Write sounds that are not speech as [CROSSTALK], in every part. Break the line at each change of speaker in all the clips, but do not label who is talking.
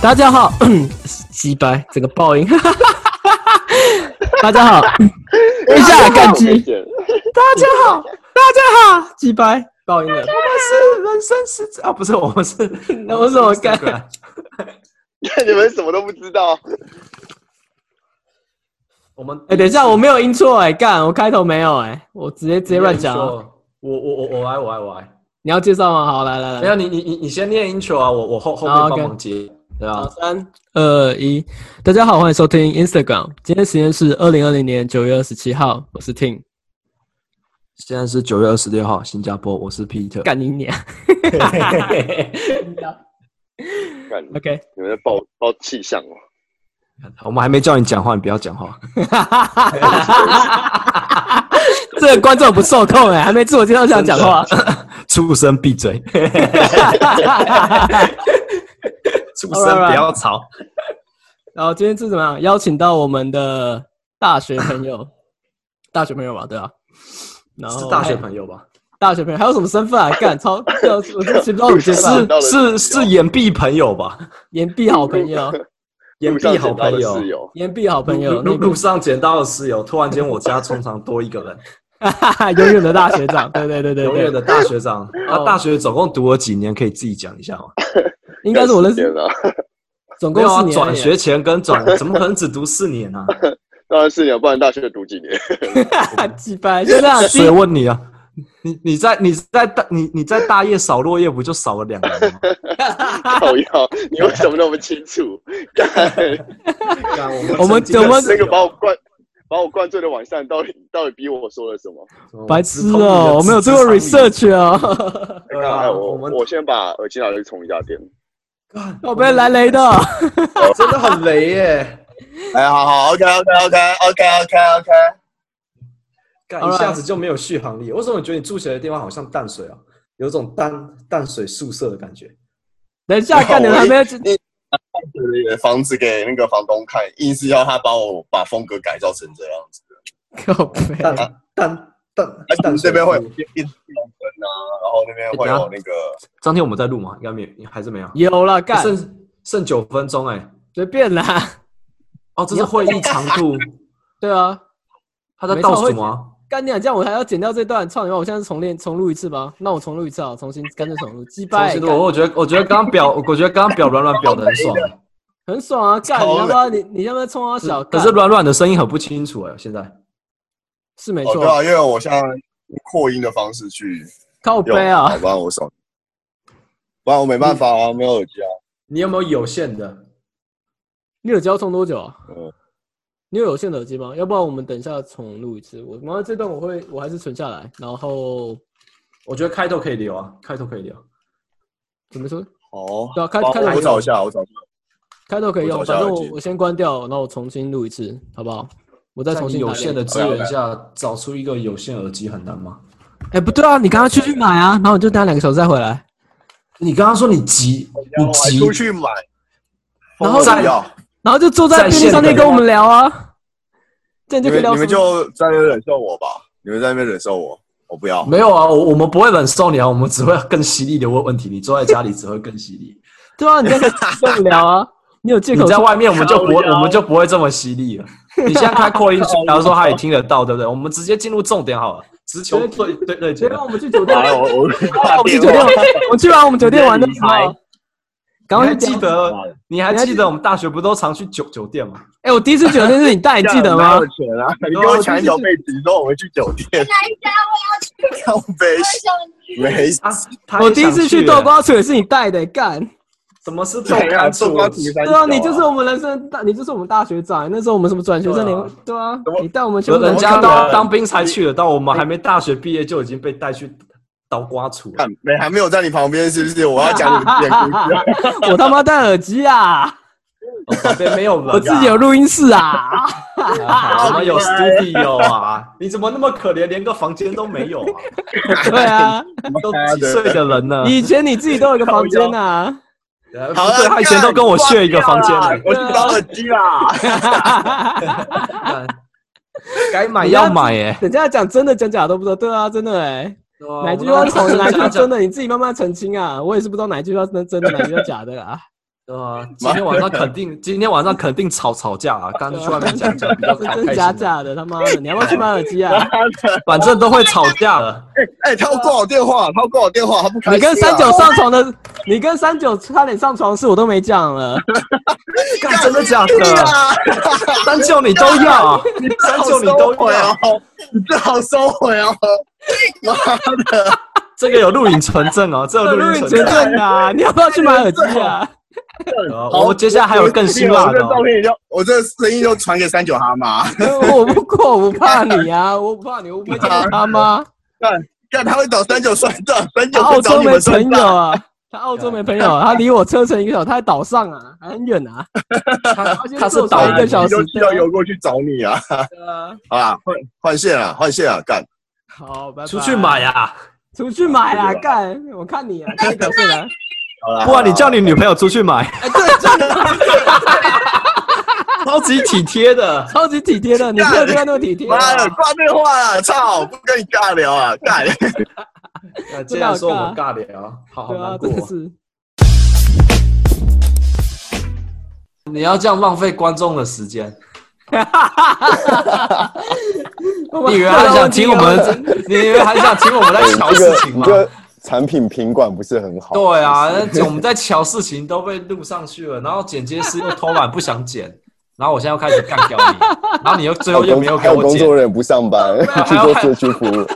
大家好， [COUGHS] 鸡掰，整个爆音。 [LAUGHS] 大家 [LAUGHS] 好，等一下，干鸡。大家好，大家好，鸡掰，爆音了。我们是人生十字啊，不是，我们
[LAUGHS]
是，我是我干。
[LAUGHS] 你们什么都不知道，
我们
哎、等一下，我没有音错哎、干，我开头没有哎、我直接直接乱讲啊。
我我我我来我来我来，
你要介绍吗？好，来来
没
来
有，你你你你先念 intro 啊，我我后后面
好
帮
OK
忙接，对
好，
啊，
三二一，大家好，欢迎收听 Instagram。今天时间是二零二零年九月二十七号，我是 Ting，
现在是九月二十六号，新加坡，我是
[LAUGHS]
Peter。
干你娘。
干
OK，
你们在爆爆气象哦！
我们还没叫你讲话，你不要讲话。
这个观众不受控哎、还没自我介绍想讲话。
畜生
[LAUGHS]
闭嘴，畜生
Alright, alright
不要吵。
然后今天是怎么样？邀请到我们的大学朋
[COUGHS]
友，大学朋友吧，对吧、啊然后哎
是大学朋友吧？
大学朋友还有什么身份
[LAUGHS]
啊？干超，我这不到你介绍
是到了
是啊是岩壁朋友吧？
岩壁好朋
[LAUGHS]
友，
岩
路上
壁好
捡到
朋
的
友，
室友，
岩壁好朋友，
路
那
路
个
路上捡到的室友，突然间我家通常多一个人，
[LAUGHS] 永远的大学长，对 [LAUGHS] 对对哎哦对
永
对
远，的大学长。他大学总共读了几年？可以自己讲一下吗？
应该是我认
天
识，
哪，
总
没
共
有
四
啊，
年而
转
已
学前跟转， [LAUGHS] 怎么可能只读四年啊？
当然是你，不然大学读几年？
[LAUGHS] 几百，就这
[LAUGHS]
样，第
谁问你啊？你你在你在大你你在大业扫落叶，不就少了
[LAUGHS]
两年吗？
靠腰，你为什么那么清楚？干，
我们我们
那个把我灌，把我灌醉的晚上，到底到底逼我说了什么？
[LAUGHS] 白痴哦、我没有做过 research 哦、 [LAUGHS]
对
哎
啊，
我
我们
我先把耳机拿去充一下电。
我被来雷的，
[LAUGHS] 真的很雷
[LAUGHS]
耶！
哎，好好，OK OK OK OK OK OK，
干
Alright
一下子就没有续航力。为什么我觉得你住起来的地方好像淡水啊？有种淡淡水宿舍的感觉。
等一下，干你们还没有
房子给那个房东看，硬是要他帮我把风格改造成这样子。
靠
[LAUGHS]
背，
淡淡淡
而
淡
且哎
水
这边会有
宿
一一直有灯啊，然后那边
哎
会有那个
当天我们在录吗？应该没有，还是没有。
有了干，
剩剩九分钟哎、
随便啦，
[LAUGHS] 哦，这是会议长 [LAUGHS] 度，
对啊，
他在倒数吗？
干你啊！这样我还要剪掉这段，操你妈！我现在是重练重录一次吧？那我重录一次啊，重新干脆重录，击
重
败
新录，
哦
我觉得我觉得刚刚 [LAUGHS] 表，我觉得刚刚表软软表的很爽，
很爽啊！干，你
超
要不要你你要不要冲啊小？
可
干
是软软的声音很不清楚哎、现在
是没
哦，
错
对，啊，因为我现在用扩音的方式去
靠
用，
背啊
好，不然我手，不然我没办法啊，没有耳机啊。
你有没有有线的？
你有交充多久啊？
嗯，
你有有线的耳机吗？要不然我们等一下重录一次。我妈这段我会我还是存下来，然后
我觉得开头可以留啊，开头可以留。
怎么说？
哦，
对啊开
帮
开哪
我
个
找一下，我找一下。
开头可以用，
我找
反
一下
正
耳机
我我先关掉，然后我重新录一次，好不好？我再
在
重
你
新
有
打雷
限的资源下，找出一个有线耳机很难吗？
哎、不对啊，你刚刚出去买啊，然后你就待两个小时再回来。
你刚刚说你急，
我
你
还
急
出去买，
然后
不要，
然后就坐在
在
便利
线
商店
的
跟我们聊啊，这样
你
就可
们
以聊
你们
什么
就在那边忍受我吧，你们在那边忍受我，我不 [LAUGHS] 要。
没有啊，我我们不会忍受你啊，我们只会更犀利的问问题。你坐在家里只会更犀利，
对啊，你在跟我们聊啊，你有借
[LAUGHS] 你
口
在
说
外面我们就不会，我们就不会这么犀利了。你现在开扩音，假如说他也听得到，对不对？我们直接进入重点好了，直球对对对
别
决。
让我们去酒店
好，了，我我
[LAUGHS] 啊我们去酒店玩，我们去完我们酒店玩的时候，啊赶
你
快
还
去
记
讲。
呃
得？你还
你还
记
记
得我们大学不都常去酒酒店吗？
哎、我第一次酒店是你带，你记得
哪
吗
有？钱
[LAUGHS]
啊！你给我抢一条被子，你说我们去酒店，
哪一家我要
[LAUGHS]
去？
靠背
我想去。
没
啊，他也
我第一
想
次去
欸
豆，瓜处也是你带的、干。
什么是豆
对
干
啊，
处
做？光体三
对啊，你就是我们人生大，你就是我们大学长。那时候我们什么转学生
对啊
联欢，对啊
怎么，
你带我们去
人人家
我看
当
啊
了
当兵才去的，但我们还没大学毕业就已经被带去倒瓜厨了
看。没还没有在你旁边，是不是？我要讲你点故事，
我他妈戴耳机啊，
哦旁边没有人啊，
我自己有录音室
[LAUGHS]
啊。
啊，怎么有 studio 啊？你怎么那么可怜，连个房间都没有啊？
对
[LAUGHS]
啊，
都几岁的人了？
以前你自己都有一个房间啊呐、
呃
好
不对，
了，
他以前都跟我炫一个房间
干
[LAUGHS]
了，
我去找耳机啦。
啊。
该买要买哎。
人家讲真的讲假都不知道，对啊，真的哎、哪句话
哦
要
是从哪句话真
[LAUGHS]
的？
的，你自己慢慢澄清啊！我也是不知道哪句话是真的，哪句话假的啊！
对啊，今天晚上肯定，今天晚上肯定吵吵架啊！刚刚去外面讲讲比较
真
开
真
心
假
啊，
假的，他妈的，你要不要去马尔基啊？
反正都会吵架了。
哎、他要挂我电话，他要挂我电话，他不 [LAUGHS] 开
你
心、啊。
跟三九上床的，你跟三九差点上床的事我都没讲
[LAUGHS]
了，
干真的假的？
啊，
三舅你都要，啊三舅你都
回
要啊
哦，，你最好收回哦。妈的，
这个有录影存证哦，这有录
录 [LAUGHS]
影
影
存
存
证。
证啊！你要不要去马尔基
[LAUGHS]
啊？
啊我接下来还有更辛辣
我这
的哦，
照片就我这声音就传给三九哈妈，
我不过我不怕你啊，我不怕
[LAUGHS]
你，我不会见到他吗？
看他会找三九算账，三
他
九
澳
会找
洲
你们
没朋
算
友
账。 [LAUGHS]
啊，他澳洲没朋友啊，他离我车程一个小时，他在岛上啊，还很远
[LAUGHS]
啊。
他他是
找
导
一个
游，
小时
你就需要游过去找你啊！好啦，换换线啊，换线啊，干！
好，拜拜。
出去买，啊呀，
出去买啊！
出去吧
干，我看你啊，这个是啊。
好啦，
不然你
好啦
叫你女朋友出去买，
哎，对，真的
超级体贴的。
超级体贴的，你没有对他那么体贴
[LAUGHS]
啊。
妈的挂电话了，操！不跟你尬聊啊，干！
[LAUGHS] 那既然说我们尬聊，好好
对啊
难，过
真
哦
的。是。
你要这样浪费观众的时间，你以为还想听我们？
哦
[LAUGHS] 你以为还想听我们在瞧事情吗？
产品品管不是很好。
对啊，那我们在瞧事情都被录上去了，然后剪接师又偷懒不想剪，然后我现在又开始干掉
[LAUGHS]
你，然后你又最
还有
后又
工
没有
还
给
有
我
哦工
剪
作，人员不上班，去做社区
[LAUGHS]
服务。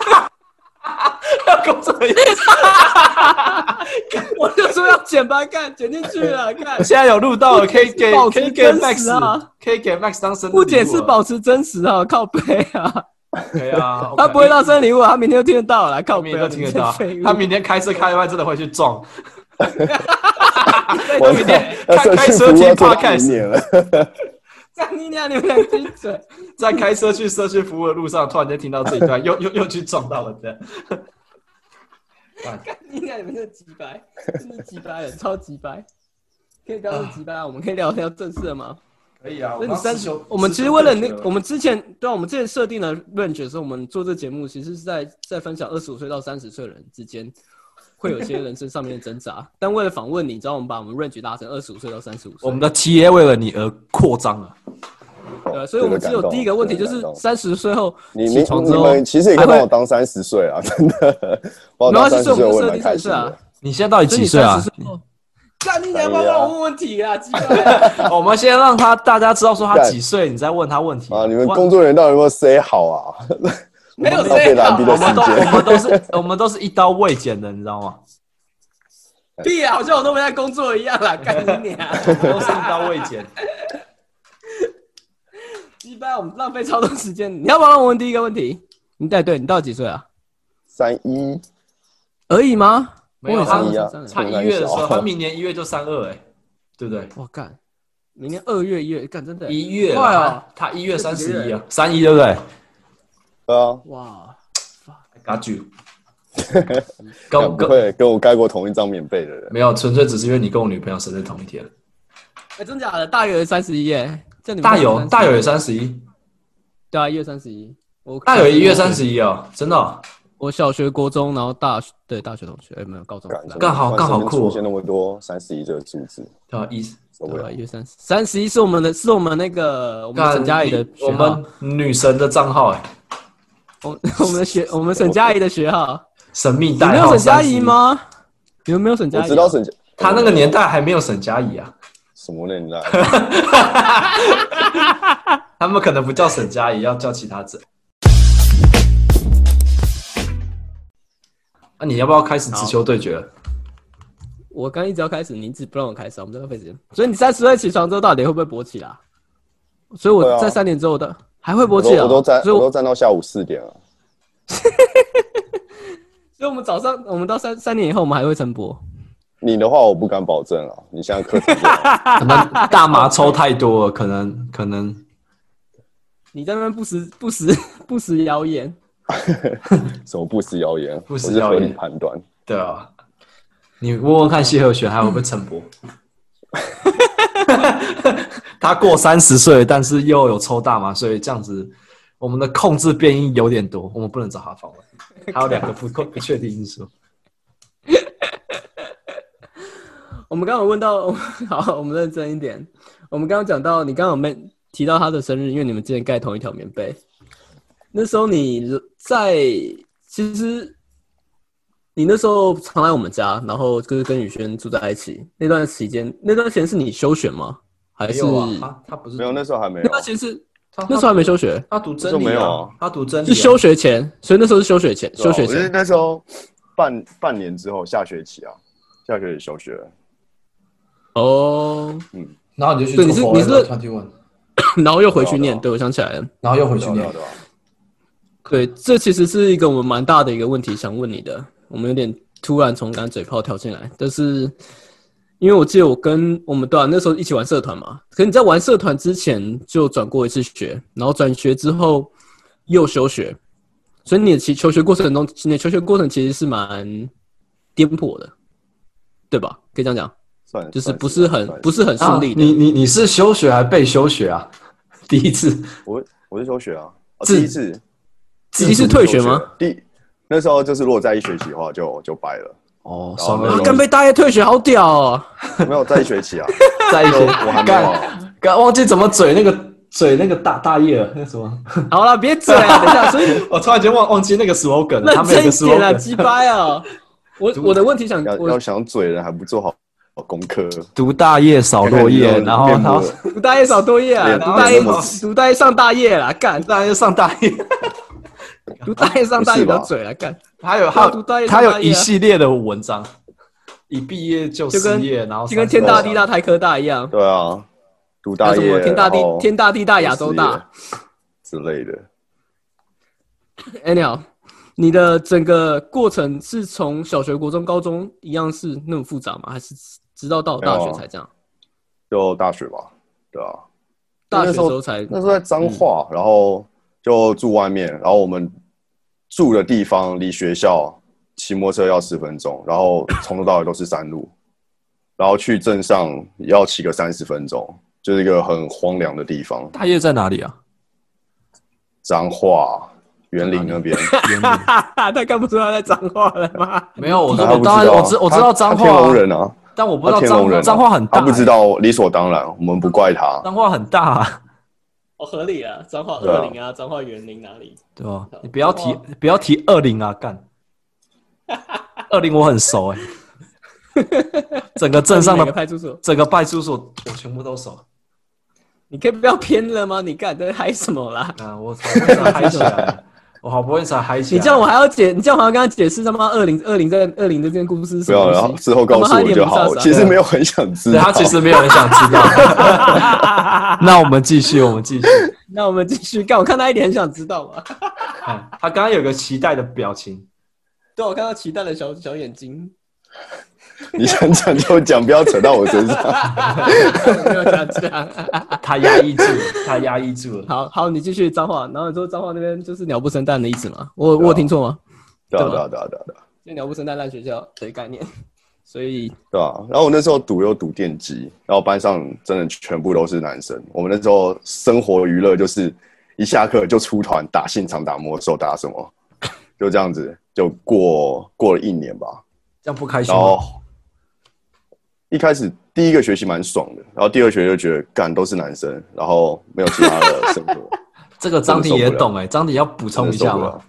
工作人员
[LAUGHS] 我就说要剪吧，干剪进去了，干
[LAUGHS] 我 [LAUGHS] 现在有录到了，
[LAUGHS]
可以给
保持
可以给
真实
Max，
啊
可以给 Max 当生日
不剪是
礼物了
保持真实啊，靠背啊，
[LAUGHS] 对
[LAUGHS]
啊，
他不会到生日礼物啊，他明天就听得到了，靠
他
背
明
啊，
天都听得到
你这废，物
他明天开车开一半真的会去撞，
我
明天
要
开
社
开
区服务
车听
要做到明
Podcast，
年了。
[LAUGHS] 干你娘，你们俩闭嘴！
在开车去社区服务的路上，突然间听到这一段，又又又去撞到了的。
干你俩，你们这鸡掰，真的鸡掰人，超鸡掰。可以不要说鸡掰啊，我们可以聊聊正事的吗？
可以啊，
那
我
你
们
三九，我们其实为了那，我们之前对啊，我们之前设定的 range 的时候，我们做这节目其实是在在分享二十五岁到三十岁的人之间会有些人生上面的挣扎。但为了访问你，你知道我们把我们 range 拉成二十五岁到三十五岁
我，们的 TA 为了你而扩张啊了。
[LAUGHS] 对啊，所以我们只
这
有
个感动
第一个问题就是
这个感动
三十岁后
你你
起床之
你
后，
们其实也可以
还会
帮我当三十岁啊， [LAUGHS] 真的，帮我
没
当
关系
三十岁
所以我
我
们
也
设
蛮
定
开心
是啊
的。
你现在到底
所以
几
你
岁啊
30？岁后？干你娘！帮帮我问问题啊，鸡掰！
哦我们先让他大家知道说他几岁，你再问他问题
啊，你们
不然
工作人员到底有没有 say 好啊？ [LAUGHS]
没有
我们浪费
谁
蓝
好
逼
我
的
们都
时间。
我们都是我们都是一刀未剪的，你知道吗？
屁啊！好像我都没在工作一样啦，干你
[LAUGHS]
娘！
都是一刀未剪。
鸡掰，我们浪费超多时间。你要不要让我问第一个问题？你对对，你到底几岁啊？
三一
而已吗？
没有啊
我以为三
一
他
十
样
三十
他一月的时候，他明年一月就三二，哎，对不对？
我干，明年二月一月干真的
一月
快哦
啊，他一月三十一啊，三一对不对？
对啊，
哇！
嘎举，跟
干
我
不
跟
会跟我盖过同一张棉被的人，
没有，纯粹只是因为你跟我女朋友生日同一天。
哎，真假的？大有三十一耶，这样你们
大有
31
大有也三十一，
对啊，一月三十一。我
大有一月三，十一哦，真的哦
我小学、国中，然后大学对大学同学，哎，没有高中，
干
刚好
突然
刚好
身边
酷哦
出现那么多三十一这个数字，
对啊，一。
受不
对啊，
了
一。月三十，三十一是我们的，是我们那个我们沈佳宜的
我
学号
们，女神的账号哎，
我们 [LAUGHS] 我们的学，我们沈佳宜的学号，
神秘
你
代
没
号
有沈佳宜
31？
吗？你们没有沈佳
我
宜啊？
知道沈佳，
他那个年代还没有沈佳宜啊，
什么年代？
他们可能不叫沈佳宜，要叫其他字。那、啊你要不要开始直球对决？
我刚一直要开始，你一直不让我开始，我们在浪费时间。所以你三十岁起床之后到底会不会勃起啦？所以
会
我
啊
在三点之后的、还会勃
我都
起啊？
我都站
所以 [LAUGHS]
我
我
都站到下午四点了。
所以我们早上我们到三三点以后我们还会晨勃。
你的话我不敢保证啊，你现在课程就好
可能大麻抽太多了，可能可能
你在那边不时不时 [LAUGHS] 不时谣言，
什么不实谣言，
不实
我是合
谣言
理判断。
对啊。你问问看谢和弦还会不会陈 [LAUGHS] 勃？他过三十岁，但是又有抽大麻，所以这样子我们的控制变因有点多，我们不能找他 [LAUGHS] 访 [LAUGHS] 问。还有两个不不确定因素。
我我们刚刚有问到， [LAUGHS] 好，我们认真一点。我们刚刚讲到，你刚刚有没提到他的生日，因为你们之前盖同一条棉被。那时候你在，其实你那时候常来我们家，然后就是跟宇轩住在一起那段时间，那段时间是你休学吗？还
没
是、
有啊，他他不是
没有，那时候还没有啊
那，段时间是
他
那时候还没休学，
他读
那时
真
候
理
没有
啊
啊，
他读真理
是
啊
休学前，所以那时候是休学前，
对啊
休学
我是
前。
那时候半半年之后下学期啊，下学期休学了，
哦， [LAUGHS]
然后你就去
对
做
你是你是
Forever 21，
然后又回去
对啊
念，
对啊
对我想起来了。
然后又回
对
去
啊对啊
念。
对啊
对，这其实是一个我们蛮大的一个问题，想问你的。我们有点突然从赶嘴炮跳进来，但是因为我记得我跟我们对啊，那时候一起玩社团嘛。可你在玩社团之前就转过一次学，然后转学之后又休学，所以你的其求学过程中，你的求学过程其实是蛮颠簸的，对吧？可以这样讲，
算
就是
算
不啊是很
算
不是很顺
啊
利的。
你你你是休学还被休学啊？ [LAUGHS] 第一次
我我是休学啊，啊
自
第一次
你是啊退学吗？？
第那时候就是如果在一学期的话就就掰了，
哦，
哦
双
没
啊
有
二，
干被大爷退学，好屌哦！
没有在一学期啊，
在
[LAUGHS]
一起，
我还没有啊
干干忘记怎么嘴那个嘴那个大大叶了，那个什么，
好了，别嘴了，等一下，所以
我突然间忘忘记那个 slogan 呃了，他
认
们有
真
个
一点啊，
slogan，
鸡掰啊！我我的问题想，
要
我
要想嘴人还不做好好功课，
读大叶扫落
看
叶，
看你
然
有
后
没有变
他
薄了
读大夜扫多夜啊，
脸
读大夜
脸那么
读大夜上大
[LAUGHS]
夜啦，干
当然就上大
[LAUGHS]
叶，
读大夜上大夜
不
不
是吧
要嘴了，啊干
还有还
读
有
大叶
他
读
有
大叶
一
啊
系列的文章，一毕业就
就
失
跟
业，然后
就跟
32
天大地大台科大一样，
对啊，读
还有
大哦
什么
业，
天大地
然后
天大地大亚洲大。
之类的，
Anyhow，你的整个过程是从小学、国中、高中一样是那么复杂吗？还是直到到大
没
学
有啊
才这样？
就大学吧，对啊，
大学
那
的
时
时
候
候才 [LAUGHS]
那时候在彰
嗯
化，然后就住外面，然后我们住的地方离学校骑摩托车要十分钟，然后从头到尾都是山路， [LAUGHS] 然后去镇上也要骑个三十分钟，就是一个很荒凉的地方。
大叶在哪里啊？
彰化园林那边，
他看不出他在脏话了吗？
[LAUGHS] 没有，我
他
我
不
当
知
然
道啊
我知我知道
他
脏
他天
话
龙，人啊，
但我不知
他
道
天龙人
脏
啊，
脏话很大，欸
他不知道理所当然，我们不怪他。
脏话很大，啊
哦，合理啊，脏话
对啊二林
啊，脏话园林哪里？
对吧？你不要提不要提二零啊，干，
[LAUGHS]
二零我很熟哎，整个镇上
哪个
的
派出所？
整个派出所我全部都熟。
你可以不要偏了吗？你干在嗨什么啦？
啊，我好不容易才嗨起来了，我好不容易才嗨起来。
你这样我还要解，你这样我还要跟他解释他妈二零二零这二零这件故事是什
不
么东
要，
西
然后之后告诉我就好。其实没有很想知
对
道，
他其实没有很想
[LAUGHS]
知道。那我们继续，我们继续。
[LAUGHS] 那我们继续干，我看他一点很想知道啊嘛。
嗯他刚刚有个期待的表情，
[LAUGHS] 对，啊我看到期待的小小眼睛，
[LAUGHS]
[LAUGHS]
你想讲就讲，不要扯到我身上。
没有想知道。
他压抑住，他压抑住了。
[LAUGHS] 好好，你继续脏话，然后你说脏话那边就是鸟不生蛋的意思嘛？我我
对
有
啊
听错吗？
对啊，对啊，对啊，对啊，对啊。
就鸟不生蛋烂学校的概念， [LAUGHS] 所以
对啊，然后我那时候读又读电机，然后班上真的全部都是男生。我们那时候生活娱乐就是一下课就出团打现场打魔兽打什么，就这样子就过过了一年吧。
这样不开心
然
吗？
后一开始第一个学期蛮爽的，然后第二学期就觉得干都是男生，然后没有其他的生活，
[LAUGHS]
这个张婷也懂哎，张婷要补充一
真的
下
受不
吗
了？。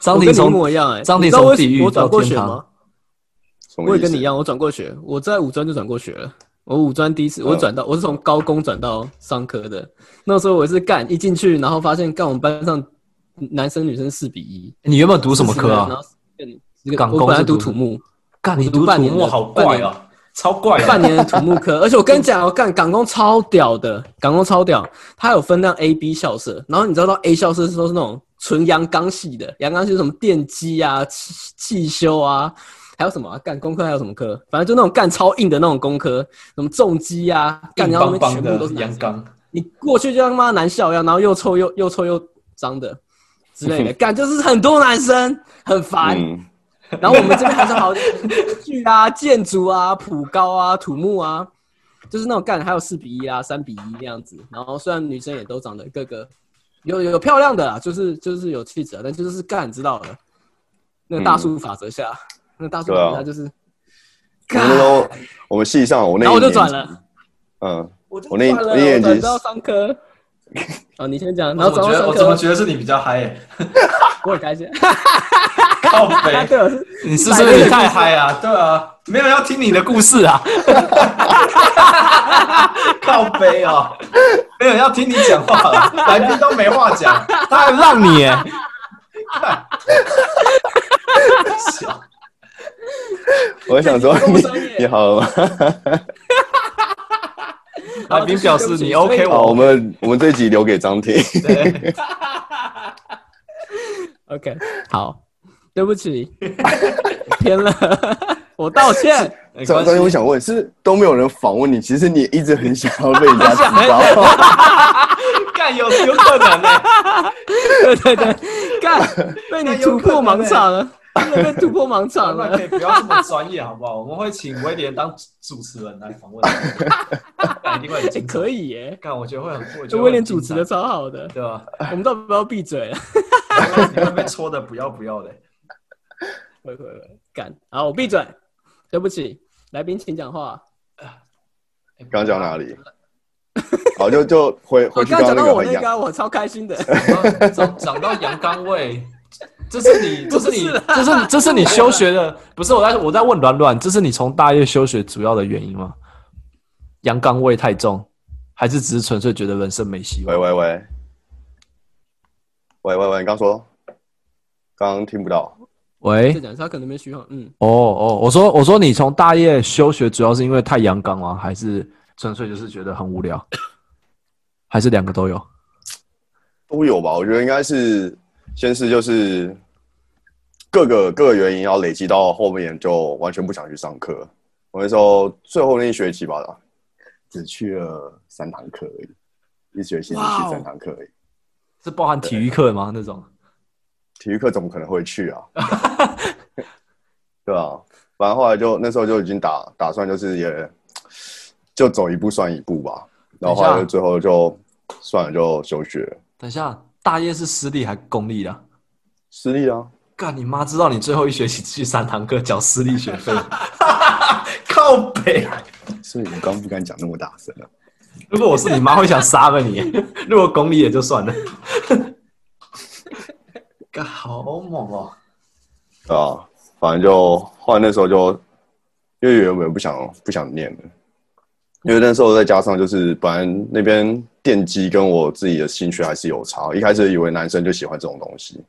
张
我
婷
跟你一
从
模一样哎、
张
你
婷
知道
从
为
地
什
狱
么我转
到
过学
天堂
吗？
什么
我也
意思
跟你一，样，我转过学，我在五专就转过学了。我五专第一次，我
嗯
转到、我是从高工转到商科的。那时候我是干一进去，然后发现干我们班上男生女生四比一。
你原本读什么
40个
科
人
啊
然？后10个
港工
我本来
是
读
读
土木，
干，你
读
读
半
土
年
木
的
好怪
半
啊，超怪
[LAUGHS]
啊！
半年的土木科。而且我跟你讲，我干港工超屌的，港工超屌，它有分量 A、B 校舍。然后你知道到 A 校舍是都是那种纯阳刚系的，阳刚系是什么电机啊、汽汽修啊，还有什么啊干、工科还有什么科，反正就那种干超硬的那种工科，什么重机啊，干
硬
然后那
邦
边全
邦
部
的
都是男
阳
生
刚，
你过去就像妈男校一样，然后又臭又又臭又脏的之类
[LAUGHS]
的，干就是很多男生很烦。
嗯，
然后我们这边还是好几个剧啊、建筑啊、普高啊、土木啊，就是那种干还有四比一啊、三比一那样子。然后虽然女生也都长得个个有有漂亮的啦，就是就是有气质啊，但就是干知道了。那个大数法则下，那个大数法则下
嗯对啊
就是
我们那时候我们系上我
然
那一
后我就
年
转了，
嗯，
我就
我那
转了
那一年
转
级
到商
[LAUGHS]
科。哦，你先讲，然
我
后
怎
转到
么觉得
商
我怎么
科，
觉得是你比较嗨耶？
我很开
[LAUGHS]
心。
靠
他
北，
[LAUGHS] 对我是
你是不是你太嗨啊？对啊，没有人要听你的故事啊。靠北哦，没有人要听你讲话了，来宾都没话讲，他还让你耶。看笑
我
[LAUGHS]
想说
工商业
你你好了吗？
[LAUGHS] 来宾表示你 OK
好，我
我，
们我们这集留给张婷。
对
OK，好，对不
[LAUGHS]
起，偏了，我道歉。
没
张
关
张
系
婷，我想问，是都没有人访问你，其实你一直很想要被人家知道。
干有有可能呢、
对对对，
[LAUGHS]
干，被你突破盲场了，真的被突破盲场
欸 [LAUGHS] 那
了
可。以不要这么专业好不好？我们会请威廉当主持人来访问你，干一定会很
哎，
精彩。
可以耶，
干，我觉得会很，我觉
这
得
威
会
廉
很哎精
主持的
彩，
超好的，
对吧？
我们到底要不要闭嘴了？
[LAUGHS]
啊
你会被戳的不要不要的。
会会会，干，好，我闭嘴，对不起，来宾请讲话。
哎
刚刚讲哪里？好，就就回
我
回去
哦刚
刚
讲
刚那
到
个啊
我
很
那
痒。
个，啊我超开
[LAUGHS]
心的，
长长到阳刚味，这是你，这是
不
你
是，
这是这是你休学的，不是我在我在问暖暖，这是你从大业休学主要的原因吗？阳刚味太重，还是只是纯粹觉得人生没希
喂
望？
喂喂，喂喂喂，你刚说，刚刚听不到。
喂
再，讲一下，他可能没虚晃，嗯，
哦哦，我说我说你从大业休学主要是因为太阳刚吗？还是纯粹就是觉得很无聊？ [COUGHS] 还是两个都有？
都有吧，我觉得应该是先是就是各个各个原因，然后累积到后面就完全不想去上课。我那时候最后那一学期吧，只去了三堂课而已，一学期只
哇哦
去三堂课而已。
是包含体育课吗？那种？
体育课怎么可能会去
[LAUGHS]
啊？对啊，反正后来就那时候就已经打打算就是也就走一步算一步吧，然后后来
等
就
一下
最后就算了就休学了，
等一下，大业是私立还公立的啊？
失利啊。
干你妈！知道你最后一学期去三堂课缴私立学费， [LAUGHS] 靠北。
所以我刚不敢讲那么大声啊。
如果我是你妈，会想杀了你。 [LAUGHS] 如果公立也就算了， [LAUGHS] 干好猛哦！
对啊，反正就后来那时候就，因为原本不想不想念了，因为那时候再加上就是，本来那边电机跟我自己的兴趣还是有差。一开始以为男生就喜欢这种东西，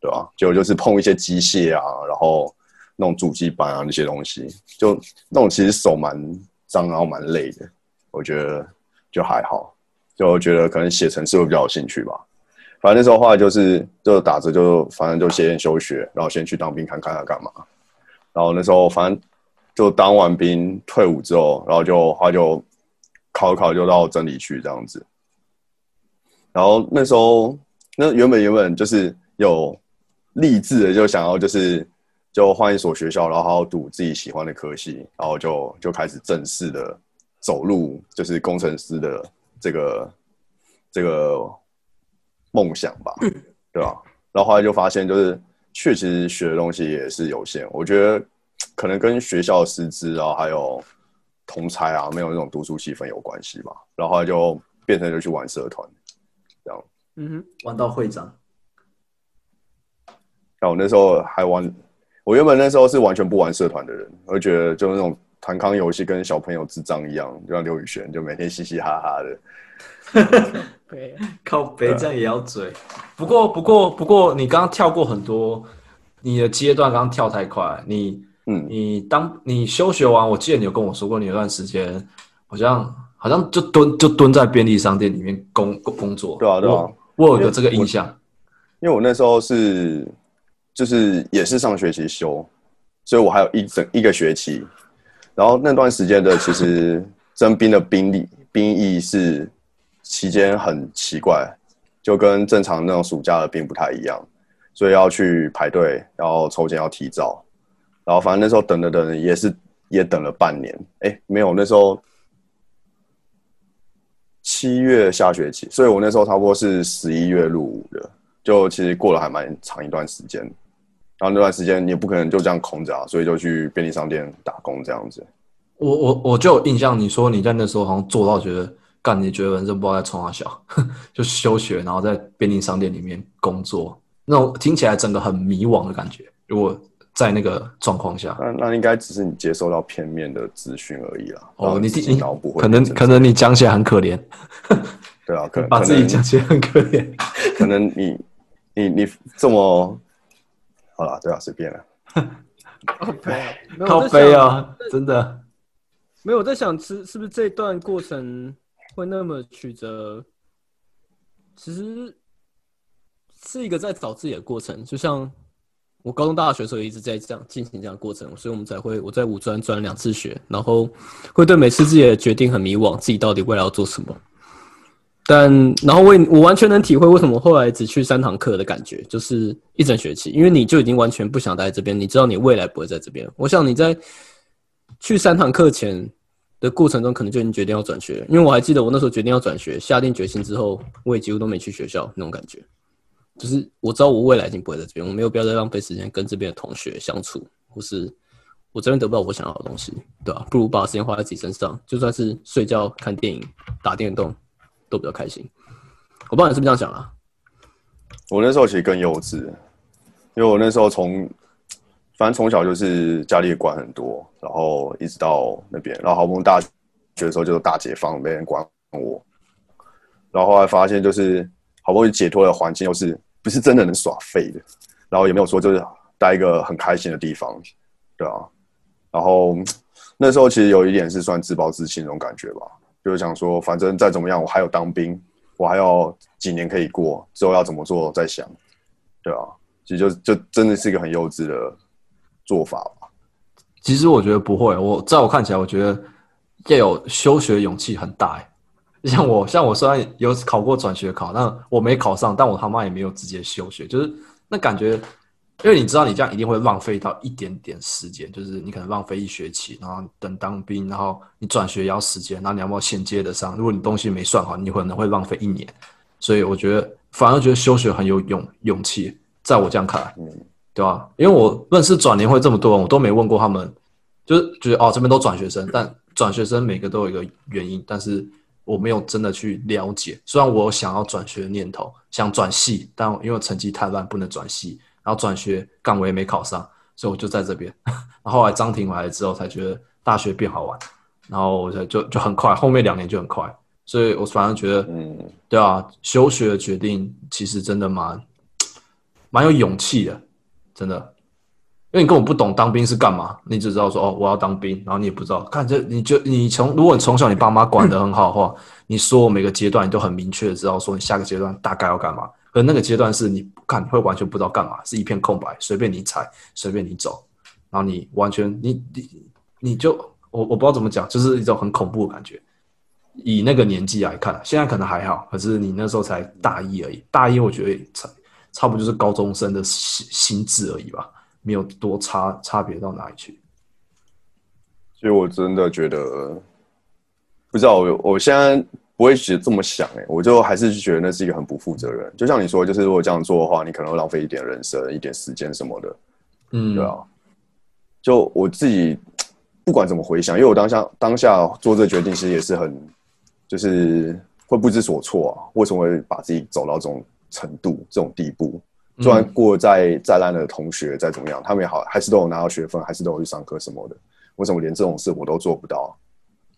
对吧、结果就是碰一些机械啊，然后那种主机板啊那些东西，就那种其实手蛮脏，然后蛮累的。我觉得就还好，就觉得可能写程式会比较有兴趣吧。反正那时候后来就是就打着就反正就先休学，然后先去当兵看看要干嘛。然后那时候反正就当完兵退伍之后，然后就他就考一考就到真理去这样子。然后那时候那原本原本就是有励志的，就想要就是就换一所学校，然后好好读自己喜欢的科系，然后就就开始正式的走入就是工程师的这个这个梦想吧，对吧、然后后来就发现，就是确实学的东西也是有限。我觉得可能跟学校的师资啊，还有同才啊，没有那种读书气氛有关系吧。然后后来就变成就去玩社团，这样。
嗯哼，
玩到会长，
然后我那时候还玩，我原本那时候是完全不玩社团的人，我觉得就是那种弹康游戏跟小朋友智障一样，就像刘宇轩，就每天嘻嘻哈哈的。
对，
靠北这样也要追。不过不过不过，你刚刚跳过很多，你的阶段刚刚跳太快。你
嗯，
你当你休学完，我记得你有跟我说过，你有段时间好像好像就蹲就蹲在便利商店里面工工工作。
对啊对啊
我我有一个这个印象。
因为我那时候是就是也是上学期修，所以我还有一整一个学期。然后那段时间的其实征兵的兵力兵役是期间很奇怪，就跟正常那种暑假的兵不太一样，所以要去排队，然后抽签要提早。然后反正那时候等了等了也是也等了半年，哎，没有那时候七月下学期，所以我那时候差不多是十一月入伍的，就其实过了还蛮长一段时间。然后那段时间你也不可能就这样空着啊，所以就去便利商店打工这样子。
我我我就有印象，你说你在那时候好像做到觉得，干你觉得人生不知道在冲啊小， [LAUGHS] 就休学，然后在便利商店里面工作，那种听起来整个很迷惘的感觉。如果在那个状况下，
那那应该只是你接收到片面的资讯而已啦。然
哦，
后
你
自己
你
脑补会
可能
变成
可能你讲起来很可怜，
对啊，可能
[LAUGHS] 把自
可
己
能
讲起来很可怜。
可能你你你这么好啦，对啊，随便了。
没有
靠
我在
背
想
啊，真的。
没有我在想是是不是这段过程会那么曲折？其实是一个在找自己的过程，就像我高中、大学的时候一直在这样进行这样的过程，所以我们才会我在五专转了两次学，然后会对每次自己的决定很迷惘，自己到底未来要做什么。但然后我也我完全能体会为什么后来只去三堂课的感觉，就是一整学期，因为你就已经完全不想待在这边，你知道你未来不会在这边。我想你在去三堂课前的过程中，可能就已经决定要转学了，因为我还记得我那时候决定要转学，下定决心之后，我也几乎都没去学校那种感觉，就是我知道我未来已经不会在这边，我没有必要再浪费时间跟这边的同学相处，或是我这边得不到我想要的东西，对吧、不如把时间花在自己身上，就算是睡觉、看电影、打电动，都比较开心。我不知道你是不是这样想啊？
我那时候其实更幼稚，因为我那时候从，反正从小就是家里也管很多，然后一直到那边，然后好不容易大学的时候就是大解放，没人管我，然后后来发现就是好不容易解脱的环境，又是不是真的能耍废的，然后也没有说就是待一个很开心的地方，对啊，然后那时候其实有一点是算自暴自弃那种感觉吧，就是想说反正再怎么样我还有当兵，我还有几年可以过，之后要怎么做再想，对啊，其实就就真的是一个很幼稚的做法吧。
其实我觉得不会，我在我看起来，我觉得要有休学勇气很大、欸。 [LAUGHS] 像我，像我虽然有考过转学考，但我没考上，但我他妈也没有直接休学，就是那感觉，因为你知道你这样一定会浪费到一点点时间，就是你可能浪费一学期，然后等当兵，然后你转学也要时间，然后你要不要衔接得上？如果你东西没算好，你可能会浪费一年。所以我觉得，反而觉得休学很有勇勇气，在我这样看来，对吧、因为我认识转联会这么多人，我都没问过他们，就是觉得哦，这边都转学生，但转学生每个都有一个原因，但是我没有真的去了解。虽然我有想要转学的念头，想转系，但因为我成绩太烂，不能转系，然后转学干我也没考上，所以我就在这边。 [LAUGHS] 然后后来张婷来了之后，才觉得大学变好玩，然后我才就就很快，后面两年就很快，所以我反而觉得，
嗯，
对啊，休学的决定其实真的蛮蛮有勇气的，真的，因为你根本不懂当兵是干嘛，你只知道说哦我要当兵，然后你也不知道，看这你就你从如果你从小你爸妈管得很好的话，你所有每个阶段你都很明确的知道说你下个阶段大概要干嘛，可那个阶段是你看你会完全不知道干嘛，是一片空白，随便你踩，随便你走，然后你完全你你你就我我不知道怎么讲，就是一种很恐怖的感觉。以那个年纪来看，啊现在可能还好，可是你那时候才大一而已，大一我觉得差差不多就是高中生的心心智而已吧，没有多差差别到哪里去。
所以我真的觉得，不知道我我现在不会觉得这么想哎、我就还是觉得那是一个很不负责任。就像你说，就是如果这样做的话，你可能会浪费一点人生、一点时间什么的。
嗯，
对啊，就我自己不管怎么回想，因为我当下当下做这个决定，其实也是很就是会不知所措啊，为什么会把自己走到这种程度、这种地步？虽然过得再再烂的同学再怎么样，他们也好，还是都有拿到学分，还是都有去上课什么的，为什么连这种事我都做不到？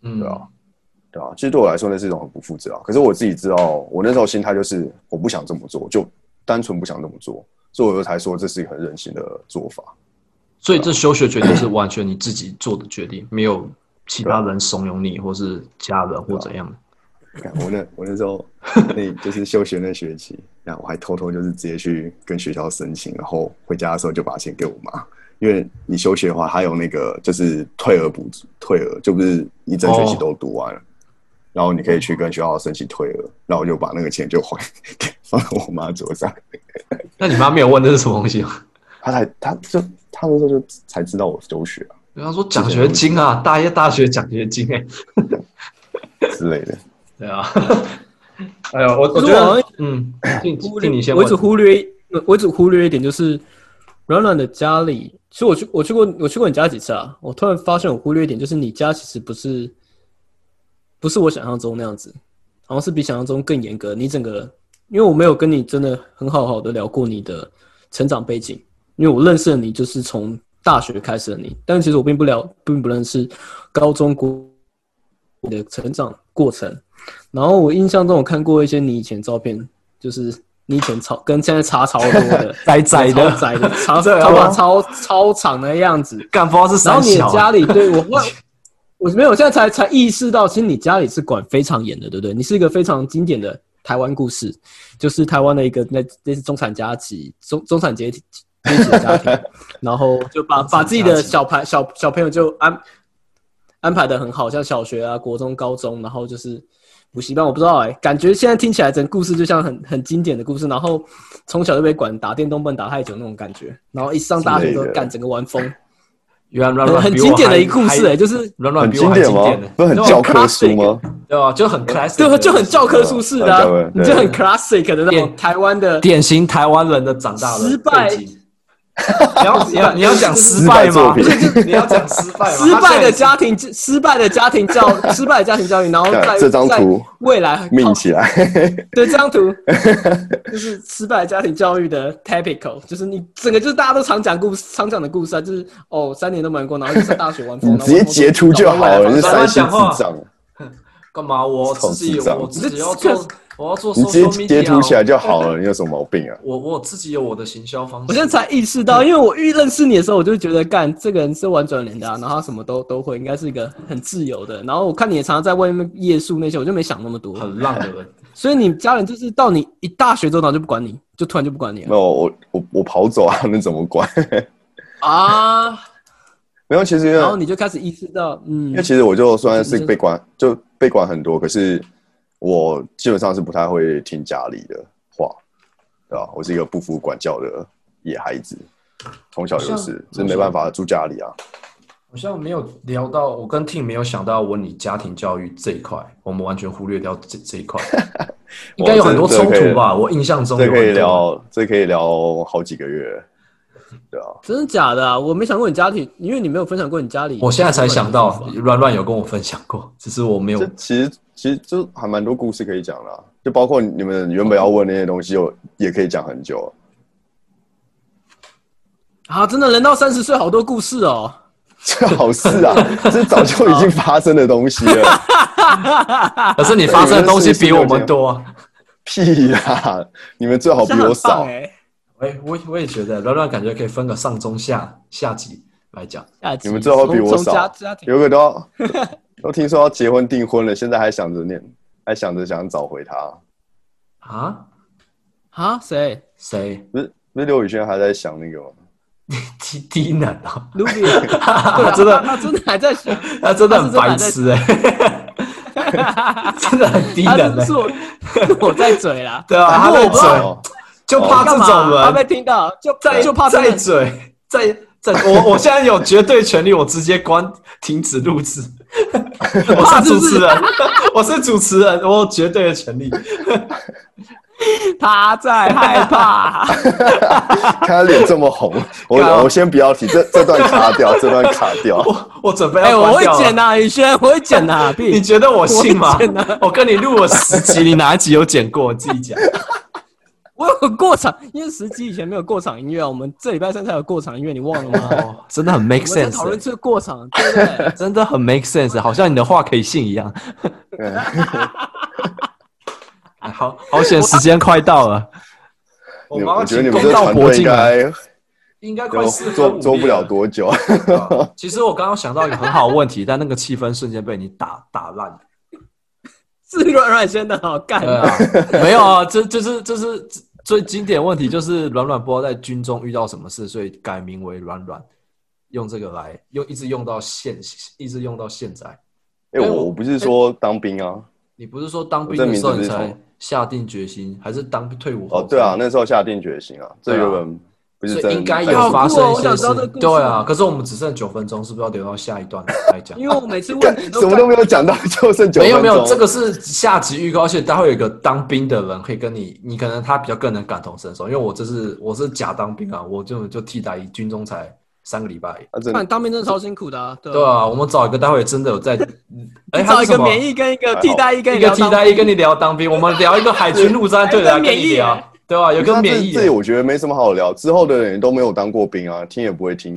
嗯，
对啊，对啊，其实对我来说那是一种很不负责啊。可是我自己知道，我那时候心态就是我不想这么做，就单纯不想这么做，所以我才说这是一个很任性的做法。
所以这休学决定是完全你自己做的决定，没有其他人怂恿你，或是家人或怎样的。
看我那我那时
[LAUGHS]
候那就是休学那学期，那我还偷偷就是直接去跟学校申请，然后回家的时候就把钱给我妈，因为你休学的话，还有那个就是退额补助，退额就不是一整学期
哦
都读完了，然后你可以去跟学校申请退额，然后我就把那个钱就还 [LAUGHS] 放到我妈桌上，
那你妈没有问这是什么东西吗？ [LAUGHS]
她才她就她那时候就才知道我休学
[LAUGHS]
啊
对她说奖学金啊，大一大学奖学金哎、
之类的，
[LAUGHS] 对啊。哎呀，我我
可
觉
是我好
得
像，
嗯，进
忽
进你
略
先
我
问
一直忽略，我一直忽略一点，就是软软的家里，其实我去我去过我去过你家几次啊？我突然发现我忽略一点，就是你家其实不是不是我想象中那样子，好像是比想象中更严格。你整个，因为我没有跟你真的很好好的聊过你的成长背景，因为我认识的你就是从大学开始的你，但其实我并不了，并不认识高中国你的成长过程。然后我印象中我看过一些你以前照片，就是你以前超跟现在差超多
[LAUGHS]
的。
呆呆的
超，窄
[LAUGHS]
的，长
对啊
头发超超长的样子。
干不知道是
然
三
后你的
小啊。
家里，对我我我没有，我现在才才意识到，其实你家里是管非常严的，对不对？你是一个非常经典的台湾故事，就是台湾的一个那类似中产阶级、中 [LAUGHS] 中产阶级阶级的家庭，然后就把把自己的小朋小小朋友就安安排的很好，像小学啊、国中、高中，然后就是补习班，我不知道哎、感觉现在听起来整个故事就像很很经典的故事，然后从小就被管打电动不能打太久那种感觉，然后一上大学
之
都
类的
干整个玩疯，
原来软
很
软
很
比我
经典的
还
一故事哎、
还
就是
很
软软比我
经
还
典
经
吗
呢？，
不是很
那种
教科书吗？
对吧？就很 classic，
对，
的
就很教科书式的、
嗯教科
啊，
对
你就很 classic 的那种
典
台湾的
典型台湾人的长大的
失败
背
[LAUGHS]
景。你要你要你要讲失
失败
败吗
作？
[LAUGHS]
品
你要讲失败吗？
失败的家
家。
庭，失败的家庭教，失败的家庭教育，然后
看
在
这张图
在未来
命起
[LAUGHS]
来，
对这
[LAUGHS]
张图就是失败家庭教育的 typical，就是你整个就是大家都常讲故事，常讲的故事啊，就是哦三年都没玩过，然后就上大学玩疯，
你
然后
直接
玩疯
截图就好
搞到
[LAUGHS]
了，
未来
你是
发
三
展
星智障，
干嘛？我
超
自己
智障
我自己要
这
做，我要做
你
social
直
media
接
哦。
截图起来就好了，你有什么毛病啊？ [LAUGHS]
我我自己有我的行销方式。
我现在才意识
嗯
到，因为我遇认识你的时候，我就觉得干这个人是玩转脸的、啊，然后他什么都都会，应该是一个很自由的。然后我看你也常常在外面夜宿那些，我就没想那么多。
嗯
很浪的人，
所以你家人就是到你一大学之后，然后就不管你，就突然就不管你
没
了
有，我我我跑走啊， [LAUGHS] 能怎么管？
啊。
没有，其实因为
然后你就开始意识到，嗯
因为，其实我就算是被管，就被管很多，可是我基本上是不太会听家里的话，对吧？我是一个不服管教的野孩子，从小就是，这没办法，住家里啊。
好像没有聊到，我跟 Tim 没有想到问你家庭教育这一块，我们完全忽略掉这这一
[LAUGHS]
块，应该有很多冲突吧？我印象中有
这
很
可
多
以聊，这可以聊好几个月，对啊。
真的假的啊？我没想过你家庭，因为你没有分享过你家里。
我现在才想到，
啊
软软有跟我分享过， [LAUGHS] 只是我没有
这其实其实就还蛮多故事可以讲啦，就包括你们原本要问那些东西，我也可以讲很久。
啊，真的人到三十岁，好多故事哦。
这好事
[LAUGHS]
啊，这早就已经发生的东西了。
啊
可是你发生的东西比我们多、 [LAUGHS] 啊。
屁啦！你们最好比我
这样很
少
棒。哎。
哎、我也我也觉得软软感觉可以分个上中下下集来讲。
下集
你们最好比我
从家
少
家庭
有个都要都听说要结婚订婚了，现在还想着念，还想着想找回他。
啊？
啊？谁
谁？
不是不是刘宇轩还在想那个吗？
低低能啊！
？Ruby，对
[LAUGHS]
啊
[LAUGHS] 真的
他他真的还在想。
他真的很白痴哎、 [LAUGHS] 真的很低
他
能
是
哎、
是我是我 [LAUGHS] 在嘴啦，
对啊，他在嘴，
哦，
就 [LAUGHS] 怕这
干嘛
种
怕被
人，
听到，就
再
就怕
再
在
嘴，再再，我我现在有绝对权利，我直接关停止录 [LAUGHS] 制。我
怕
是
是不
主
是
持人， [LAUGHS] 我是主持人，我有绝对的权利。
他在害
[LAUGHS]
怕。
看他脸这么红，我我先不要提，这这段卡
[LAUGHS]
掉，这段卡掉。
我我准备
哎，
要
我
关
会
掉了。
剪呐，宇轩，我会剪啊
[LAUGHS]
呐，
啊你
必
觉得我信
我
吗
会剪啊？
我跟你录了十集，你哪一集有剪过？你自己讲。
我有过场，因为十集以前没有过场音乐啊，我们这礼拜三才有过场音乐，你忘了吗？
[LAUGHS] 哦，真的很 [LAUGHS] make
我们在
sense，
讨
欸
论这个过场，对不对？ [LAUGHS]
真的很 make sense，好像你的话可以信一样。 [LAUGHS] 哎好好险，时间快到了。
你
们要
我觉得你们
请
这
公道
团
伯
队
进
应
来，
该
应该快
就
四
做
分
做
五
不
裂
了。多久。
其实我刚刚想到一个很好的问题，但那个气氛瞬间被你打打烂。
是软软先的，好干
对啊， [LAUGHS] 没有啊，这就是这是最经典问题，就是软软不知道在军中遇到什么事，所以改名为软软，用这个来用一直用到现，一直用到现在。
[LAUGHS] 哎，我我不是说当兵啊，
你不是说当兵
我这
的
名
时候
字哦
你
是
才
从
下定决心，还是当退伍后？
哦对啊，那时候下定决心啊，这
对啊
原本不是
所
真
以
的
应该
在
有
好
发
酷哦
生一
我想知
些
道这个
事。
故事
对啊，可是我们只剩九分钟，是不是要留到下一段来 [LAUGHS] 讲？
[LAUGHS] 因为我每次问
干
你
什么都没有讲到， [LAUGHS] 就剩九
没
分钟。
有没有，这个是下集预告，而且待会有一个当兵的人可以跟你，你可能他比较更能感同身受，因为我这是我是假当兵啊，我就就替代役，军中才三个礼拜而已。
啊真
干
的
当兵真的超辛苦的啊，对
对
啊，
啊，我们找一个待会真的
[LAUGHS]
有在，哎，
你
他
找
是
一
什
个
么哎
免疫跟一个替代役跟
一
你
个
聊
替
当
代役跟你聊当兵，我们聊一个海军陆战队的来跟你聊
[LAUGHS] 还有一个免役，
对啊，有
那
个
这
免疫，
这我觉得没什么好聊。之后的人都没有当过兵啊，听也不会听，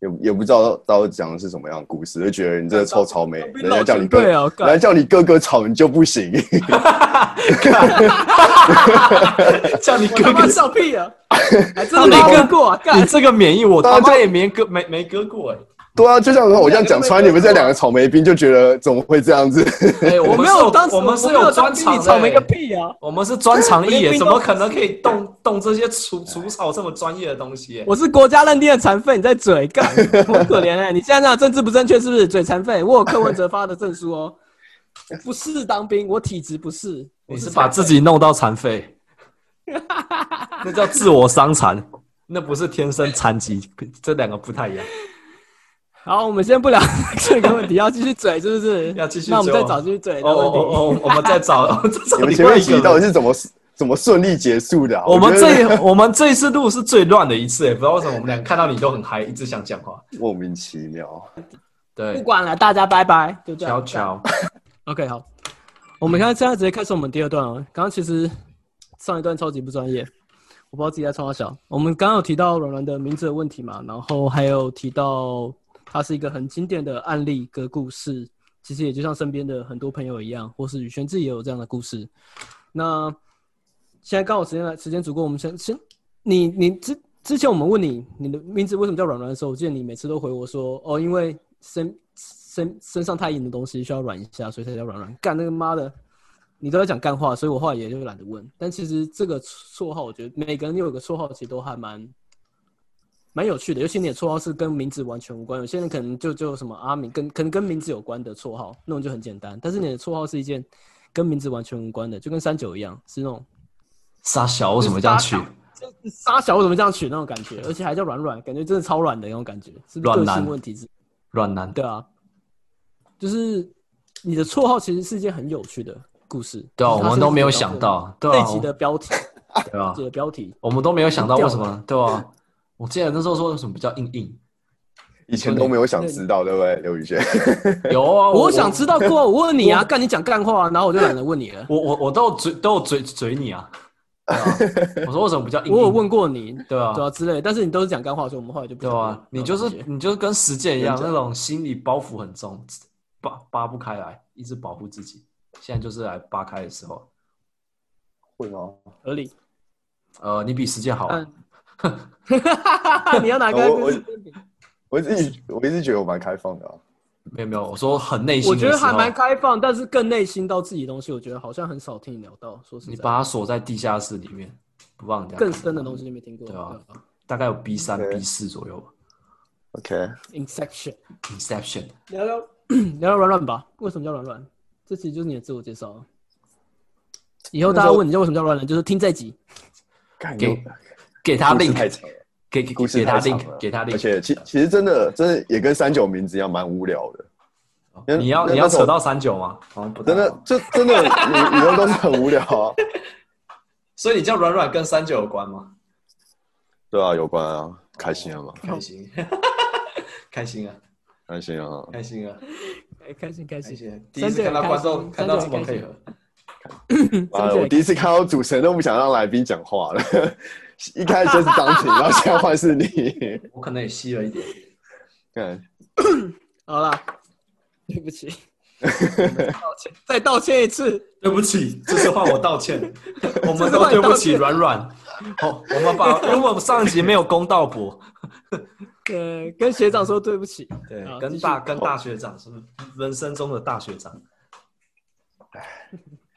也也不知道到底讲的是什么样的故事，就觉得你这个臭草莓，
兵
人家叫你
老前辈
哥，
啊
哦
人
干
家叫你哥哥草，你就不行。 [LAUGHS]
叫你
我他
哥
妈
哥
笑屁
[LAUGHS]
啊！还真的没割过啊，
你
干
这个免疫我
大家
他
就
妈也没割没没割
[LAUGHS]
过哎、
对啊，就像我这样讲出来，
你
你
们两个都没
们这两个草莓兵就觉得怎么会这样子？ [LAUGHS]
哎、我
我
们
没
是
有当时
我们是
我没有当
专
兵
长
你
的、欸
草莓个屁啊！
我们是专
[LAUGHS]
长艺
我
耶，
连
怎
冰
么
都不
可能可以动动这些除除草这么专业的东西耶？
我是国家认定的残废，你在嘴干， [LAUGHS] 我可怜哎、你现在这样政治不正确是不是？嘴残废，我有柯文哲发的证书哦，我不是当兵，我体质不是，
你
我
是
是
把自己弄到
[LAUGHS]
残废，那叫自我伤残，那不是天生残疾，这两个不太一样。
好，我们先不聊 [LAUGHS] 这个问题，要继续嘴是不是？
要继续
哎
嘴
那我们再
哦
找继续嘴的
哦
问
哦
题。
哦，我们再
[LAUGHS]
找再找
你们
另
前
外
面
一
几
个
集到
人。
底是怎么怎么顺利结束的、啊？
我们
觉得
这我们这一次录是最乱的一次，也欸不知道为什么我们俩看到你都很嗨，一直想讲话。
[LAUGHS] 莫名其妙。
不啊
对，
管了，大家拜拜，就这样。
悄悄，
OK，好，我们现在现在直接开始我们第二段哦。刚刚其实上一段超级不专业，我不知道自己在冲他小。我们刚刚有提到软软的名字的问题嘛，然后还有提到它是一个很经典的案例跟故事，其实也就像身边的很多朋友一样，或是宇轩自己也有这样的故事。那现在刚好时间来，时间足够，我们先先你你之之前我们问你你的名字为什么叫软软的时候，我记得你每次都回我说哦，因为身身身上太硬的东西需要软一下，所以才叫软软。干那个妈的，你都在讲干话，所以我后来也就懒得问。但其实这个绰号，我觉得每个人有个绰号，其实都还蛮蛮有趣的。尤其你的绰号是跟名字完全无关，有些人可能就就什么阿明，跟可能跟名字有关的绰号，那种就很简单。但是你的绰号是一件跟名字完全无关的，就跟三九一样，是那种
傻小为什么这样取？
就是沙小为什么这样取那种感觉，而且还叫软软，感觉真的超软的那种感觉，是不是
软
个
男
性问题之？
软男
对啊，就是你的绰号其实是一件很有趣的故事。
对啊，
就是它
我们
甚
都
至
没有
可以
想
当
到，
做
对啊
这一，集的标题，
对啊
这，的标题。
我们都没有想到为
很
什么，对啊，我记得那时候说有什么叫硬硬，
以前都没有想知道，对不对，刘宇轩？
有啊，
[LAUGHS] 我想知道过，我问你啊，干你讲干话啊，然后我就懒得问你了。
我我我都有嘴都有嘴嘴你啊，对
[LAUGHS]
啊我说为什么不叫硬硬？
我有问过你，
对啊
对啊之类的，但是你都是讲干话，所以我们后来就不
对
想问
啊，你就是
那种感觉
你就是跟实践一样，
真
啊
的
那种心理包袱很重，扒扒不开来，一直保护自己。现在就是来扒开的时候，
会吗？
合理。
呃，你比实践好啊，
嗯， [LAUGHS] 你要哪个
我
故
我
事？
[LAUGHS] 我一直我一直觉得我蛮开放的、啊，
没有没有，我说很内心
我
的时
觉
候，
得还蛮开放，但是更内心到自己的东西，我觉得好像很少听你聊到。说实
你
在，
把它锁在地下室里面，不让人家
更
看
深的
到
东西，就没听过。
对啊大概有 B 三
OK
B 四左右吧。
OK，
，Inception。
Inception，
聊聊 [CLEARS THROAT] 聊聊软软吧，为什么叫软软？这其实就是你的自我介绍啊。以后大家问你叫为什么叫软软，就是听这集。
感
给给他
故事
link，
太长了，
给给
故事
给他
太长了
link，给他 link。
而且其其实真的真的也跟三九名字一样蛮无聊的，那
你要
那
你要
那种
扯到三九吗？好像不太
真的
好
就真 [LAUGHS] 的你你们都是很无聊啊。
所以你叫软软跟三九有关吗？
[LAUGHS]
对啊，有关啊，开心啊嘛，
哦
开心， [LAUGHS] 开心啊，
开心啊，
开心啊，
哎，开心开
开
心，
心啊！第一次看到观众看到这么配合，嗯
妈的，我第一次看到主持人都不想让来宾讲话了， [LAUGHS] 一开始先是张婷，然后现在换是你， [LAUGHS]
我可能也吸了一点。 [LAUGHS]
看
好啦，对不
[LAUGHS]
起，道歉，再道歉一次。
对不起，这次换我道
[LAUGHS]
歉，我们
这次
都
换
对
你
不
道
起
歉
软软。哦，我们
[LAUGHS]
把，因为我们上一集没有公道博，
呃，跟学长说对不起。
对
好，
跟
继续
大跟大学长是人生中的大学长。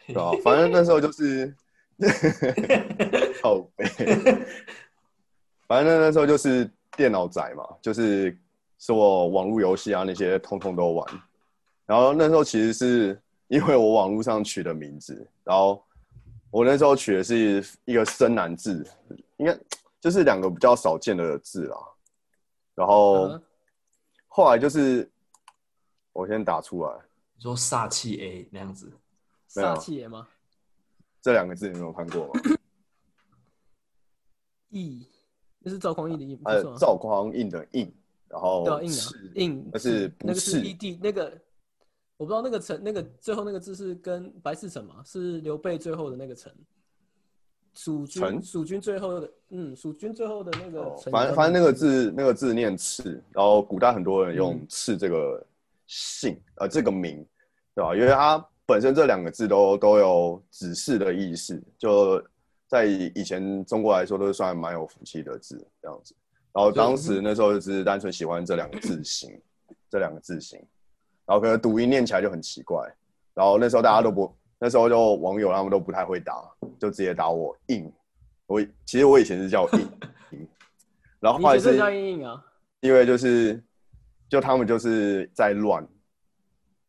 对啊，反正那时候就是，靠背，反正那时候就是电脑仔嘛，就是是我网络游戏啊那些通通都玩。然后那时候其实是因为我网络上取的名字，然后我那时候取的是一个深难字，应该就是两个比较少见的字啦。然后
呃
嗯
后来就是我先打出来
你说煞气 A 那样子，
没有
煞气爷吗？
这两个字，你们有看过吗？
义，E，那是赵匡胤的义，不
呃
是吗，？
赵匡胤的胤，然后
对啊，胤啊
是，
胤
但哦是
那
不
个是
是
异地那个，我不知道那个城那个最后那个字是跟白氏城嘛，是刘备最后的那个城，蜀军
城
蜀军最后的嗯，蜀军最后的那个
哦
城，
反正反正那个字那个字念赤，然后古代很多人用
嗯
赤这个姓呃这个名，对吧？因为它本身这两个字都都有指示的意思，就在以前中国来说都算蛮有福气的字这样子。然后当
嗯
时那时候就只是单纯喜欢这两个字形，这两个字形，然后可能读音念起来就很奇怪。然后那时候大家都不，那时候就网友他们都不太会打，就直接打我硬。我其实我以前是叫
[LAUGHS]
硬硬，然后
你
后来
觉得
是
叫胤胤啊？
因为就是就他们就是在乱，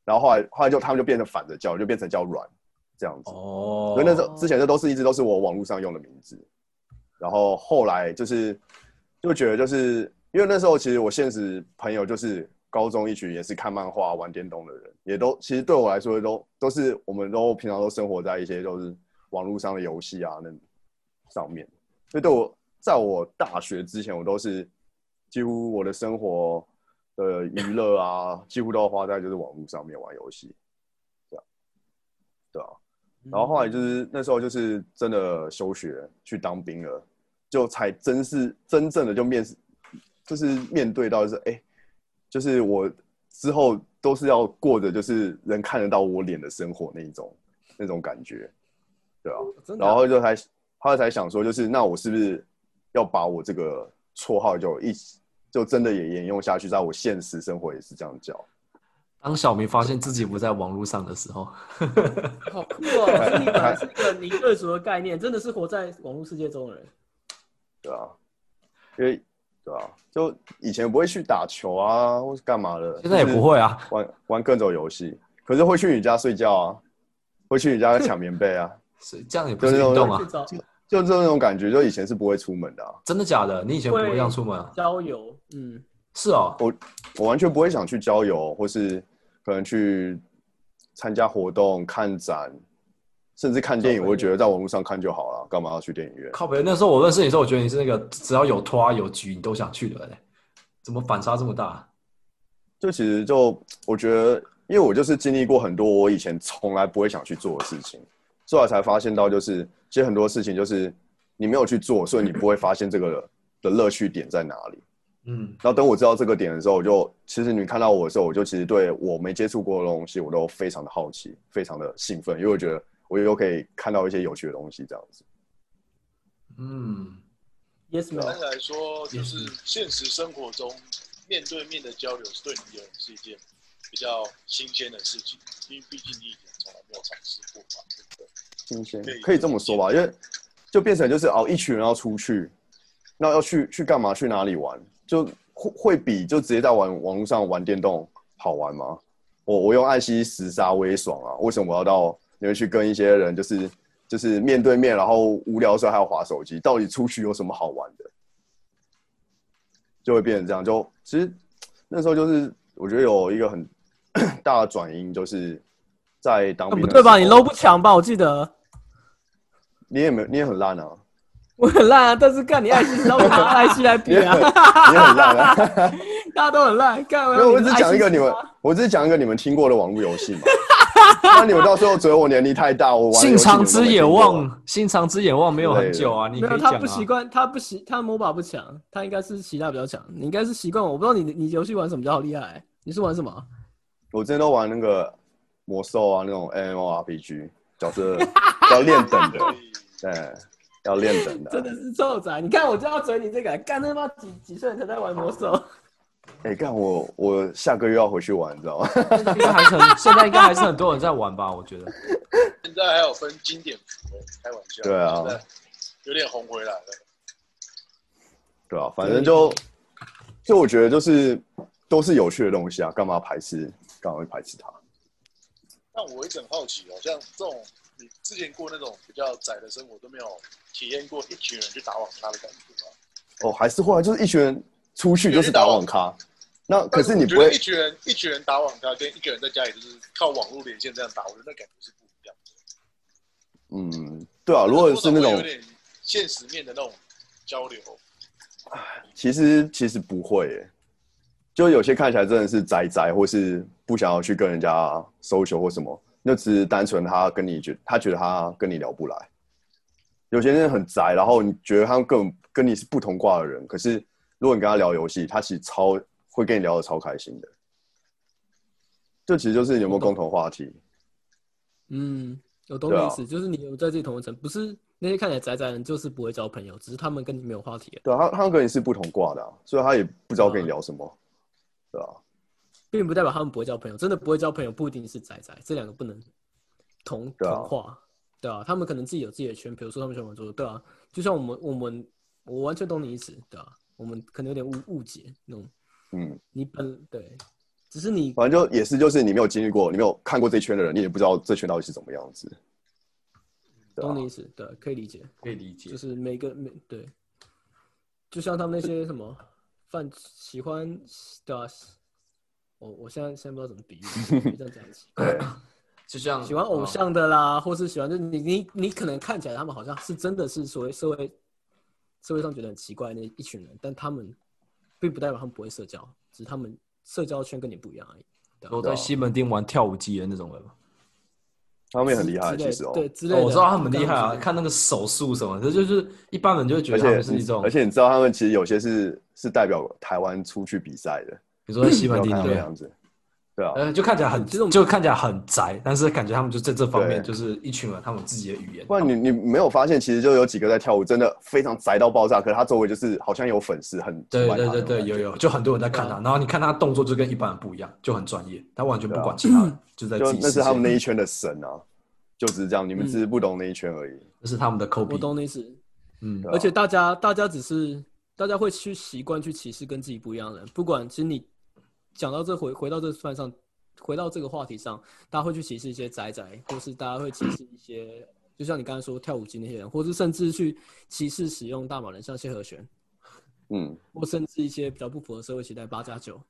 然后后来后来就他们就变成反着叫，就变成叫软这样子。
哦
所以那时候之前这都是一直都是我网络上用的名字，然后后来就是就觉得就是因为那时候其实我现实朋友就是高中一群也是看漫画玩电动的人，也都其实对我来说都都是我们都平常都生活在一些就是网络上的游戏啊那上面，所以对我在我大学之前我都是几乎我的生活的娱乐啊几乎都花在就是网络上面玩游戏，这样对啊。
嗯
然后后来就是那时候就是真的休学去当兵了，就才真是真正的就面试，就是面对到就是哎、诶就是我之后都是要过着就是人看得到我脸的生活那一种那种感觉，对啊。
真的啊
然后就才后来才想说，就是那我是不是要把我这个绰号就一起就真的也沿用下去，在我现实生活也是这样叫。
当小明发现自己不在网络上的时候，
好酷哦！所以你本来是一个你对族的概念，真的是活在网络世界中的人。
对啊，因为对啊，就以前不会去打球啊，或是干嘛的，
现在也不会啊。
就是玩玩各种游戏，可是会去你家睡觉啊， [LAUGHS] 会去你家抢棉被啊，
所以这样也不是运动啊
去？找
就这种感觉，就以前是不会出门的、啊，
真的假的？你以前不会这样出门啊？
交友，嗯，
是哦，
我完全不会想去郊游，或是可能去参加活动、看展，甚至看电
哦
影，
找
啊
朋友
我会觉得在网络上看就好了，干嘛要去电影院？
靠北！那时候我认识你的时候，我觉得你是那个只要有拖啊有局你都想去的人、怎么反差这么大？啊
就其实就我觉得，因为我就是经历过很多我以前从来不会想去做的事情，所以才发现到就是，其实很多事情就是你没有去做，所以你不会发现这个的乐趣点在哪里。
嗯，
然后等我知道这个点的时候，我就其实你看到我的时候，我就其实对我没接触过的东西，我都非常的好奇，非常的兴奋，因为我觉得我又可以看到一些有趣的东西，这样子。
嗯，
，yes
整
man，
体来说，就是现实生活中面对面的交流，是对你而言是一件比较新鲜的事情，因为毕竟你以前从来没有尝试过嘛，对不对？
新鲜
对，
可以这么说吧，因为就变成就是哦，一群人要出去，那要去去干嘛？去哪里玩？就会会比就直接在玩网络上玩电动好玩吗？我我用爱惜时杀，我也爽啊！为什么我要到你们去跟一些人就是就是面对面，然后无聊的时候还要划手机？到底出去有什么好玩的？就会变成这样。就其实那时候就是我觉得有一个很 [COUGHS] 大的转音，就是在当
啊
兵、
[LAUGHS] 不对吧？你 low 不强吧？我记得 [LAUGHS]
你也没有，你也很烂啊，
我很烂啊，但是干你爱惜，然后拿爱惜来比
[LAUGHS]
啊，
你也很烂啊。
大家都很烂，干
没
我
有，
要
我
你
只
的
讲一个
爱惜
你
之
们
花，
我只讲一个你们听过的网络游戏嘛。 [LAUGHS] 那你们到时候责我年龄太大，我玩的游戏
信
你
长
们都
之
没
野
听过啊。
望，信长之野望没有很久啊，你
没
可
有，
以讲
他
啊。
不习惯，他不习，他 MOBA 不强，他应该是其他比较强。你应该是习惯，我不知道你你游戏玩什么比较好厉害、你是玩什么？
我之前都玩那个魔兽啊，那种 M O R P G 角色要练等的，对，要练等的
真
啊。
的是臭仔！你看我就要嘴你这个，干他妈几几岁人才在玩魔兽？
哎，干我我下个月要回去玩，你知道吗？ [LAUGHS]
应该还
[LAUGHS]
是很，现在应该还是很多人在玩吧？我觉得
现在还有分经典服，开玩笑，
对啊，
有点红回来了。
对啊，反正就就我觉得就是都是有趣的东西啊，干嘛排斥？干嘛会排斥它？
但我一直很好奇哦，像这种你之前过那种比较宅的生活都没有体验过一群人去打网咖的感觉吗？
哦，还是会啊，就是一群人出去就是打网咖。那可是你不
但
会
我觉得一群人一群人打网咖，跟一个人在家里就是靠网络连线这样打，我觉得那感觉是不一样的。
嗯，对啊，如果是那
或者会有
种，
点现实面的那种交流，
其实其实不会耶，就有些看起来真的是宅宅，或是不想要去跟人家 social 或什么，那只是单纯他跟你觉，他觉得他跟你聊不来。有些人很宅，然后你觉得他们根本跟你是不同挂的人，可是如果你跟他聊游戏，他其实超会跟你聊的超开心的。这其实就是你有没有共同话题。
嗯，我懂你
对啊
意思，就是你有在自己同一层，不是那些看起来宅宅的人就是不会交朋友，只是他们跟你没有话题而已，
对啊，他他们跟你是不同挂的啊、所以他也不知道
嗯
跟你聊什么，对啊，
并不代表他们不会交朋友。真的不会交朋友不一定是宅宅，这两个不能同
对啊
同化，对啊，他们可能自己有自己的圈，比如说他们喜欢玩桌游，对啊，就像我们我们我完全懂你意思，对啊，我们可能有点误误解那种，
嗯，
你本对，只是你
反正就也是就是你没有经历过，你没有看过这一圈的人，你也不知道这圈到底是怎么样子。对啊
懂你意思，对，可以理解。
可以理解
就。是每个每对，就像他们那些什么饭喜欢对啊，我我现在现在不知道怎么比
[LAUGHS]
喻，比喻这样讲很奇怪
就像
喜欢偶
哦
像的啦，或是喜欢就是你你你可能看起来他们好像是真的是所谓社会社会上觉得很奇怪的那一群人，但他们并不代表他们不会社交，只是他们社交圈跟你不一样而已。
我
啊
在西门町玩跳舞机的那种人嘛，
他们也很厉害，
之
其
类
实哦，
对，之类的、
哦我知道他们厉害
刚
啊，
刚
看那个手速什么，这就是一般人就会觉
而
得他
且
们是一种
而，且你知道他们其实有些是是代表台湾出去比赛的，
比如说在西
不
门
要
町
看他
那
们
边
样子，对啊，
呃，就看起来很，
其实我们
就看起来很宅，但是感觉他们就在这方面
对
就是一群人，他们自己的语言
不。然你你没有发现，其实就有几个在跳舞，真的非常宅到爆炸，可是他周围就是好像有粉丝很
对
崇拜
对
他
对
那种
对，
感觉啊
有有，就很多人在看他，
对
然后你看他动作就跟一般人不一样，就很专业，他完全不管其他人，就在自
啊就
己
那
世界
是他们那一圈的神啊，就只是这样，你们只是
嗯
不懂那一圈而已。
那是他们的抠
我
鼻，
懂你意思，
嗯
对，啊
而且大家大家只是大家会去习惯去歧视跟自己不一样的人，不管其实你讲到这回回到这饭上，回到这个话题上，大家会去歧视一些宅宅，或是大家会歧视一些，就像你刚才说跳舞机那些人，或是甚至去歧视使用大马人，像谢和弦，
嗯，
或甚至一些比较不符合社会期待八加九，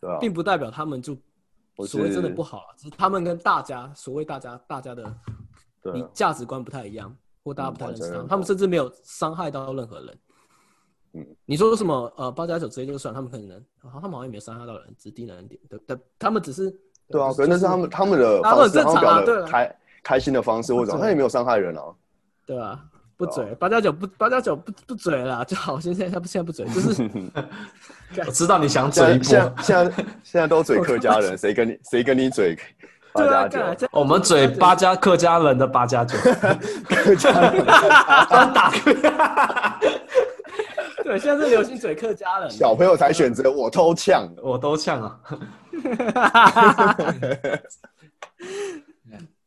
对啊，
并不代表他们就
我
所谓
是
真的不好了，只是他们跟大家所谓大家大家的
对
你
啊，
价值观不太一样，或大家不太认识
嗯完全
他
认
们，
同
他们甚至没有伤害到任何人。
嗯，
你说什么？呃，八加九直接就算，他们可能，好，他们好像也没有伤害到人，只是低能一点，对对，他们只是
对啊，
就
可是那是他们他们的
大家都
方
很
式，
正
他
常
们
啊
表
对
达
啊
开开心的方式或者什么，
对
他也没有伤害
[LAUGHS]
人啊。
对啊，不嘴，八加九不八加九不不嘴啦，就好，现在他不现在不嘴，就是
我知道你想
现
嘴一
在现
波，
在现在现在都嘴客家
[LAUGHS]
人，谁跟你谁跟你嘴 [LAUGHS] 八
对啊，
加
干
九？
这
我们嘴八加客家人的八加九，
客家人
专打客家，
对，现在是流行嘴客家人，
小朋友才选择我偷呛，
[LAUGHS] 我都呛啊，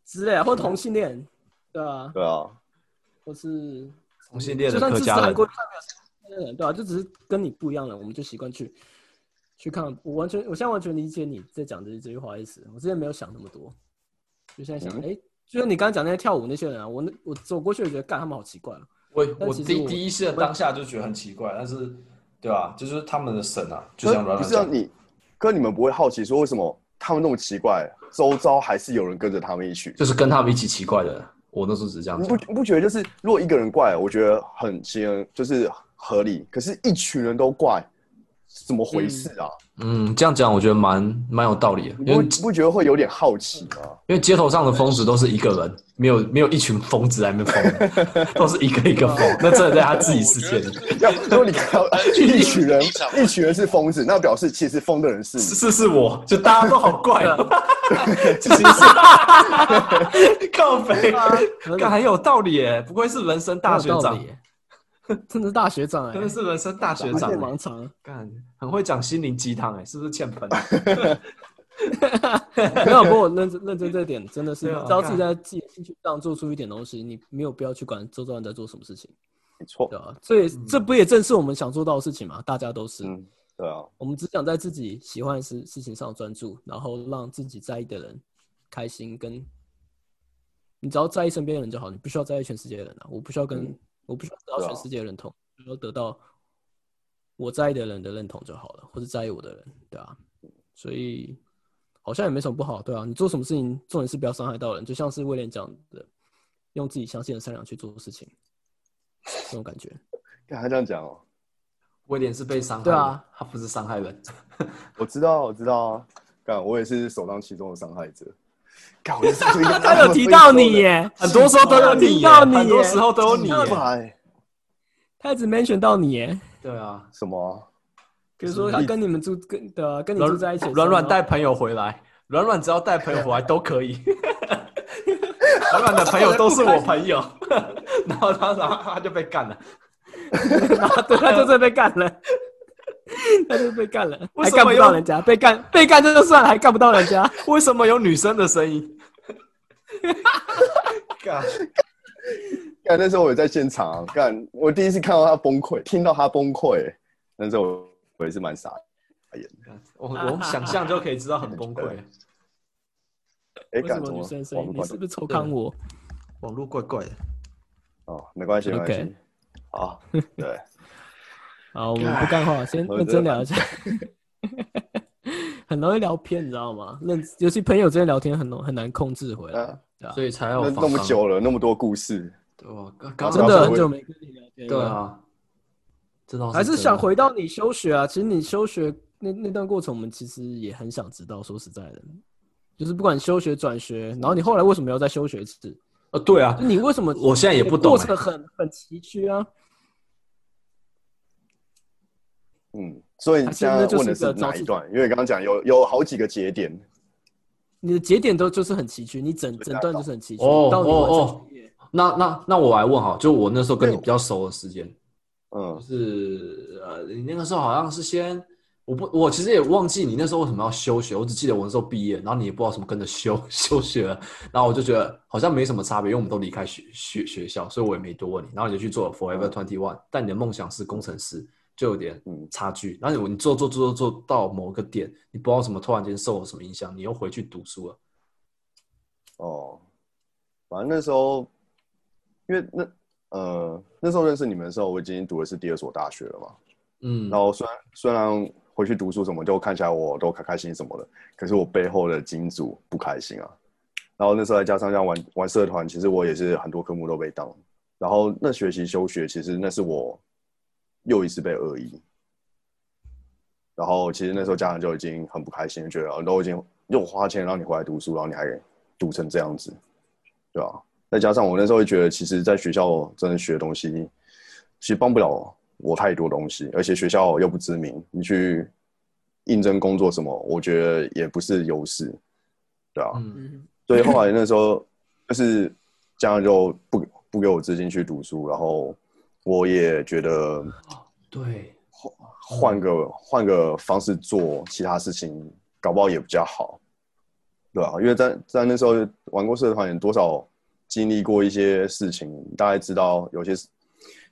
之类的，啊或同性恋，对啊，
对啊，
或是
同性恋
就
的
算
客
支持
家
韩
人
国瑜代表身份的人，对啊，就只是跟你不一样了，我们就习惯去去看。我完全，我现在完全理解你在讲这这句话的意思。我之前没有想那么多，就现在
嗯
想，哎、就像你刚刚讲那些跳舞那些人啊，我那我走过去，我觉得干他们好奇怪、啊。
我
但
我
其实
第
我
第一次的当下就觉得很奇怪，但是对吧、这就是他们的神啊，就
可
像软
不
软
是啊
讲，
你，可你们不会好奇说为什么他们那么奇怪，周遭还是有人跟着他们一起？
就是跟他们一起奇怪的。我那时候只是这样
你
讲
不，你不觉得就是如果一个人怪，我觉得很行人就是合理，可是一群人都怪，怎么回事啊？
嗯，这样讲我觉得蛮蛮有道理的，
你
因
不
为
你不觉得会有点好奇吗？
因为街头上的疯子都是一个人，没有没有一群疯子在那边疯，都是一个一个疯，那真的在他自己世界里。
[LAUGHS] 要如果你看
呃
到一群人
立场，
一群人是疯子，那表示其实疯的人是
是
你。
是是我，就大家都好怪
啊
哦，其实是靠北，
合理
[LAUGHS] 干很有道理耶，不愧是人生大学
啊很有道
长
理，耶，真的是大学长哎、
真的是人生大学
大
长哎
学
耶，
盲肠，
干很会讲心灵鸡汤哎，是不是欠喷？
没有，不过我认真认真这点真的是，
对啊
只要自己在自己的兴趣上做出一点东西，你没有必要去管周遭人在做什么事情，
[LAUGHS] 没错
对，啊，这也、
嗯
这不也正是我们想做到的事情吗？大家都是，
嗯，对啊，
我们只想在自己喜欢的事事情上专注，然后让自己在意的人开心。跟你只要在意身边的人嗯就好，你不需要在意全世界的人啊！我不需要跟、我不需要得到
对啊
全世界的认同，不需要得到我在意的人的认同就好了，或是在意我的人，对啊，所以好像也没什么不好，对啊，你做什么事情，重点是不要伤害到人，就像是威廉讲的，用自己相信的善良去做事情，这种感觉。
看他这样讲哦，
威廉是被伤害，
对啊，
他不是伤害人。
我知道，我知道啊，干，我也是首当其冲的伤害者。干，我也是
[LAUGHS]
最
他有提到你耶，
很多时候都有你
听
耶，
到你耶
很多时候都有你耶。
哎，
他只 mention 到你耶，
对啊，
什么啊？
比如说他跟你们住跟对啊，跟你
软
住在一起的时候，
软软带
然后
朋友回来，软软只要带朋友回来都可以。 [LAUGHS] 软软的朋友都是我朋友， [LAUGHS] 然后他然后他就被干了。 [LAUGHS]
然后对，他就是被干了， [LAUGHS] 他就是被干了，
为
还
什么
干不
要
到人家，被干被干这就算了，还干不到人家，
为什么有女生的声音？干
干，那时候我也在现场啊，干，我第一次看到他崩溃，听到他崩溃，那时候我我也是蛮傻的。
[LAUGHS] 我我想象就可以知道很崩溃。
哎，
为什
干
么
怎么
女生声
网
音
络？
你
关
是
掉
不是仇看我？
[LAUGHS] 网络怪怪的，
哦，没关系，没关
OK
系。
[LAUGHS]
好，对，
好，我们
哎
不干话，先
我
认真聊一下。 [LAUGHS] 很容易聊偏，你知道吗？认尤其朋友之间聊天很容很难控制回来
啊，
对啊
所，以才要
那
防
那么
狼，
久了，那么多故事，
对啊刚刚
真的很久没跟你聊天了。
对啊，这倒是
还是想
真的
回到你休学啊。其实你休学那那段过程，我们其实也很想知道。说实在的，就是不管休学转学，然后你后来为什么要再休学一次？
呃，对啊
就，你为什么？
我现在也不懂
过
欸
程很很崎岖啊。
嗯，所以你现在问的是哪一段？因为刚刚讲有有好几个节点，
你的节点都就是很崎岖，你整整段就是很崎岖。
哦
到你完
哦
成
哦
学业，
那那那我来问哈，就我那时候跟你比较熟的时间，就
嗯，
是呃，你那个时候好像是先，我不，我其实也忘记你那时候为什么要休学，我只记得我那时候毕业，然后你也不知道什么跟着休 [LAUGHS] 休学了，然后我就觉得好像没什么差别，因为我们都离开学学学校，所以我也没多问你，然后你就去做了 Forever Twenty One，但你的梦想是工程师，就有点
嗯
差距，然后你你做做做做做到某个点，你不知道什么突然间受了什么影响，你又回去读书了，
哦，反正那时候，因为那呃那时候认识你们的时候，我已经读的是第二所大学了嘛。
嗯，
然后虽然虽然回去读书什么，就看起来我都开开心什么的，可是我背后的金主不开心啊。然后那时候再加上像玩玩社团，其实我也是很多科目都被当。然后那学期休学，其实那是我又一次被恶意。然后其实那时候家长就已经很不开心，觉得啊都已经又花钱让你回来读书，然后你还读成这样子，对吧、再加上我那时候会觉得，其实在学校真的学东西，其实帮不了我太多东西，而且学校又不知名，你去应征工作什么，我觉得也不是优势，对吧、啊
嗯
嗯，
所以后来那时候就是家长就不不给我资金去读书，然后我也觉得
对，
换个换个方式做其他事情，搞不好也比较好，对啊，因为在在那时候玩过社团，也多少经历过一些事情，大概知道有些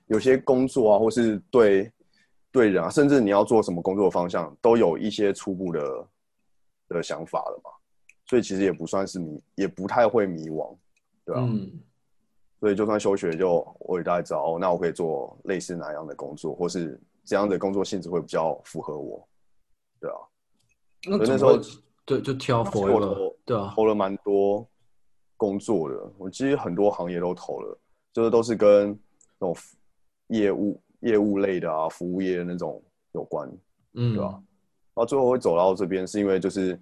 有些工作啊，或是对对人啊，甚至你要做什么工作方向，都有一些初步的的想法了嘛。所以其实也不算是迷，也不太会迷惘，对啊。
嗯。
所以就算休学就，我也大概知道，哦那我可以做类似哪样的工作，或是怎样的工作性质会比较符合我，对啊，
那
所以那
总
时候
会对就挑
其实我
forever，
投
对啊，
投了蛮多工作的，我其实很多行业都投了，就是都是跟那种服业务业务类的啊，服务业的那种有关，
嗯，
对啊然后最后会走到这边，是因为就是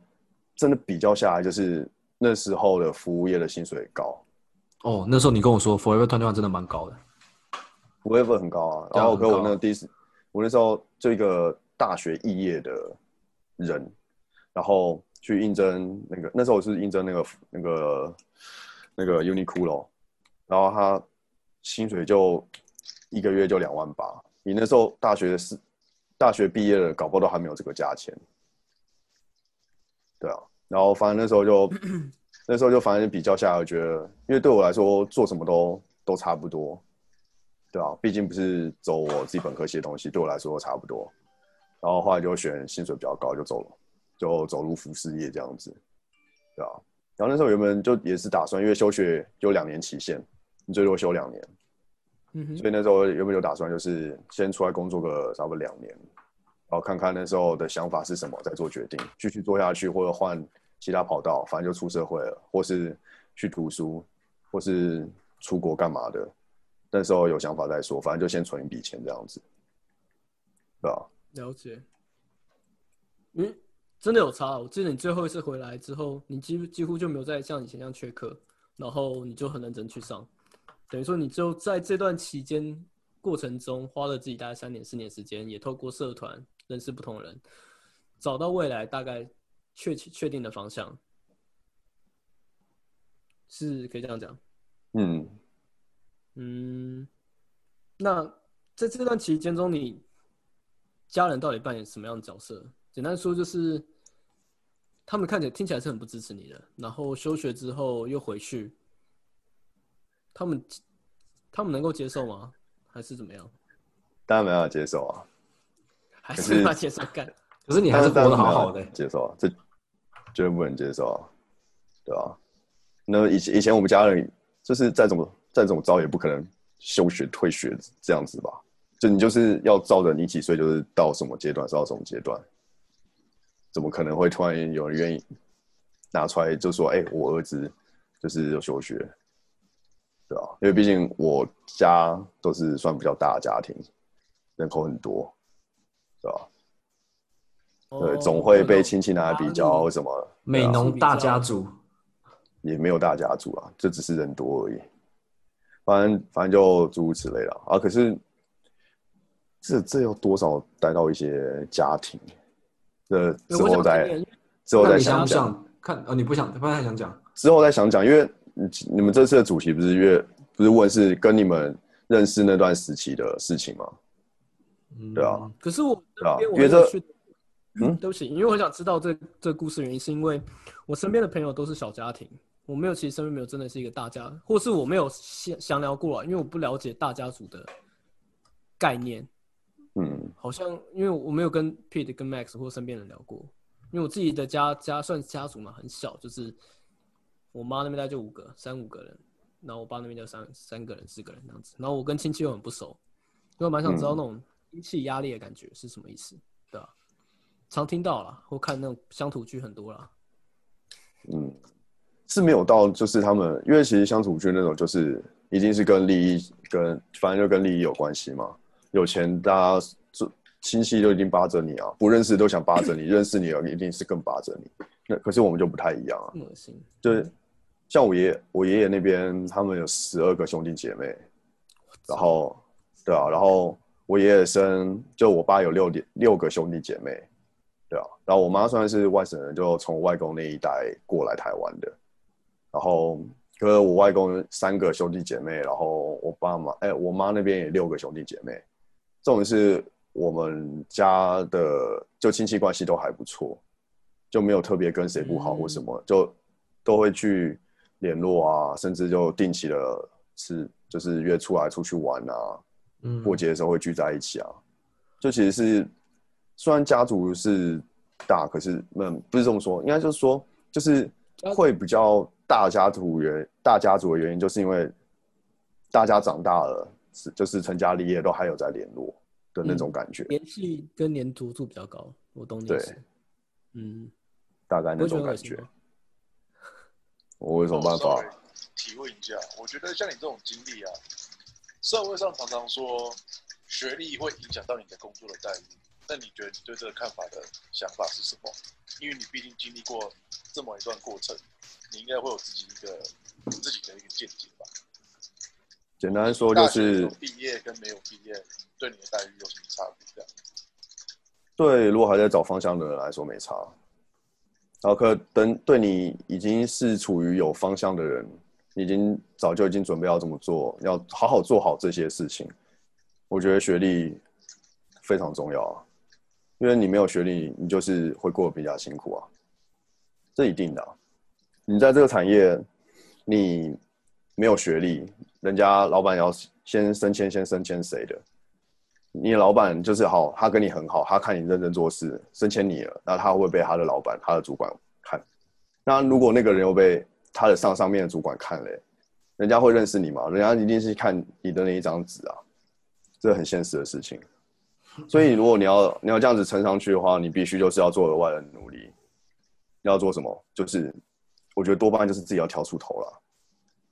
真的比较下来，就是那时候的服务业的薪水高，
哦，那时候你跟我说 forever twenty one 真的蛮高的，
不会分很高啊。
对啊
然后可
很
我
高啊
那个第一次，我那时候就一个大学肄业的人，然后去应征那个，那时候我是应征那个那个那个 Uniqlo，然后他薪水就一个月就两万八，你那时候大学的是大学毕业了，搞不好都还没有这个价钱。对啊，然后反正那时候
[CLEARS THROAT]
就那时候就反正比较下来，我觉得因为对我来说做什么都都差不多，对啊，毕竟不是走我自己本科系的东西，对我来说差不多。然后后来就选薪水比较高，就走了，就走入服饰业这样子，对啊。然后那时候原本就也是打算，因为休学有两年期限，你最多休两年，
嗯哼，
所以那时候原本有打算，就是先出来工作个差不多两年，然后看看那时候的想法是什么，再做决定，继续做下去，或者换其他跑道，反正就出社会了，或是去读书，或是出国干嘛的。那时候有想法再说，反正就先存一笔钱这样子，对吧、
了解。嗯，真的有差。我记得你最后一次回来之后，你几乎几乎就没有再像以前那样缺课，然后你就很认真去上，等于说你就在这段期间过程中花了自己大概三年四年时间，也透过社团认识不同的人，找到未来大概确确定的方向，是可以这样讲。
嗯，
嗯，那在这段期间中，你家人到底扮演什么样的角色？简单说就是，他们看起来听起来是很不支持你的，然后休学之后又回去，他们他们能够接受吗？还是怎么样？
当然没办法接受啊，
还
可
是
是
没法接受干？
可是你还是活
当然
得好好
没
的
办法，接受啊，这绝对不能接受啊，对吧、那以前以前我们家人就是再怎么再怎么着也不可能休学退学这样子吧？就你就是要照着你几岁就是到什么阶段是到什么阶段，怎么可能会突然有人愿意拿出来就说，哎、我儿子就是有休学，对吧、因为毕竟我家都是算比较大的家庭，人口很多，对吧、
哦
对，总会被亲戚拿来比较啊或什么，
美
对啊
农大家族，
也没有大家族啊，就只是人多而已。反正反正就诸如此类了啊。可是这这要多少带到一些家庭，这
对
之
我
后
想
再
听你的
之后
那
再
你想
想
不
讲，
想看？哦，你不想，不太想讲。
之后再想讲，因为你你们这次的主题不是越不是问是跟你们认识那段时期的事情吗？
嗯
对啊，
可是我
对啊
边我
因为
很有
这
趣的
嗯
对不起，因为我想知道这这故事原因，是因为我身边的朋友都是小家庭，我没有，其实身边没有真的是一个大家，或是我没有详详聊过啊，因为我不了解大家族的概念，
嗯
好像因为我没有跟 Pete、跟 Max 或身边人聊过，因为我自己的家家算家族嘛，很小，就是我妈那边大概就五个，三五个人，然后我爸那边就三三个人、四个人这样子，然后我跟亲戚又很不熟，所以我蛮想知
嗯
道那种亲戚压力的感觉是什么意思，对吧、常听到啦，或看那种乡土剧很多啦，
嗯，是没有到就是他们，因为其实乡土剧那种就是一定是跟利益跟反正就跟利益有关系嘛。有钱大家就亲戚都已经巴着你啊，不认识都想巴着你，认识你了一定是更巴着你。那可是我们就不太一样啊，
很恶心。
就是像我爷爷，我爷爷那边他们有十二个兄弟姐妹，然后对啊，然后我爷爷生就我爸有六点六个兄弟姐妹，对啊，然后我妈算是外省人，就从我外公那一代过来台湾的，然后可是我外公三个兄弟姐妹，然后我爸妈哎、我妈那边也六个兄弟姐妹，重点是我们家的就亲戚关系都还不错，就没有特别跟谁不好或什么，就都会去联络啊，甚至就定期的是就是约出来出去玩啊，
嗯，
过节的时候会聚在一起啊。就其实是虽然家族是大，可是嗯不是这么说，应该就是说就是会比较大家族原大家族的原因，就是因为大家长大了，是就是成家立业都还有在联络的那
嗯
种感觉，
联系跟粘着度比较高，我懂你的意思。嗯，
大概
不会
那
觉
种
得恶
感
心
觉
吗。？
我有什么办
哦
法？
？sorry，体会一下，我觉得像你这种经历啊，社会上常常说学历会影响到你的工作的待遇，那你觉得你对这个看法的想法是什么？因为你毕竟经历过这么一段过程，你应该会有自己一个自己的一个见解吧？
简单说就
大学
是
有毕业跟没有毕业对你的待遇有什么差别？这样
对，如果还在找方向的人来说没差，然后可等对你已经是处于有方向的人，你已经早就已经准备要这么做，要好好做好这些事情。我觉得学历非常重要啊，因为你没有学历，你就是会过得比较辛苦啊，这一定的啊、你在这个产业，你没有学历，人家老板要先升迁，先升迁谁的？你的老板就是好，他跟你很好，他看你认真做事，升迁你了，那他会被他的老板、他的主管看。那如果那个人又被他的上上面的主管看嘞，人家会认识你嘛？人家一定是看你的那一张纸啊，这很现实的事情。所以如果你要你要这样子撑上去的话，你必须就是要做额外的努力。要做什么？就是我觉得多半就是自己要挑出头了，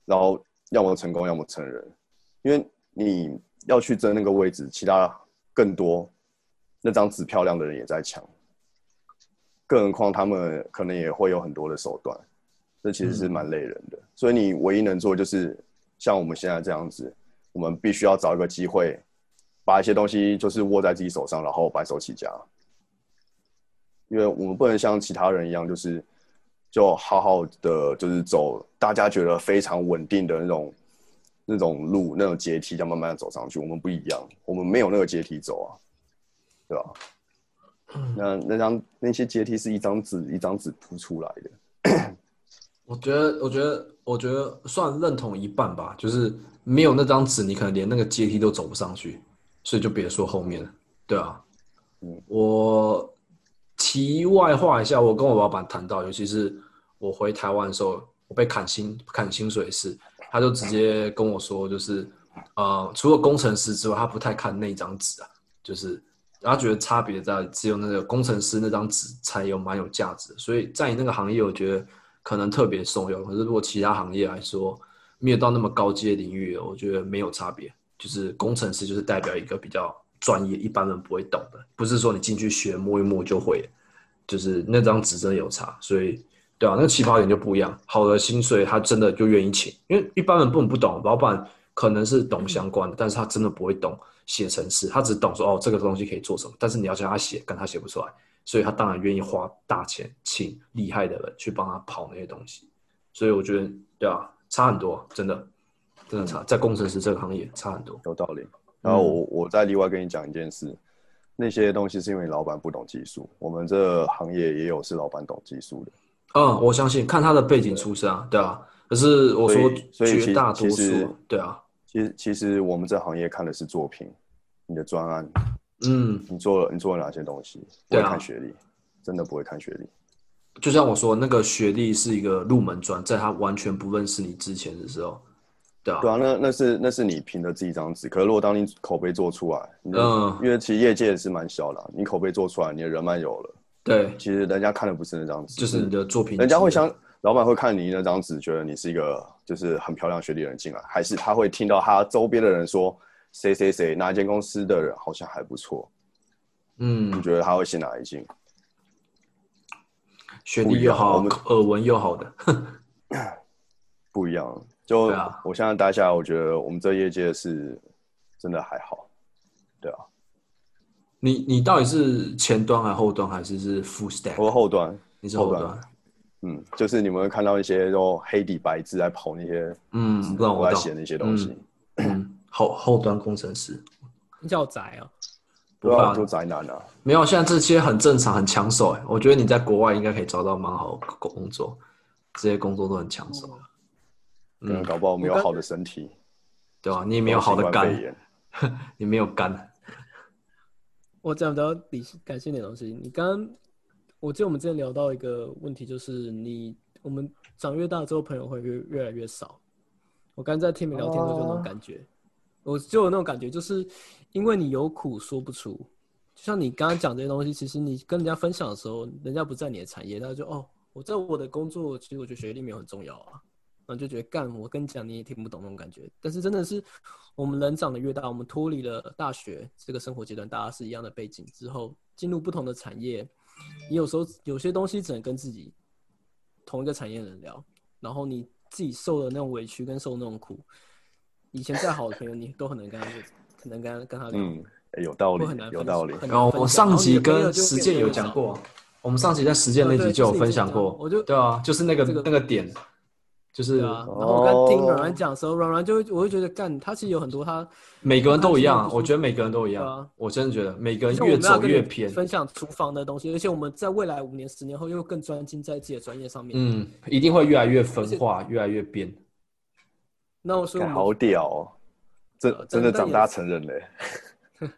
然后要么成功，要么成人，因为你要去争那个位置，其他更多那张纸漂亮的人也在抢，更何况他们可能也会有很多的手段，这其实是蛮累人的。所以你唯一能做就是像我们现在这样子，我们必须要找一个机会，把一些东西就是握在自己手上，然后白手起家。因为我们不能像其他人一样，就是就好好的就是走大家觉得非常稳定的那种那种路、那种阶梯，这样慢慢的走上去。我们不一样，我们没有那个阶梯走啊，对吧？那那张那些阶梯是一张纸一张纸铺出来的，
我觉得，我觉得，我觉得算认同一半吧，就是没有那张纸，你可能连那个阶梯都走不上去，所以就别说后面了，对啊。
嗯
我题外话一下，我跟我老板谈到，尤其是我回台湾的时候，我被砍薪砍薪水是，他就直接跟我说，就是呃，除了工程师之外，他不太看那张纸啊，就是他觉得差别在只有那个工程师那张纸才有蛮有价值的，所以在你那个行业，我觉得可能特别受用。可是如果其他行业来说，没有到那么高阶领域的，我觉得没有差别。就是工程师就是代表一个比较专业，一般人不会懂的，不是说你进去学摸一摸就会，就是那张纸真的有差。所以对啊，那个起跑点就不一样。好的薪水他真的就愿意请，因为一般人根本不懂，老板可能是懂相关的，但是他真的不会懂写程式，他只懂说哦这个东西可以做什么，但是你要叫他写，跟他写不出来，所以他当然愿意花大钱请厉害的人去帮他跑那些东西。所以我觉得对啊，差很多，真的，真的差，在工程师这个行业差很多。
有道理。然后我我再例外跟你讲一件事，那些东西是因为老板不懂技术，我们这行业也有是老板懂技术的。
嗯，我相信看他的背景出身啊，对啊。可是我说
所以所以
绝
其
大
其
多
实
数，对啊，
其实其实我们这行业看的是作品，你的专案，
嗯，
你做了你做了哪些东西，不
对
会
啊
看学历，真的不会看学历。
就像我说，那个学历是一个入门砖，在他完全不认识你之前的时候，对啊，
对啊，那那是那是你凭的自己一张纸。可是如果当你口碑做出来，你的
嗯
因为其实业界也是蛮小的啊、你口碑做出来，你的人脉有了，
对，
其实人家看的不是那张纸，嗯
就是你的作品集啊，
人家会相，老板会看你那张纸，觉得你是一个就是很漂亮学历的人进来，还是他会听到他周边的人说谁谁谁哪一间公司的人好像还不错，你
嗯，
觉得他会先哪一进？
学
不
历
一
又
样
好
我们，
耳闻又好的，
不一样。就
对啊
我现在待下来，我觉得我们这业界是真的还好，对啊。
你你到底是前端还是后端，还是是 full
我
stack？
后端，
你是后
后端
端，
嗯，就是你们会看到一些都黑底白字在跑那些，
嗯，不然
我
我
在
懂
写，那些东西，
嗯，后后端工程师，
你叫宅哦，
不
对啊，
怕
就宅男啊，
没有，现在这些很正常，很抢手哎。我觉得你在国外应该可以找到蛮好的工作，这些工作都很抢手，
哦嗯，搞不好我们有好的身体，
对啊吧、你也没有好的
都是新
肝，
冠
你没有肝，
我讲比较理性感性点东西。你刚刚，我记得我们之前聊到一个问题，就是你我们长越大之后，朋友会越越来越少。我刚刚在听你们聊天的时候就有那种感觉，我就有那种感觉，就是因为你有苦说不出。就像你刚刚讲这些东西，其实你跟人家分享的时候，人家不在你的产业，他就哦，我在我的工作，其实我觉得学历没有很重要啊。然后就觉得干，我跟你讲你也听不懂那种感觉。但是真的是，我们人长得越大，我们脱离了大学这个生活阶段，大家是一样的背景之后，进入不同的产业，你有时候有些东西只能跟自己同一个产业的人聊，然后你自己受的那种委屈跟受的那种苦，以前再好的朋友，你都很能跟他，很能跟他跟他
肺
聊，
炎，嗯，哎有道
会
理
很难，分
有道理，
很难
然后
分
我
享
上集
然后你
跟
的朋友就
实
变
践
得
有
越
讲
少
过，啊我们上集在实践那集就有分享过，
对我就
对啊，就是那个
这个
那个点，就是
对啊，
哦
然后我刚听软软讲的时候，软软就会，我会觉得干，他其实有很多他，
每个人都一
我看
样啊
起，来
我觉得每个人都一
对
样
啊，
我真的觉得每个人
像我
越
们要
走
跟
越
你
偏，
分享厨房的东西，而且我们在未来五年、十年后又更专精在自己的专业上面。
嗯，一定会越来越分化，越来越变。
那我说我们
干好屌哦，真
呃
真的
但
长大成人嘞，欸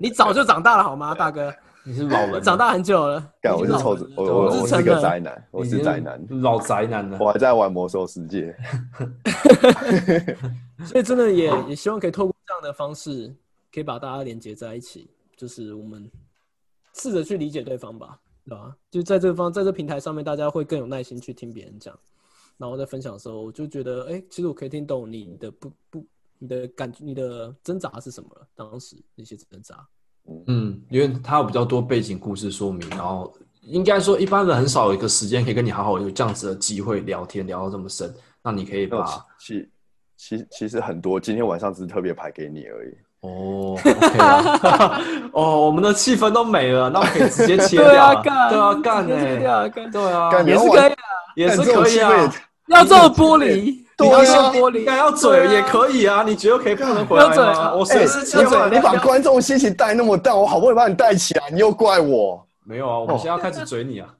你早就长大了好吗，大哥？
你是老人啊了，
长大很久了，
干，我是
已经
臭
老
子
了，
我我
我
我
是成
是个
人
宅男，我
你
是宅男，
老宅男了。
我还在玩魔兽世界。
[LAUGHS] 所以真的也也希望可以透过这样的方式，可以把大家连接在一起，就是我们试着去理解对方吧，对吧？就在这方在这平台上面，大家会更有耐心去听别人讲，然后在分享的时候，我就觉得，哎、其实我可以听懂你的不不，你的感你的挣扎是什么了，当时那些挣扎，
嗯，因为它有比较多背景故事说明，然后应该说一般人很少有一个时间可以跟你好好有这样子的机会聊天聊到这么深。那你可以
那
把
种其其其实很多，今天晚上只是特别排给你而已。
哦，OK
[LAUGHS]
啊，哦，我们的气氛都没了，那我可以直接切掉
对啊，
啊，
干，
对啊，干
直接切掉
欸，
啊干
对啊，
干
也
你
是
要
可以
玩
啊，
也
哎
是
干这种
可以
气
啊
氛，
要这么玻璃，
对啊
你要
要
像
玻璃，
干要嘴也
以，
可以啊，你觉得可以不能回
不
来
要嘴
吗？
啊
我
哎
随时切
你
回
把你
来。
把观众心情带那么淡，我好不容易把你带起来，你又怪我。
没有啊，我们现在要开始
[LAUGHS]
嘴你啊。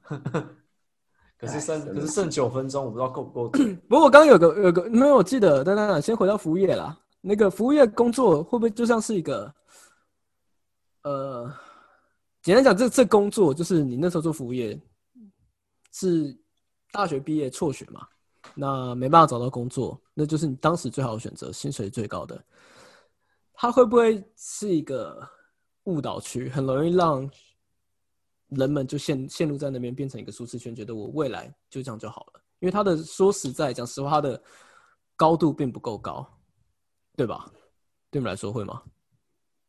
可是剩
哎真的
可是剩九分钟，我不知道够不够
[COUGHS]
嘴。
不过我刚刚有个有个，没有我记得，等等等，先回到服务业啦。那个服务业工作会不会就像是一个，呃，简单讲，这这工作就是你那时候做服务业，是大学毕业辍学嘛，那没办法找到工作，那就是你当时最好的选择，薪水最高的。它会不会是一个误导区，很容易让人们就陷陷入在那边，变成一个舒适圈，觉得我未来就这样就好了。因为它的说实在讲实话，它的高度并不够高，对吧？对你们来说会吗？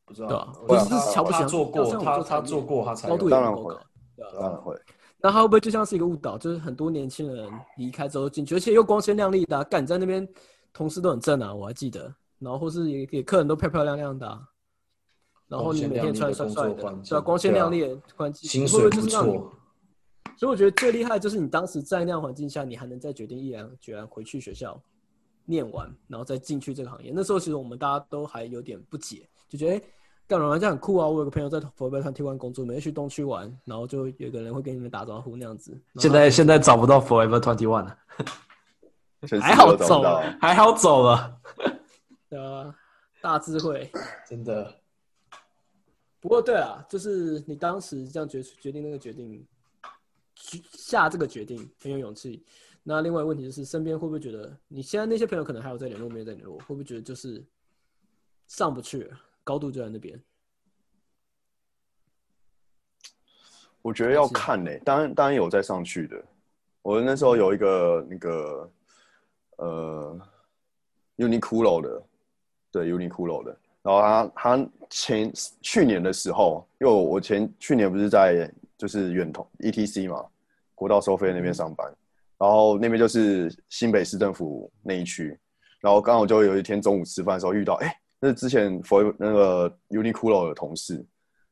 不知道
对啊
我觉
不是
得他
瞧不起
他
他
做
要
过，
像我
他
做
他
产业
做过，他才
高度也
有
当然
不够
会
高，对啊
当然会，
那他会不会就像是一个误导？就是很多年轻人离开之后进去，而且又光鲜亮丽的、啊，干你在那边同事都很正啊，我还记得。然后或是也给客人都漂漂亮亮的啊、然后你每天也穿得帅帅
光鲜亮丽的工作
的，对啊，光鲜亮丽的环
环境
境，
薪
会
水
不会
不
就是让你
错。
所以我觉得最厉害的就是你当时在那样环境下，你还能再决定毅然决然回去学校念完，然后再进去这个行业。那时候其实我们大家都还有点不解，就觉得哎，诶干软玩家很酷啊！我有个朋友在佛贝团替换工作，每天去东区玩，然后就有个人会跟你们打招呼那样子。然后
现在现在找不到 Forever Twenty One 了，
全世
还
界
好
都啊找
走
不到。
还好走了，
呃大智慧，
真的。
不过对啊，就是你当时这样决决定那个决定，去下这个决定很有勇气。那另外一个问题就是，身边会不会觉得你现在那些朋友可能还有在联络，没有在联络，会不会觉得就是上不去了，高度就在那边？ [COUGHS]
我觉得要看嘞、当然当然有在上去的。我那时候有一个那个呃 Uniqlo 的，对 Uniqlo 的，然后他他前去年的时候，因为我我前去年不是在就是远通 ETC 嘛，国道收费那边上班，然后那边就是新北市政府那一区，然后刚好就有一天中午吃饭的时候遇到，哎、那是之前 for 那个 Uniqlo 的同事，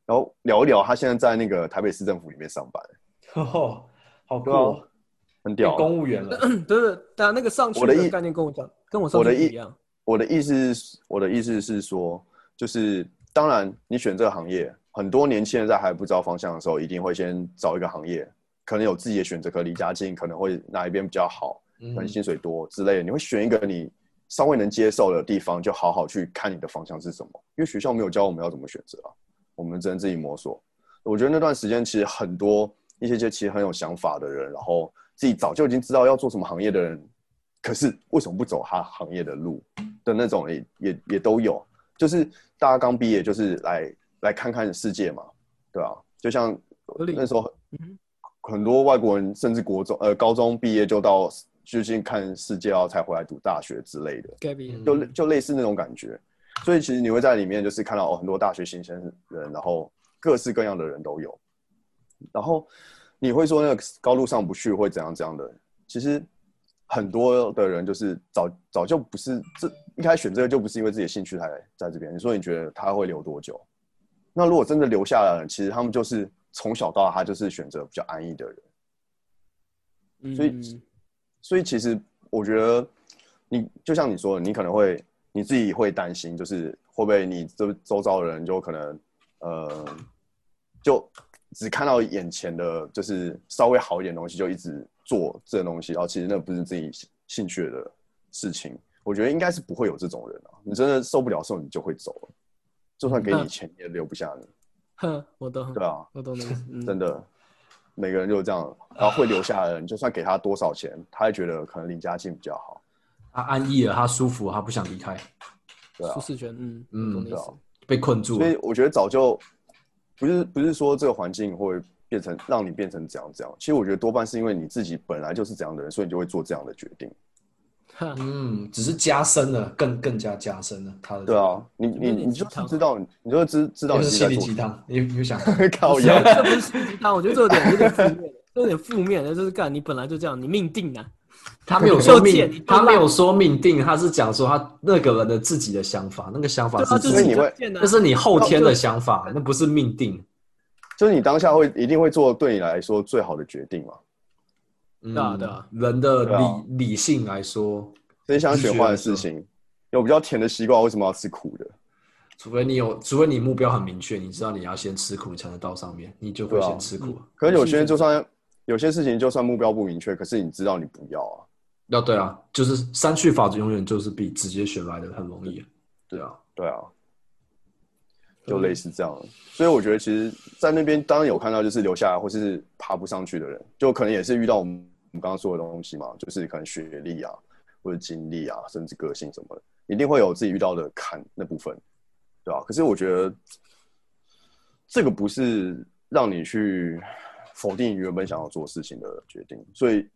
然后聊一聊，他现在在那个台北市政府里面上班，
[LAUGHS] 哦，好酷
对啊
哦，
很
变
屌啊。
公务员了。
嗯，对对，对啊，那个上去
我的
的
意
概念跟我讲，跟我上
我
去
的
不
意
一样。
我的意思是，我的意思是说，就是当然，你选这个行业，很多年轻人在还不知道方向的时候，一定会先找一个行业，可能有自己的选择，可能离家近，可能会哪一边比较好，
嗯
可能薪水多之类的，你会选一个你稍微能接受的地方，就好好去看你的方向是什么。因为学校没有教我们要怎么选择啊，我们只能自己摸索。我觉得那段时间其实很多一些些其实很有想法的人，然后自己早就已经知道要做什么行业的人，可是为什么不走他行业的路的那种也也也都有。就是大家刚毕业，就是来来看看世界嘛，对啊，就像
合理
那时候
嗯哼
很多外国人，甚至国中呃高中毕业就到就去看世界，然后才回来读大学之类的。
Gabby，嗯
就类就类似那种感觉。所以其实你会在里面就是看到、哦、很多大学新鲜人，然后各式各样的人都有。然后你会说那个高路上不去会怎样怎样的？其实很多的人就是早早就不是这一开始选这个就不是因为自己的兴趣才在这边。你说你觉得他会留多久？那如果真的留下来了，其实他们就是从小到大他就是选择比较安逸的人。所以
嗯
所以其实我觉得你，就像你说的，你可能会你自己会担心，就是会不会你周周遭的人就可能呃，就只看到眼前的，就是稍微好一点的东西，就一直做这东西，然后其实那不是自己兴趣的事情。我觉得应该是不会有这种人啊，你真的受不了的时候你就会走了，就算给
那
你钱你也留不下你。
哼，我懂，
对啊，
我懂的意
[LAUGHS]
思。嗯，
真的，每个人就是这样。然后会留下的人，就算给他多少钱，他也觉得可能林家境比较好。
他安逸了，他舒服了，他不想离开，
对啊
舒适圈，嗯，
嗯
我懂的意
对
思
啊。
被困住
所
了
以。我觉得早就不是不是说这个环境会变成让你变成怎样怎样。其实我觉得多半是因为你自己本来就是怎样的人，所以你就会做这样的决定。
哈，
嗯，只是加深了，更更加加深了他的。
对，啊，你你
有点
你就
鸡汤
是知道，你就知知道
就
你
是
自己在
心灵
做
鸡汤。你你想，
[LAUGHS] 靠腰。
这不是心灵鸡汤，我觉得这有点有点负面，这有点负面的，就是干你本来就这样，你命定啊的、
他没有说
就贱你 [LAUGHS]
命，
就烂
他没有说命定，他是讲说他那个人的自己的想法，那个想法
对啊，
是
就
所
是
自
以
己
你
就
会
贱啊
那是你后天的想法，那不是命定。
就是你当下会一定会做对你来说最好的决定嘛。
嗯
对啊对啊
人的
对啊
理理性来说，
所以想选坏的事情，有比较甜的西瓜，为什么要吃苦的？
除非你有，除非你目标很明确，你知道你要先吃苦，你才能到上面，你就会
对啊
先吃苦。
可是有些人就算有些事情就算目标不明确，可是你知道你不要啊。
要对啊，就是删去法则永远就是比直接选来的很容易。对啊，
对啊，就类似这样。所以我觉得，其实，在那边当然有看到，就是留下来或是爬不上去的人，就可能也是遇到我们我们刚刚说的东西嘛，就是可能学历啊，或者经历啊，甚至个性什么的，一定会有自己遇到的坎那部分，对啊，可是我觉得，这个不是让你去否定你原本想要做事情的决定，所以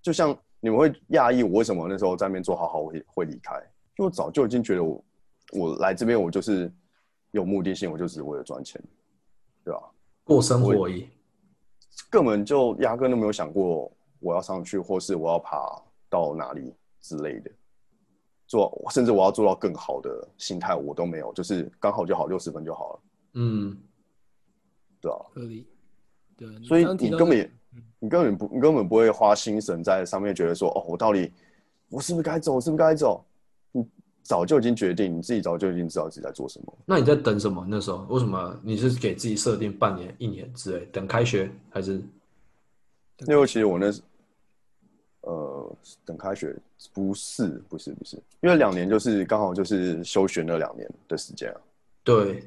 就像你们会讶异我为什么那时候在那边做好好会会离开，因为我早就已经觉得我我来这边我就是有目的性，我就只是为了赚钱，对吧、
过生活而已。
根本就压根都没有想过我要上去，或是我要爬到哪里之类的，做甚至我要做到更好的心态我都没有，就是刚好就好，六十分就好了，
嗯，
对吧、
合理。对，
所以
刚刚提
你
到
根本
那嗯
也，你根本不，你根本不会花心神在上面，觉得说，哦，我到底我是不是该走，我是不是该走？你早就已经决定，你自己早就已经知道自己在做什么。
那你在等什么？那时候为什么你是给自己设定半年、一年之类？等开学还是
因为其实我那时，呃，等开学不是不是不是，因为两年就是刚好就是休学那两年的时间啊，
对？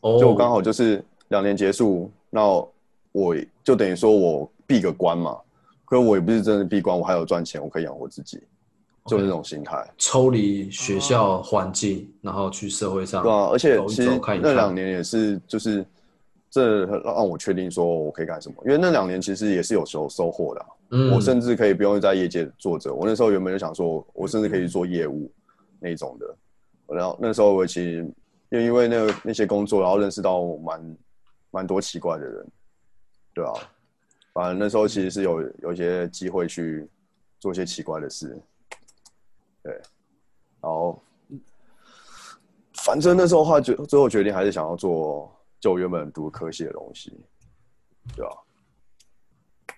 哦，
就我刚好就是两年结束，那我就等于说我闭个关嘛，可是我也不是真的闭关，我还有赚钱，我可以养活自己，就
OK
那种心态。
抽离学校环境，然后去社会上
对啊，而且
走一
其
走
实
看一看
那两年也是，就是这让我确定说我可以干什么，因为那两年其实也是有时候收获的啊、
嗯，
我甚至可以不用在业界做着，我那时候原本就想说，我甚至可以做业务那种的。然后那时候我其实也因为那个那些工作，然后认识到蛮蛮多奇怪的人，对啊。反正那时候其实是有有一些机会去做一些奇怪的事，对。然后，反正那时候的话决最后决定还是想要做就原本读科系的东西，对啊。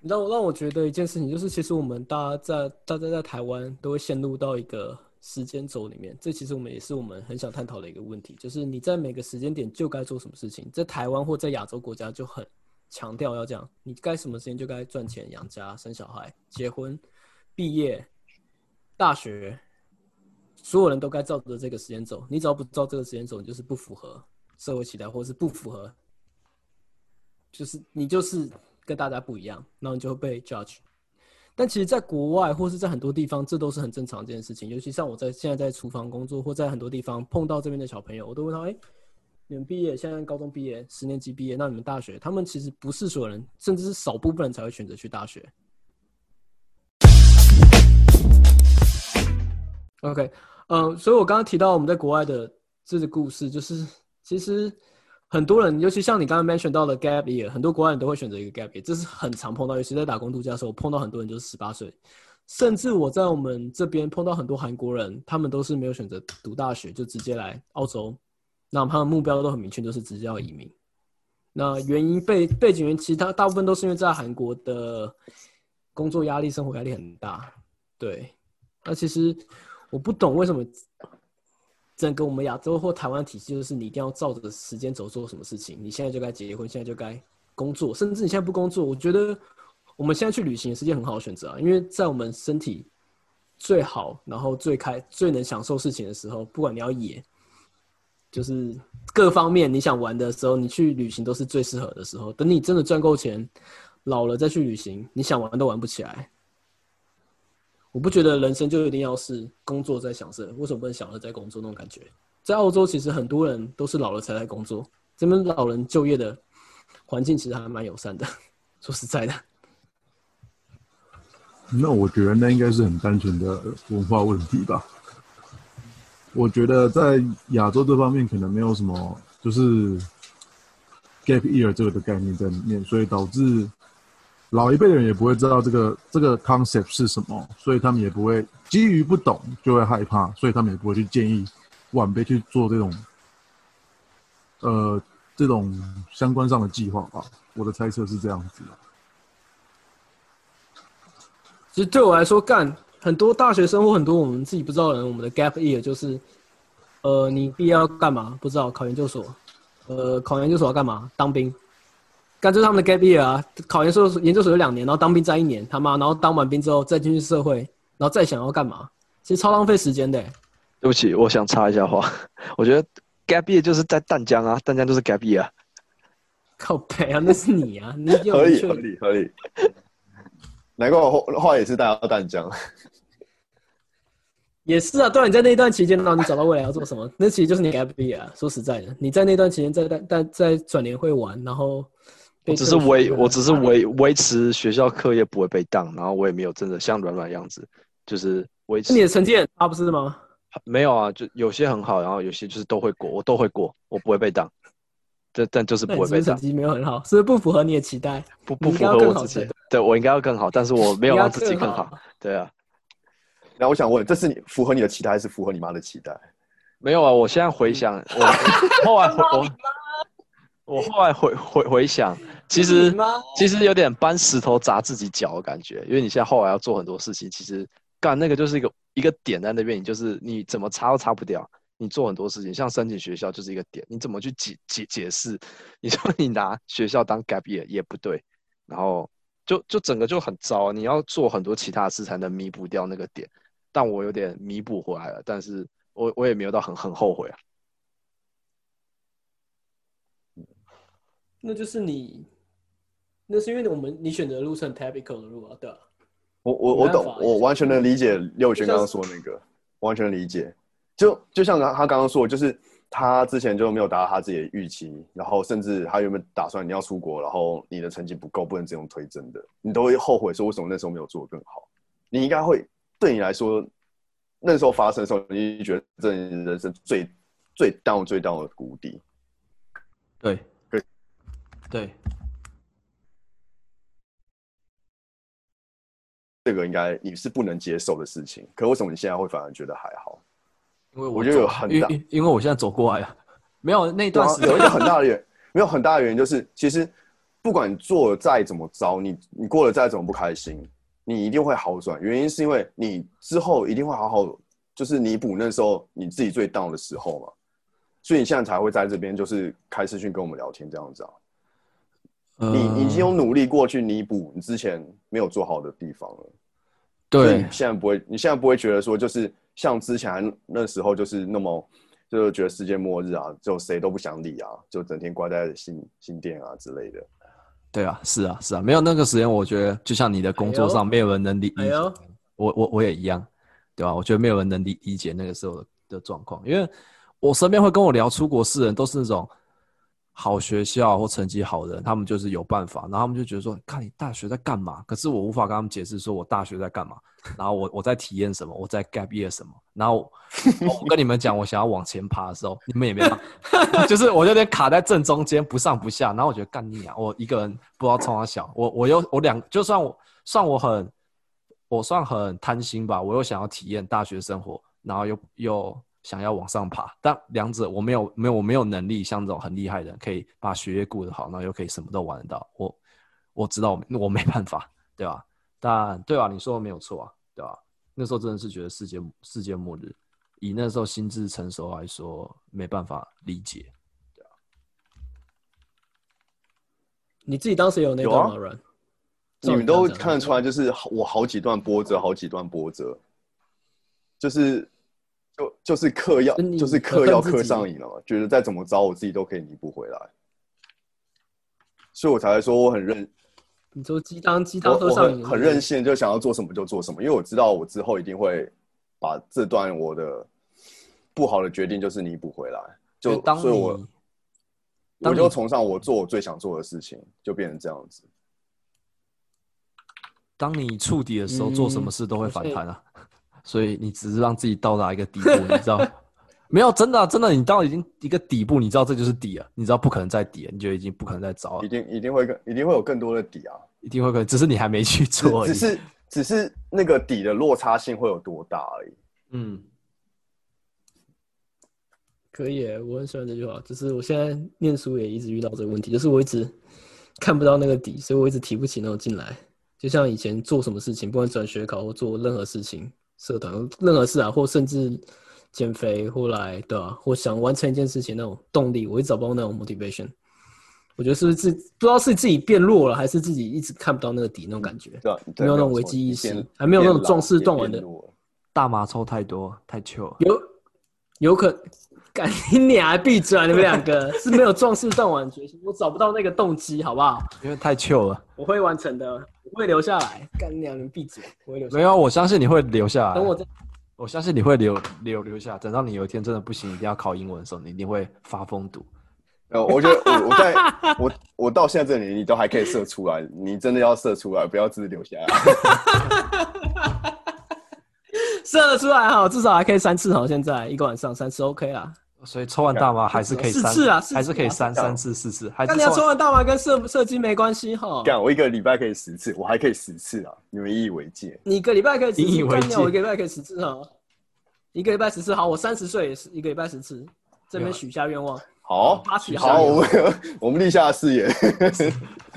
你让我让我觉得一件事情，就是其实我们大家在大家在台湾都会陷入到一个时间轴里面，这其实我们也是我们很想探讨的一个问题，就是你在每个时间点就该做什么事情，在台湾或在亚洲国家就很强调要这样，你该什么时间就该赚钱养家、生小孩、结婚、毕业、大学，所有人都该照着这个时间走，你只要不照这个时间走，你就是不符合社会期待，或是不符合就是你就是跟大家不一样，然后你就会被 judge。但其实，在国外或是在很多地方，这都是很正常的一件事情。尤其像我在现在在厨房工作，或在很多地方碰到这边的小朋友，我都问他：哎、你们毕业，现在高中毕业，十年级毕业，那你们大学？他们其实不是所有人，甚至是少部分人才会选择去大学。OK，嗯，所以我刚刚提到我们在国外的这个故事，就是其实很多人，尤其像你刚刚 mention 到的 gap year，很多国外人都会选择一个 gap year，这是很常碰到，尤其在打工度假的时候，我碰到很多人就是十八岁，甚至我在我们这边碰到很多韩国人，他们都是没有选择读大学，就直接来澳洲，那他们目标都很明确，就是直接要移民。那原因背背景原因，其实他大部分都是因为在韩国的工作压力、生活压力很大，对，那其实我不懂为什么整个我们亚洲或台湾体系，就是你一定要照着时间轴做什么事情，你现在就该结婚，现在就该工作，甚至你现在不工作，我觉得我们现在去旅行是件很好的选择啊，因为在我们身体最好，然后最开最能享受事情的时候，不管你要野，就是各方面你想玩的时候，你去旅行都是最适合的时候。等你真的赚够钱，老了再去旅行，你想玩都玩不起来。我不觉得人生就一定要是工作在享受，为什么不能享受在工作那种感觉？在澳洲，其实很多人都是老了才来工作，这边老人就业的环境其实还蛮友善的。 [LAUGHS] 说实在的，
那我觉得那应该是很单纯的文化问题吧。我觉得在亚洲这方面可能没有什么，就是 gap year 这个的概念在里面，所以导致老一辈的人也不会知道这个这个 concept 是什么，所以他们也不会基于不懂就会害怕，所以他们也不会去建议晚辈去做这种，呃，这种相关上的计划吧。我的猜测是这样子的。
其实对我来说，干很多大学生或很多我们自己不知道的人，我们的 gap year 就是，呃，你毕业要干嘛？不知道，考研究所，呃，考研究所要干嘛？当兵，干就是他们的 gap year 啊。考研究所研究所有两年，然后当兵再一年，他妈，然后当完兵之后再进去社会，然后再想要干嘛？其实超浪费时间的、欸。
对不起，我想插一下话， [LAUGHS] 我觉得 gap year 就是在淡江啊，淡江就是 gap year 啊。
靠北啊，那是你啊，你
[LAUGHS]
有
合理
去
合理合理。难怪我后后来也是带到淡江，
也是啊，对啊，你在那一段期间，然后你找到未来要做什么，那其实就是你 gap year 啊。说实在的，你在那段期间在在在在转联会玩，然后被
我只是
退学
维，我只是
啊
维维持学校课业不会被当，然后我也没有真的像软软样子，就是维持
那你的成绩很差不是吗？
没有啊，就有些很好，然后有些就是都会过，我都会过，我不会被当，但但就是
那
不
你
会
是不
被
是成
当，
绩没有很好？是不是不符合你的期待？
不
你
不
应
符
该要
合
更
我
好
自己
才，
对我应该要更好，但是我没
[LAUGHS]
有
你要
让自己更好
好，
对啊，
然后我想问，这是你符合你的期待，还是符合你妈的期待？
没有啊，我现在
嗯
回想，
[LAUGHS]
我后来回我我后来回回回想，其实
你妈
其实有点搬石头砸自己脚的感觉，因为你现在后来要做很多事情，其实干那个就是一个一个点在那边，你就是你怎么擦都擦不掉。你做很多事情，像申请学校就是一个点，你怎么去解解解释？你说你拿学校当 gap year 也不对，然后就就整个就很糟啊，你要做很多其他的事才能弥补掉那个点。但我有点弥补回来了，但是我我也没有到很很后悔啊。
那就是你，那是因为我们你选择的路是很 typical 的路啊，对吧、
我我
没
我
办法
懂，我完全能理解六
就
轩
像
刚刚说那个，完全理解。就就像他刚刚说，就是他之前就没有达到他自己的预期，然后甚至他原本打算你要出国，然后你的成绩不够，不能只用推甄的，你都会后悔说为什么那时候没有做得更好。你应该会对你来说，那时候发生的时候，你就觉得这是你人生最最 down 最 down 的谷底。
对
对
对，
这个应该你是不能接受的事情，可为什么你现在会反而觉得还好？
因为我
我觉得有
走
很
因
大
因因为我现在走过来了，没有那
对
段
啊
时，间
有一个很大的原， [LAUGHS] 没有很大的原因就是，其实不管做的再怎么糟，你你过得再怎么不开心，你一定会好转。原因是因为你之后一定会好好，就是弥补那时候你自己最 down 的时候嘛。所以你现在才会在这边，就是开视讯跟我们聊天这样子啊。
啊
你
嗯
你已经有努力过去弥补你之前没有做好的地方了。所以
对
你现在不会，你现在不会觉得说，就是像之前那时候，就是那么，就是觉得世界末日啊，就谁都不想理啊，就整天关在新新店啊之类的。
对啊，是啊是啊，没有那个时间，我觉得就像你的工作
哎
上
呦
没有人能理理
嗯
哎
解
呦，
我我我也一样，对吧、我觉得没有人能理理解那个时候的的状况，因为我身边会跟我聊出国事的人都是那种好学校或成绩好的人，他们就是有办法，然后他们就觉得说，看你大学在干嘛？可是我无法跟他们解释说我大学在干嘛，然后我我在体验什么，我在 gap year 什么，然后我我跟你们讲我想要往前爬的时候，你们也没办法， [LAUGHS] 就是我有点卡在正中间，不上不下，然后我觉得干你啊，我一个人不知道冲他小，我我又我两就算我算我很我算很贪心吧，我又想要体验大学生活，然后又又想要往上爬，但两者我没有没有我没有能力像这种很厉害的人，可以把学业顾得好，然后又可以什么都玩得到。我我知道我我没办法，对吧？但对吧？你说的没有错啊，对吧？那时候真的是觉得世界世界末日，以那时候心智成熟来说，没办法理解。
你自己当时有那
有
段
啊
吗？软、
你们都看得出来，就是我好几段波折，好几段波折，就是就就就是嗑药
跟你，
就是嗑药
跟自己
嗑上瘾了嘛，觉得再怎么着我自己都可以弥补回来，所以我才会说我很认，
你说鸡汤鸡
我
汤喝
我
上瘾
很
了，
很任性，就想要做什么就做什么，因为我知道我之后一定会把这段我的不好的决定就是弥补回来，就
当
所以我
你
我
当
就
你
崇尚我做我最想做的事情，就变成这样子。
当你触底的时候，
嗯
做什么事都会
不
反
是
弹啊， [LAUGHS] 所以你只是让自己到达一个底部，你知道？ [LAUGHS] 没有，真的啊、真的，你到已经一个底部，你知道这就是底了，啊你知道不可能再底了，你觉得已经不可能再找
一
了，
定一定会更一定会有更多的底啊，
一定会可能，只是你还没去
只
做而已。
只是只是那个底的落差性会有多大而已。
嗯，
可以耶，我很喜欢这句话。就是我现在念书也一直遇到这个问题，就是我一直看不到那个底，所以我一直提不起那种进来。就像以前做什么事情，不管转学考或做任何事情，社团任何事啊，或甚至减肥或来对吧、或想完成一件事情那种动力，我一直找不到那种 motivation。我觉得是不是自不知道是自己变弱了，还是自己一直看不到那个底那种感觉。
对，
没有那种危机意识还没有那种壮士断腕的
大麻抽太多太 chill 了，
有有可 [LAUGHS] 敢你俩闭嘴啊！你们两个是没有壮士断腕决心，我找不到那个动机，好不好？
因为太 chill 了。
我会完成的，我会留下来。干你俩人闭嘴，我会留下
没
来。
有，啊我相信你会留下来。
等我再
我相信你会留留留下，等到你有一天真的不行，一定要考英文的时候，你一定会发疯读。
呃，我觉得我
[LAUGHS]
我在我我到现在这个年纪都还可以射出来，你真的要射出来，不要只是留下来。
射得出来哈，至少还可以三次哈。现在一个晚上三次 OK 啦。
所以抽完大麻还是可以
四
三
次啊四次啊
还是可以三
这样
三次四次，还是
但你要
抽
抽
完
完大麻跟射射精没关系哈。
干，我一个礼拜可以十次，我还可以十次啊！你们引以为戒。
你一个礼拜可以十
引以
次，
为
干
戒
掉我一个礼拜可以十次哈。一个礼拜十次好，我三十岁也是一个礼拜十次，这边许下愿望，
好
发起，
好，我们 [LAUGHS] 我们立下誓言，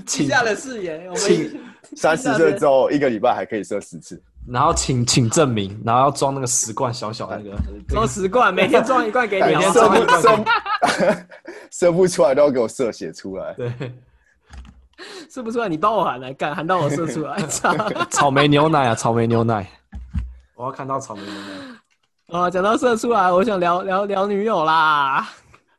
许下了誓言，我
请
们
三十岁之后一个礼拜还可以射十次。
然后请请证明，然后要装那个十罐小小的那个，
装十罐，每天装一罐给你，
干
好不
射
好？
不射不射不出来都要给我射血出来。
对， [LAUGHS]
射不出来，你帮我喊来干，喊到我射出来，操！ [LAUGHS]
草莓牛奶啊，草莓牛奶，我要看到草莓牛奶。
啊，讲到射出来，我想聊聊聊女友啦。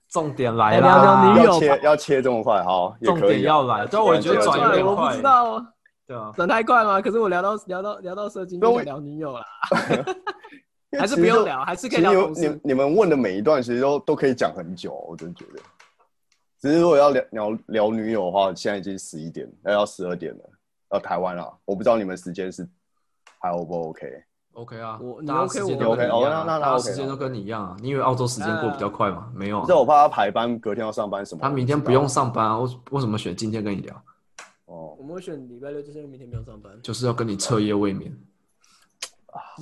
重点
来
来
聊聊
啦
女，
要
友
切要切这么快，好，也
重
可
点
以啊。
要来，但我觉得转有
我
点
不
快
知，道
对啊，
转太快吗？可是我聊到聊到聊到射精，
那
就
我
想聊女友啦，
因为
还是
其
不
实
用
就
聊，还是可以
其实
聊
你
同
们你
事
们。你们问的每一段，其实都都可以讲很久，啊我真的觉得。只是如果要聊聊聊女友的话，现在已经十一点，要要十二点了，到台湾了。啊我不知道你们时间是还 O 不 OK？
OK 啊，
我
大家时间都跟你一
你 OK，我 OK，哦那
样
那
啊，
那
大家
OK
时间都跟你一样啊。你以为澳洲时间过比较快吗？没有
不
啊
知，道我怕他排班，隔天要上班什么。
他明天不用上班啊，为为什么选今天跟你聊？
哦
我，们会选礼拜六，就是因为明天不用上班。
就是要跟你彻夜未眠。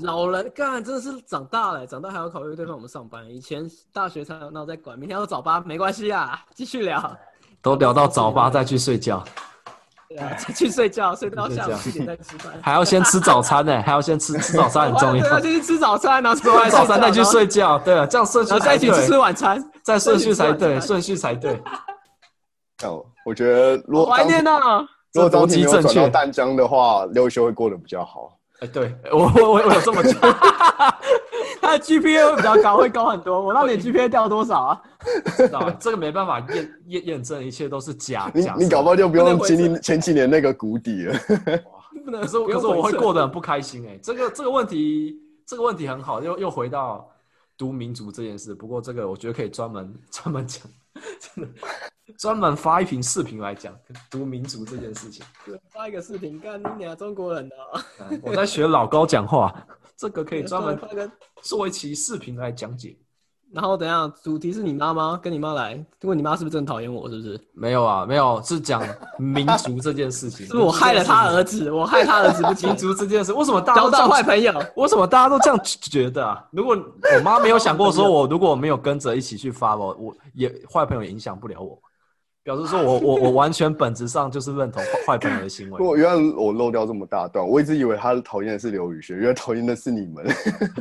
老人干真的是长大了，欸长大还要考虑对方我们上班。以前大学才有那我在管，明天要早八没关系啊，继续聊。
都聊到早八再去睡觉，
对啊，再去睡觉，睡到 [LAUGHS] 下午
就
四点再吃饭。
还要先吃早餐呢、还要先吃吃早餐很 [LAUGHS] 重
对
要
啊，，先去吃早餐，然后吃
吃完
完
早餐再去
然后
睡觉，对啊，这样顺序
然后再
才
一起去吃
对，
晚 [LAUGHS] 餐。
再顺序才对，
再去吃
顺序才对。
这样我觉得如
好
果
怀
当
念
天
呐！
如果当天没有
哦这
转
逻辑正
到
确
淡江的话，六休会过得比较好。
哎，对我我我我有这么觉得，
他的 GPA 会比较高，会高很多。我那你 GPA 掉多少啊？
[LAUGHS] 知道这个没办法验验验证，一切都是假
你
假设。
你搞不好就不
不
用
能回
经历
程
前几年那个谷底了。
不能
[LAUGHS] 可是我可是我会过得很不开心哎、这个这个问题这个问题很好，又又回到读民族这件事。不过这个我觉得可以专门专门讲，真的专门发一瓶视频来讲读民族这件事情。
发一个视频，干你俩中国人的啊，
嗯我在学老高讲话，这个可以
[LAUGHS]
专门
发一个。
作为其视频来讲解。
然后等一下，主题是你妈妈跟你妈来，问你妈是不是真的讨厌我，是不是？
没有啊，没有，是讲民族这件事情。
[LAUGHS] 是不是我害了他儿子，我害他儿子不
民
清楚，
族这件事，为什么 [LAUGHS] 大家
交
都这
到
样
坏朋友。
为什么大家都这样觉得啊？如果我妈没有想
[LAUGHS]
过说，我如果没有跟着一起去 follow，我也坏朋友也影响不了我，表示
[LAUGHS]
说我我我完全本质上就是认同坏坏朋友的行
我
为。
原来我漏掉这么大段，我一直以为他讨厌的是刘宇轩，原来讨厌的是你们。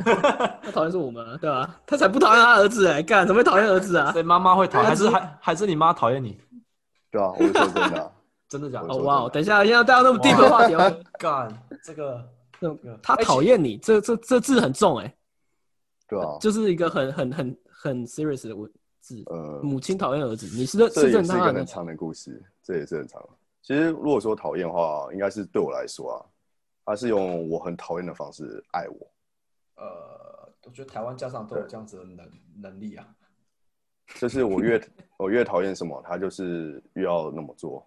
他讨厌是我们啊，对吧、他才不讨厌他儿子哎、干怎么会讨厌儿子啊
所？以妈妈会讨厌，还是还还是你妈讨厌你？
对啊，我是说真的啊、
真的假的？
哦
我
哇哦，等一下，现在带到那么低的话题
[LAUGHS]
[LAUGHS]
哦，
干这个
那种他讨厌你，这这这字很重哎、
对啊，
就是一个很很很很 serious 的文字。
呃，
嗯
母亲讨厌儿子，你是认
这
是
也
认
是一
他
个
的
很长的故事，这也是很长。其实如果说讨厌的话，应该是对我来说啊，他是用我很讨厌的方式爱我。
呃，我觉得台湾家长都有这样子的能能力啊。
就是我越我越讨厌什么，他就是越要那么做，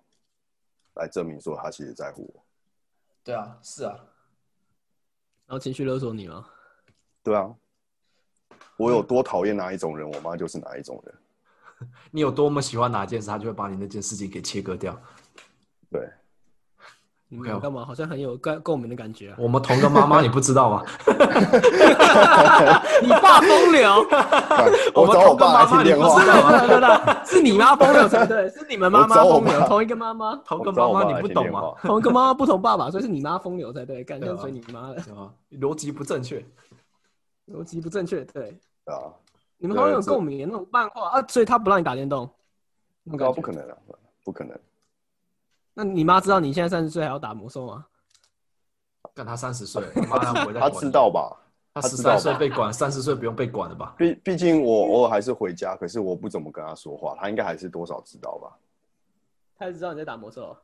来证明说他其实在乎我。
对啊，是啊，
然后情绪勒索你吗？
对啊，我
嗯
有多讨厌哪一种人，我妈就是哪一种人。
你有多么喜欢哪件事，他就会把你那件事情给切割掉。 [LAUGHS]
对，
你
没有
们干嘛？好像很有共共鸣的感觉啊！
我们同个妈妈，你不知道吗？
你爸风流，
我
们
找我
同个
爸来
妈
听
妈，你
电
不
话
知，道吗？
啊对
[LAUGHS]
的，是你妈风流才对，是你们妈妈
我找我
风
妈
流，同一个妈妈，
同个
[LAUGHS] 我
妈
找我
妈，
爸
你
来
不
听
懂
电
吗？
话。
同一个妈妈不同爸爸，所以是你妈风流才对，干
对啊
干随你妈了，
对啊，逻辑不正确。
逻辑不正确，对，
对啊，
你们好像有
对这
共鸣，那种漫画啊，所以他不让你打电动，那种
那
感
不
觉。
可能啊，不可能。
那你妈知道你现在三十岁还要打魔兽吗？
干他三
[LAUGHS]
十岁了，妈的，我在
他知道？吧？
他
他
十
知道吧
三岁被管，三十岁不用被管了吧？
毕毕竟我偶尔还是回家，可是我不怎么跟他说话，他应该还是多少知道吧？
她知道你在打魔兽，啊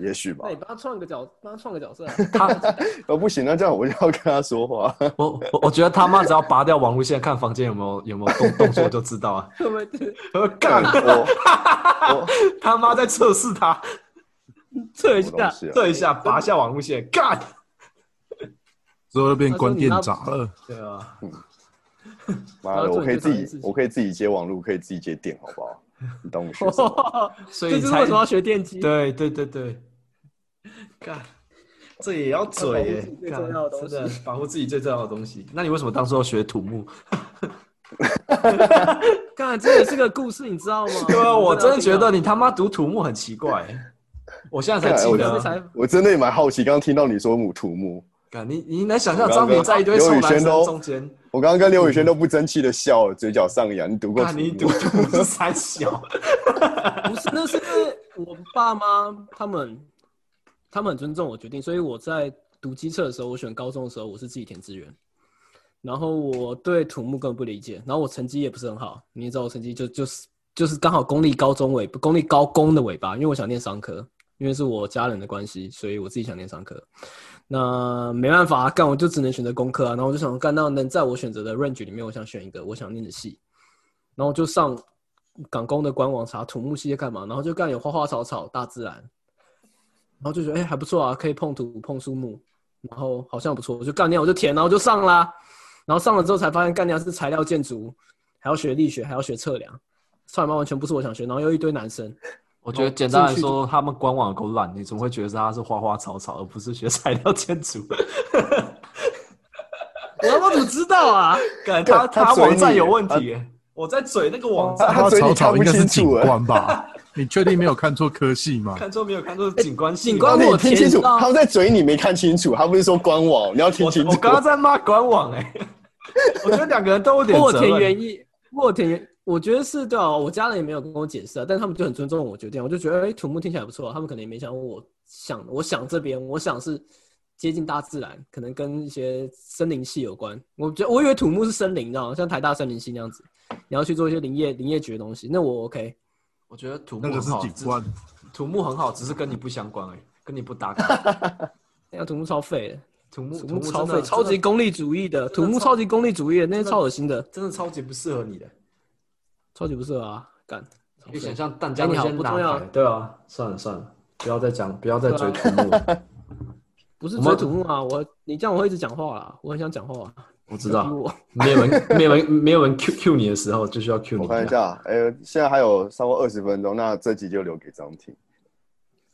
也许吧
那你。帮她创个角，帮她创个角色啊，
他 [LAUGHS]
呃，不行，那这样我就要跟他说话。
我我我觉得他妈只要拔掉网路线，看房间有没有有没有动动作就知道啊。 [LAUGHS]
会不会
[LAUGHS]
我干，
我
[LAUGHS] 他妈在测试他，
测一
什么东
下？
西啊？
测一下，拔下网路线，干。
之后就变关店闸了。
对啊，
妈的，
做
我可以
你最讨厌
自
的
己
事，情
我可以自己接网路，可以自己接电，好不好？你当我
[LAUGHS]
学什么？啊
所
这
以
就是
才
为什么要学电机。
对对对对，干，这也要嘴
保护自己
耶，
最
干
重要的东西
真的保护自己最重要的东西。那你为什么当初要学
[LAUGHS]
土木？
干，这也是个故事，你知
[LAUGHS]
道吗？
对啊，我真的觉得
你
你他妈读土木很奇怪耶，我现在才记
我
得
这
啊。
才
我真的也蛮好奇，刚刚听到你说母土木，
干你你能想象张明在一堆臭男生中间，
我刚刚跟刘宇轩都不争气的笑了，嘴角上扬。你读过土
干你
木
读？土木是三小，
不是，那是因为我爸妈他们，他们很尊重我决定，所以我在读机测的时候，我选高中的时候，我是自己填志愿。然后我对土木根本不理解，然后我成绩也不是很好，你也知道我成绩就就是就是刚好公立高中尾公立高工的尾巴，因为我想念商科，因为是我家人的关系，所以我自己想念商科。那没办法、啊干，我就只能选择工科啊。然后我就想干，那能在我选择的 range 里面，我想选一个我想念的系，然后就上港工的官网查土木系在干嘛，然后就干有花花草草、大自然，然后就觉得哎、还不错啊，可以碰土碰树木，然后好像不错，我就干掉我就填，然后就上啦，然后上了之后才发现干掉是材料建筑，还要学力学，还要学测量，算了吧，完全不是我想学，然后又一堆男生，
[LAUGHS] 我觉得简单来说，他们官网够烂，你怎么会觉得他是花花草草，而不是学材料建筑？ [LAUGHS]
我他妈怎么知道啊？
感他
他
他
嘴
网站
你
有问题耶，我在嘴那个网站，
他嘴里看
草草
不
应该是
清
警
楚哎
[LAUGHS]
官吧？你确定没有看错科系吗？
啊看错没有看错景观系哦
景
那
观
你
我
听
填
清楚，
到
他们在嘴你没看清楚，他不是说官网，你要听
我
清楚。
我刚刚在骂官网哎、我觉得两个人都有点
我
责
田
任。
园艺，我田园，我觉得是对啊，我家人也没有跟我解释啊，但他们就很尊重我决定，我就觉得哎、诶土木听起来不错、啊，他们可能也没想我想我想这边，我想是接近大自然，可能跟一些森林系有关。我觉得我以为土木是森林，你知道吗？像台大森林系那样子，你要去做一些林业林业局的东西，那我 OK。
我觉得土木
那个
很
是
好，
警
只
官，
[LAUGHS] 土木很好，只是跟你不相关而已，跟你不搭嘎。
那土木超废的，
土木
土
木
木超
真
废，
的
超级功利主义的，
真的
土木
超
超级功利主义的，那
真
些
的
超恶心的，
真的超级不适合你的，
超级不适合啊，干。
你
超
可以
废
想象淡
哎
江
你
那
好
些
不
男
重要
孩，对啊，算了算了，不要再讲，不要再追
对
土木了。
不是
我
追
们
土木啊，我你这样我会一直讲话啦，我很想讲话、啊，
我知
不要逼 [LAUGHS]
道，
我。
没有人没有人没有人 Q Q 你的时候，就需要 Q 你。
我看一，下，哎、现在还有超过二十分钟，那这集就留给张婷。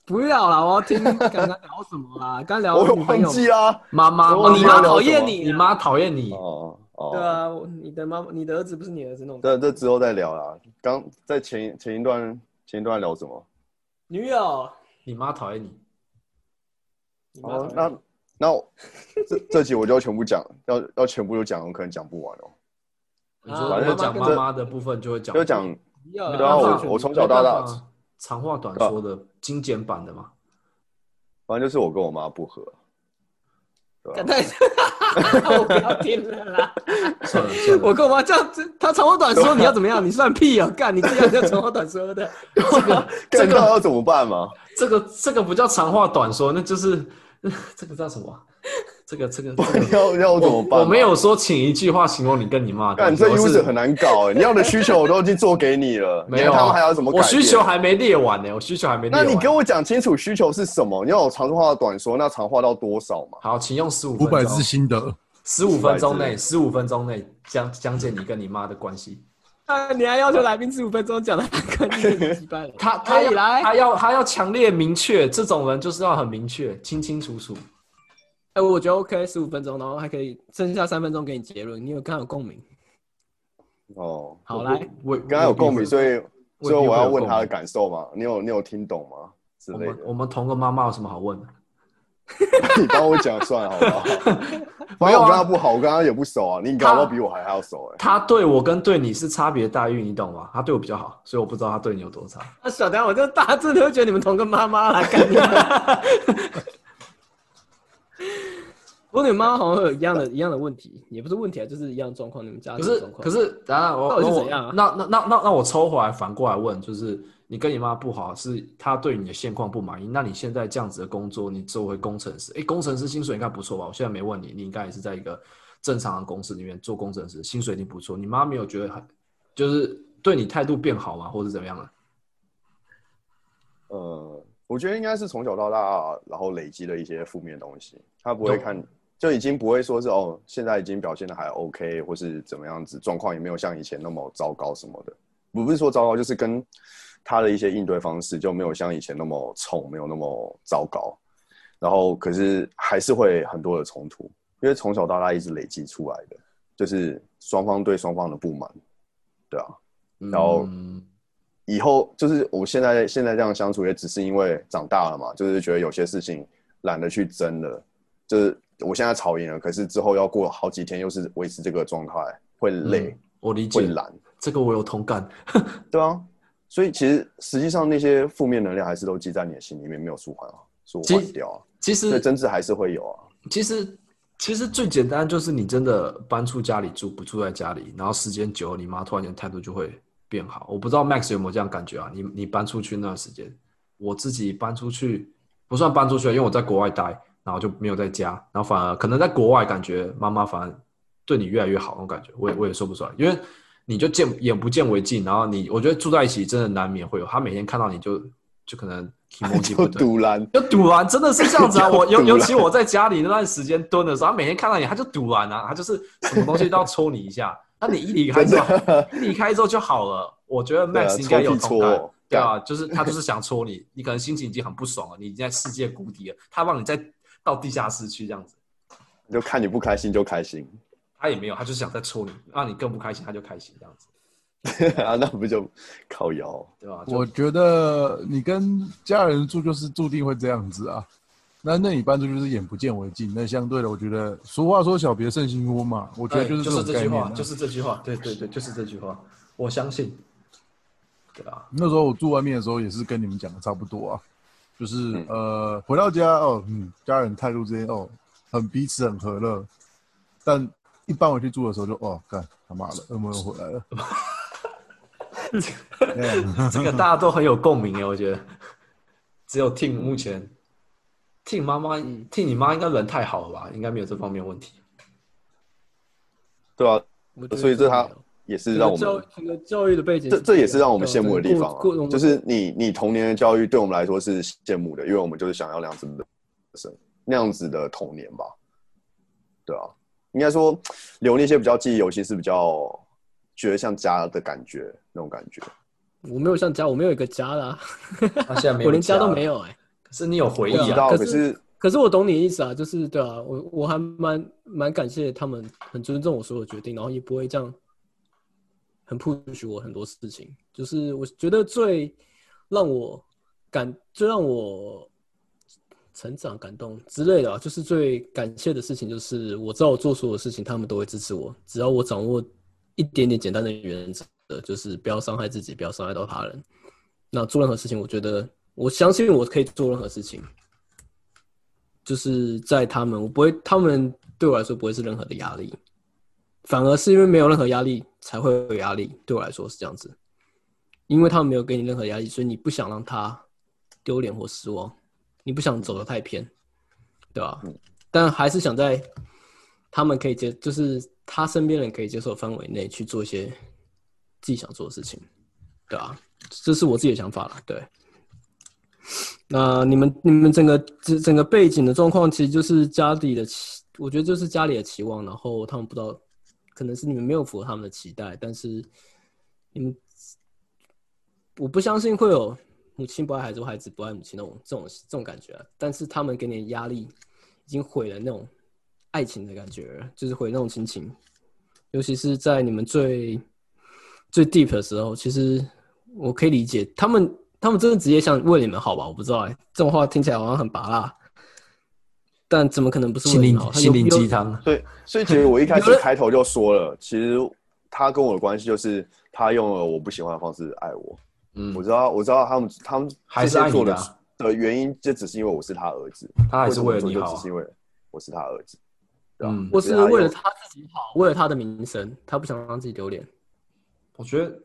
不要啦，我要听刚刚聊什么
[LAUGHS]
啦？刚聊
我有
女朋
忘
友。
记啊。
妈妈，
我忘
你
记
妈
妈
要聊
讨
什
厌
么
你啊，
你妈讨厌你，
哦哦，
对啊，我你的妈，你的儿子不是你儿子弄的。
这这之后再聊啦。刚在前前一段前一段聊什么？
女友，
你妈讨厌你。
你妈讨
哦，
厌
那那我这这集我就要全部讲，要要全部都讲，我可能讲不完哦。
你说
啊
如果讲
妈
妈
妈跟
妈的部分，就会讲
就讲
不要啦
没
对啊，
办法
我我从小到
没
大
办，法长话短说的精简版的嘛。 [LAUGHS]
反正就是我跟我妈不和，
[LAUGHS] 干太，我不要听了啦！
算了算了，
我跟我妈这样子，她长话短说，你要怎么样？你算屁哦！干，你这样叫长话短说
[LAUGHS]
的。
这个要怎么办嘛？
这个这个不叫长话短说，那就是 [LAUGHS] 这个叫什么啊？这个这个这个
[LAUGHS] 要要我怎么办嘛？
我没有说请一句话形容你跟你妈的
干，
关系，
这
我
user
是
很难搞哎、你要的需求我都已经做给你了，
没有
你
啊
看他们还要怎么改
我
变？
需求还没列完呢，我需求还没啊列
那
完。
你给我讲清楚需求是什么？你要有长话短说，那长话到多少嘛？
好，请用十五
五百
分
字
钟，[LAUGHS]
心得，
十五分钟
500
内，十五分钟内讲讲解你跟你妈的关系。
啊，你还要求来宾十五分钟讲的干净
[LAUGHS]
几班了？
他
可
他
以
要
来
他要他要强烈明确，这种人就是要很明确，清清楚楚。
哎、我觉得 OK，十五分钟，然后还可以剩下三分钟给你结论，你有刚好有共鸣。
哦，
好，来，
我
刚刚有共鸣，所
以
以所以我要问他的
感。
感受嘛？你有你有听懂吗？之
我
类
们
的，
我们同个妈妈有什么好问的？
[LAUGHS] 你帮我讲算了好不
[LAUGHS]
好？反
没有
正我
啊
跟他不好，我跟他也不熟啊。你搞不好比我还还要熟哎、
他对我跟对你是差别待遇，你懂吗？他对我比较好，所以我不知道他对你有多差。
那啊小丹，我就大致都觉得你们同个妈妈来干你们。不过你们妈妈好像有一样的一样的问题，也不是问题啊，就是一样的状况，你们家
可
庭的
是
状况。
可是，当然我
到底是
那我
怎样啊
那那那那那我抽回来反过来问，就是你跟你妈不好，是她对你的现况不满意。那你现在这样子的工作，你作为工程师，诶，工程师薪水应该不错吧？我现在没问你，你应该也是在一个正常的公司里面做工程师，薪水一定不错。你妈没有觉得很就是对你态度变好吗，或者怎么样啊？
呃，我觉得应该是从小到大，然后累积了一些负面东西。他不会
懂
看，就已经不会说是哦，现在已经表现的还 OK，或是怎么样子，状况也没有像以前那么糟糕什么的。不是说糟糕，就是跟他的一些应对方式就没有像以前那么冲，没有那么糟糕。然后可是还是会很多的冲突，因为从小到大一直累积出来的，就是双方对双方的不满，对啊。然后
嗯
以后就是我现在现在这样相处，也只是因为长大了嘛，就是觉得有些事情懒得去争了，就是我现在吵赢了，可是之后要过好几天又是维持这个状态，会累、
我嗯理解
会，懒，
这个我有同感。
对啊，所以其实实际上那些负面能量还是都积在你的心里面，没有舒缓啊，舒
其
缓掉啊，
其
所以
实
争执还是会有啊，
其实其实最简单就是你真的搬出家里住，不住在家里，然后时间久了，你妈突然间态度就会变好。我不知道 Max 有没有这样感觉啊？你你搬出去那段时间，我自己搬出去不算搬出去，因为我在国外待，然后就没有在家，然后反而可能在国外感觉妈妈反而对你越来越好那种感觉，我也我也说不出来，因为。你就见眼不见为净，然后你，我觉得住在一起真的难免会有，他每天看到你就就可能 emoji
[LAUGHS] 就
不对，
堵拦，
就赌完，真的是这样子啊！我尤
就赌完
尤其我在家里那段时间蹲的时候，他每天看到你，他就赌完啊，他就是什么东西都要抽你一下。那你一离开之后，一离开之后就好了。我觉得
对啊
Max 应该有
抽屁
同感
抽哦，
对啊，就是他就是想戳你，你可能心情已经很不爽了，你已经在世界谷底了，他让你再到地下室去这样子，
就看你不开心就开心， [LAUGHS]
他也没有，他就是想再戳你，让你更不开心，他就开心这样子，
啊，那不就靠腰。啊
对吧？就
我觉得你跟家人住就是注定会这样子啊。那那你搬出去就是眼不见为净。那相对的，我觉得俗话说小别胜新婚嘛，我觉得
对
是
就是
种
这
概
句
念、
话
啊。，
哎就是这句话，对对对，就是这句话，我相信，对啊，
那时候我住外面的时候也是跟你们讲的差不多啊，就是、呃回到家哦，嗯，家人态度之间哦，很彼此很和乐，但一搬回去住的时候就哦，干他妈的噩梦又回来了。嗯
这个大家都很有共鸣耶， [LAUGHS] 我觉得。只有 Tim 目前，Tim 妈妈，Tim 你妈应该人太好了吧，应该没有这方面问题。
对啊，
我觉得
所以这他
没有
也是让我
整个
们
教整个教育的背景不一
这
样，
这也是让我们羡慕的地
对啊
方、
整个过过
啊，就是你你童年的教育对我们来说是羡慕的，因为我们就是想要那样子的生那样子的童年吧，对啊，应该说留那些比较记忆犹新是比较觉得像家的感觉那种感觉，
我没有像家，我没有一个家啦，
她现在没有，
[LAUGHS] 我连家都没，有哎、
可是你有回忆
我
对
知
啊。
啊
道，
可
可
是
是
可是我懂你的意思啊，就是对啊，我我还蛮蛮感谢他们很尊重我所有决定，然后也不会这样很 push 我很多事情。就是我觉得最让我感最让我成长感动之类的啊，就是最感谢的事情就是我知道我做所有事情，他们都会支持我，只要我掌握一点点简单的原则，就是不要伤害自己，不要伤害到他人。那做任何事情，我觉得我相信我可以做任何事情。就是在他们，我不会，他们对我来说不会是任何的压力，反而是因为没有任何压力才会有压力，对我来说是这样子，因为他们没有给你任何压力，所以你不想让他丢脸或失望，你不想走得太偏，对吧、但还是想在他们可以接，就是他身边人可以接受的范围内去做一些自己想做的事情，对吧、这是我自己的想法了，对。那你们你们整个整整个背景的状况，其实就是家里的期，我觉得就是家里的期望，然后他们不知道，可能是你们没有符合他们的期待，但是你们，我不相信会有母亲不爱孩子或孩子不爱母亲那种这种这种感觉、啊，但是他们给你的压力已经毁了那种爱情的感觉了，就是毁那种亲情，尤其是在你们最最 deep 的时候，其实我可以理解他们，他们真的直接想为你们好吧？我不知道哎、这种话听起来好像很拔辣，但怎么可能不是
心
为你
灵
好？他有
心灵
有
鸡汤，
所以，所以其实我一开始开头就说了，其实他跟我的关系就是他用了我不喜欢的方式爱我。
嗯
我，知道，我知道他们他们
还是
这些
爱你
做
的
的
啊
的原因，就只是因为我是他儿子，
他还是
为
为
什么
了你
做
好
就只
啊
是，因为我是他儿子，对啊吧？
嗯，
或是为了他自己好，为了他的名声，他不想让自己丢脸。
我觉得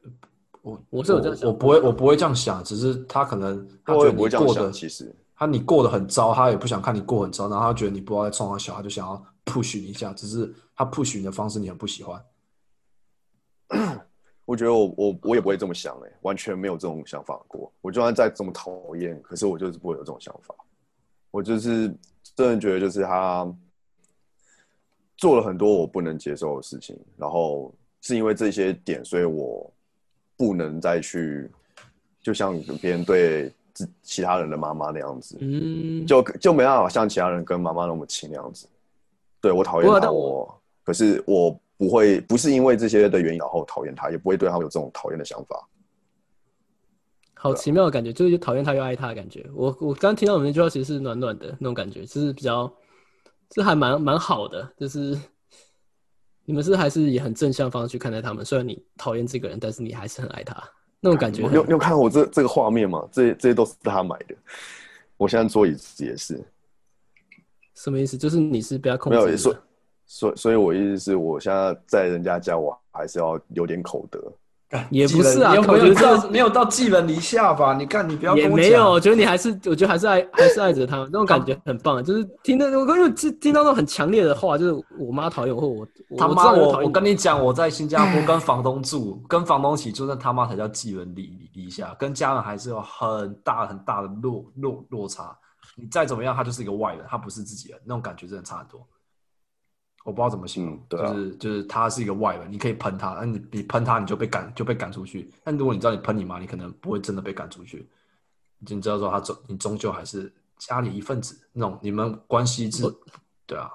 我
我是有这样想
我不会我不会这样想，只是他可能他觉
我
得
也不
你
会这样
过
想，
得
其实
他你过得很糟，他也不想看你过很糟，然后他觉得你不知道在冲他小，他就想要 push 你一下，只是他 push 你的方式你很不喜欢。
我觉得我我我也不会这么想哎、完全没有这种想法过。我就算再怎么讨厌，可是我就是不会有这种想法。我就是真的觉得，就是他做了很多我不能接受的事情，然后是因为这些点，所以我不能再去，就像别人对自其他人的妈妈那样子，
嗯，
就就没办法像其他人跟妈妈那么亲那样子。对我讨
不过
厌他，
但
我可是我不会不是因为这些的原因然后讨厌他，也不会对他有这种讨厌的想法。
好
啊
奇妙的感觉，就是又讨厌他又爱他的感觉。我我刚听到你们那句话，其实是暖暖的那种感觉，就是比较，这还蛮蛮好的，就是你们是还是以很正向方式去看待他们。虽然你讨厌这个人，但是你还是很爱他，那种感觉
你
很。
有你有看我这这个画面吗？这这些都是他买的，我现在桌椅子也是
什么意思？就是你是被他控
没
制
有，
的。
所所所以我意思是我现在在人家家，我还是要有点口德。
也不是啊
寄人
靠我觉
没有
得这
到没有到寄人篱下吧？你看，你不要跟
也
我
没
讲
有，我觉得你还是，我觉得还是爱，还是爱着他，那种感觉很棒。就是听到我刚刚听听到那种很强烈的话，就是我妈讨厌我，或我我
他
知
妈
道
我
讨厌
我跟你讲，我在新加坡跟房东住，跟房东起住，那他妈才叫寄人篱篱下，跟家人还是有很大很大的落落落差。你再怎么样，他就是一个外人，他不是自己人，那种感觉真的差很多。我不知道怎么形容，
嗯对啊
就是就是他是一个外人，你可以喷他，但你你喷他，你就被赶就被赶出去。但如果你知道你喷你妈，你可能不会真的被赶出去，你知道说他终你终究还是家里一份子，那种你们关系是，对啊。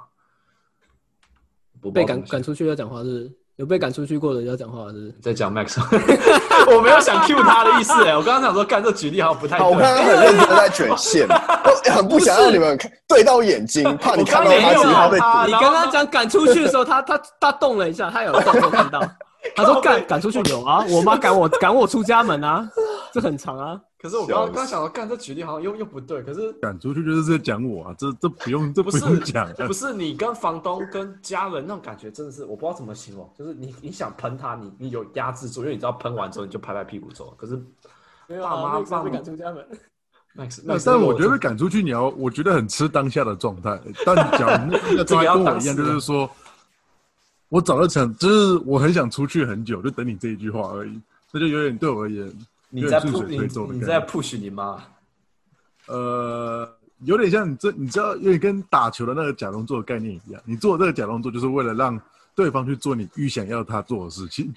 我不知
被
道怎
赶
么形容
赶出去要讲话是不是有被赶出去过的要讲话是不是。
在讲 Max，我没有想 Q 他的意思哎、我刚刚想说，干这举例好像不太
好，我
对。
看他很认真地在卷线，我很不想让你们看对到眼睛，怕你看到
我刚
他
没有
只
啊
好被
他
你
然
刚
后
刚讲赶出去的时候，他他他动了一下，他有动作
[LAUGHS]
看到，他说赶赶出去有啊，我妈赶我赶我出家门啊，这很长啊。
可是我刚
笑
刚
死
刚想说，干这举例好像又又不对。可是
赶出去就是在讲我啊，这这不用这
不
不
是
用讲啊，
不是你跟房东跟家人那种感觉，真的是我不知道怎么形容。就是你你想喷他，你你有压制住，因为你知道喷完之后你就拍拍屁股走。可是
没
有啊爸妈那个时候被赶出
家门，
Max，
那
Max，
呃哎但我
这
觉得
个
被赶出去，你要我觉得很吃当下的状态。但讲那那状态跟我一样，就是说，我早就想，就是我很想出去很久，就等你这一句话而已。那就有点对我而言，
你在
有点
push
顺水推舟
你
的
你
感
在
觉。
push 你妈，
呃，有点像你这，你知道，有点跟打球的那个假动作的概念一样。你做这个假动作，就是为了让对方去做你预想要他做的事情。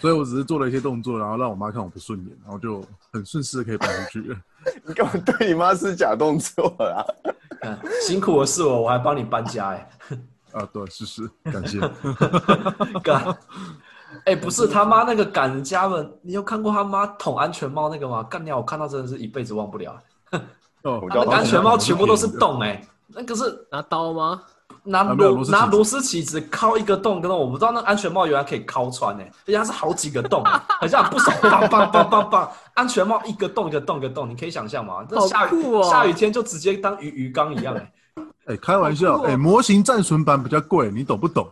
所以我只是做了一些动作，然后让我妈看我不顺眼，然后就很顺势地可以搬出去了。
你根本对你妈是假动作啊！
干辛苦的是我，我还帮你搬家哎、
啊，对，是是，感谢。
干，哎、不是他妈那个赶人家人，你有看过他妈捅安全帽那个吗？干掉我看到真的是一辈子忘不了。
哦，
我
他那
叫
个
他
安全帽全部都是洞哎、那可是
拿刀吗？
拿
啊没有螺
螺
丝
拿
起子
螺丝起子敲一个洞，跟我不知道那安全帽原来可以敲穿呢、欸，而且它是好几个洞、欸，很像不少，梆梆梆梆梆，安全帽一个洞一个洞一个洞，你可以想象吗？这
好
下雨、
酷哦
下雨天就直接当鱼鱼缸一样、欸，
哎，开玩笑，哎，模型战损版比较贵，你懂不懂？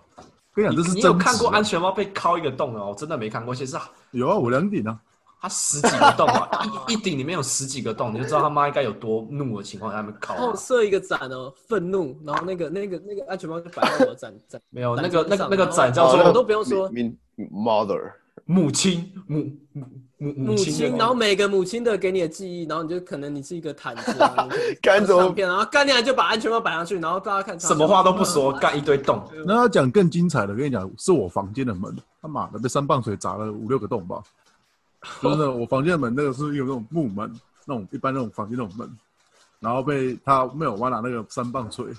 跟你讲，这是
你
真
有看过
实啊
安全帽被敲一个洞哦？我真的没看过，而且是
有啊，我两顶啊，
它十几个洞
[LAUGHS]
啊，一一顶里面有十几个洞，你就知道他妈应该有多怒的情况下他们敲、啊
然后我设一个展哦，愤怒，然后那个那个那个安全帽就摆在我的展展，
没有
展
哦那个
桌上哦
那个那个
然后
展叫
哦
我
做
都不用说
m mother，
母亲母母母
母
亲的那
亲，
个
然后每个母亲的给你的记忆，然后你就可能你是一个毯子
[LAUGHS]
啊，
干怎么
片，然后干你就把安全帽摆上去，然后大家看
什么话都不
嗯
说，干一堆洞。
那要讲更精彩的，跟你讲，是我房间的门，他妈的被三棒槌砸了五六个洞吧。真的，我房间的门那个是有那种木门，那种一般那种房间那种门，然后被他没有我拿那个三棒槌，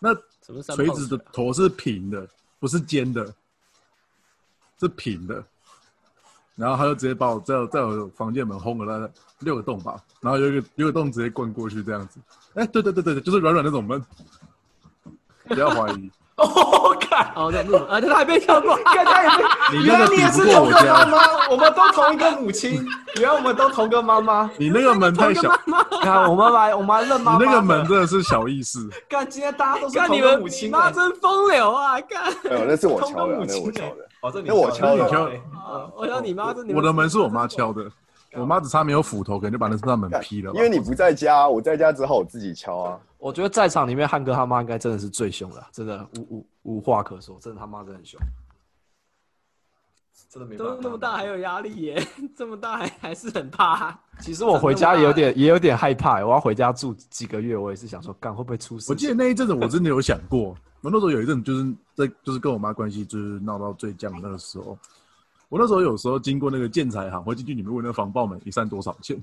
那
什么三
锤
棒
子
槌
的
啊
头是平的，不是尖的，是平的。然后他就直接把我在我在我房间门轰了大概六个洞吧，然后有一个有一个洞直接灌过去这样子。哎，对对对对对，就是软软那种门，不要怀疑。
[LAUGHS] 哦，看，
哦，对，木门啊，对他还被跳过，
看他也是，
你
原
那
来
个
你也是
比不过
同个
我
妈
家
妈，我们都同一个母亲， [LAUGHS] 原来我们都同个妈妈。
你那个门太小，你
看，我们来，我们来认妈妈。
那个门，真的是小意思。
看，今天大家都是
[LAUGHS] 干
同
你
个
们
母
你
亲，
妈
哎
真风流啊，干，
没有，那是我
同
敲
个
的啊，
[LAUGHS] 母
那是
亲
我
哎
敲的。。
哦，这你
那我敲的
那你敲
哎
啊我想你妈真
哦我的门是我妈敲的，我妈只差没有斧头，可能就把那扇门劈了吧。
因为你不在家，我在家只好我自己敲啊。
我觉得在场里面汉哥他妈应该真的是最凶的，啊真的无无无话可说，真的他妈真的很凶，真的没办法
都。那么大还有压力耶，这么大还还是很怕。
其实我回家也有点也有点害怕、欸我要回家住几个月，我也是想说，干会不会出事情？
我记得那一阵子我真的有想过，我那时候有一阵就是在就是跟我妈关系就是闹到最僵的那个时候，我那时候有时候经过那个建材行，会进去里面问那个防爆门一扇多少
[LAUGHS]
钱，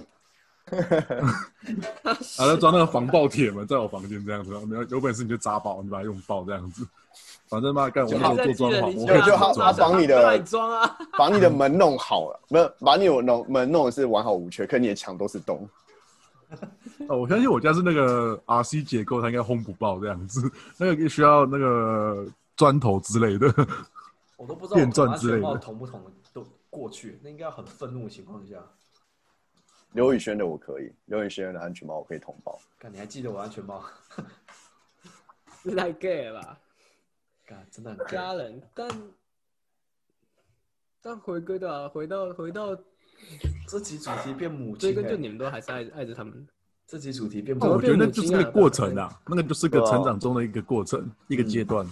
然后就装那个防爆铁门在我房间这样子，然后你要有本事你就砸爆，你把它用爆这样子，反正嘛干我那时候做装潢，我
就
会
就他
做
他
装潢
帮你
帮你
的
装啊，
把你的门弄好了，没有把你的弄门弄的是完好无缺，可你的墙都是洞。
哦，我相信我家是那个 RC 结构，它应该轰不爆这样子，那个需要那个砖头之类的。
我都不知道
电钻之类的
我安全帽同不同都过去，那应该要很愤怒的情况下。
刘宇轩的我可以，刘宇轩的安全帽我可以同胞。
干，你还记得我安全帽？
这太 gay 了吧，
干，真的很
家人。但但回归的啊，回到回到
这集主题变母亲、
追根
欸，
究底，你们都还是爱爱着他们。
这集主题变
我
母
觉
亲。
得那就是哦那个过程啊，嗯那个就是个
对啊
成长中的一个过程，一个阶段。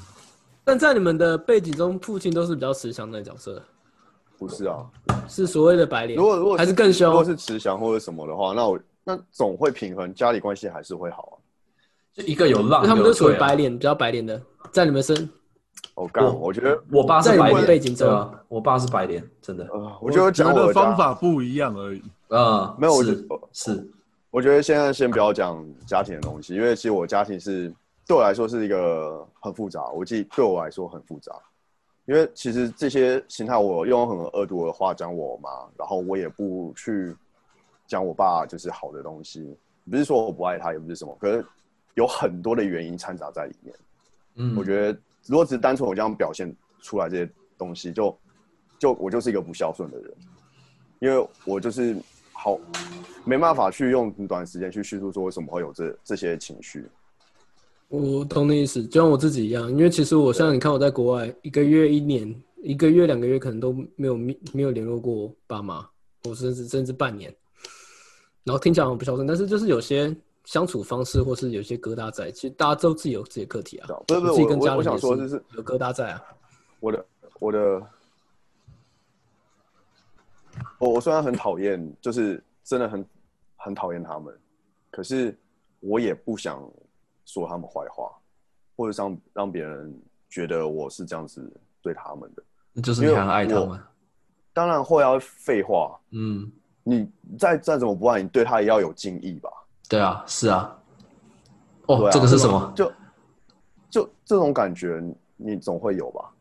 但在你们的背景中，父亲都是比较慈祥的角色，
不是啊，
是所谓的白脸。
如果如果
还是更凶
如果是慈祥或者什么的话，那我那总会平衡，家里关系还是会好啊。
就一个有浪，
他们都属于
一个有退啊
白脸，比较白脸的，在你们身
哦，干，
我
我觉得
我爸是
在
白
我
脸
的背景中
对啊，我爸是白脸，真
哦
的。
呃，我觉得
觉
讲我
得
的
方
家，
法不一样而已。
嗯，
没有我觉
是
得
是
我觉得现在先不要讲家庭的东西，因为其实我家庭是对我来说是一个很复杂，我记对我来说很复杂，因为其实这些心态我用很恶毒的话讲我妈，然后我也不去讲我爸就是好的东西，不是说我不爱他，也不是什么，可是有很多的原因掺杂在里面。
嗯，
我觉得如果只是单纯我这样表现出来这些东西，就就我就是一个不孝顺的人，因为我就是好没办法去用很短时间去叙述说为什么会有这这些情绪。
我懂你意思，就像我自己一样，因为其实我像你看我在国外一个月、一年、一个月、两个月，可能都没有密没有联络过爸妈，我甚至甚至半年。然后听起来好像不孝顺，但是就是有些相处方式，或是有些疙瘩在，其实大家都自己有自己的课题啊
知。道不是不
我
是，
自己跟
我
家人
我我想
也
说就是
有疙瘩在啊。
我的我的，我我虽然很讨厌，就是真的很很讨厌他们，可是我也不想说他们坏话，或者让让别人觉得我是这样子对他们的。
那就是你很爱他
因为
们。
当然会要废话，
嗯，
你再再怎么不爱，你对他也要有敬意吧？
对啊，是啊。哦，
对啊
这个是什么？
就就这种感觉，你总会有吧？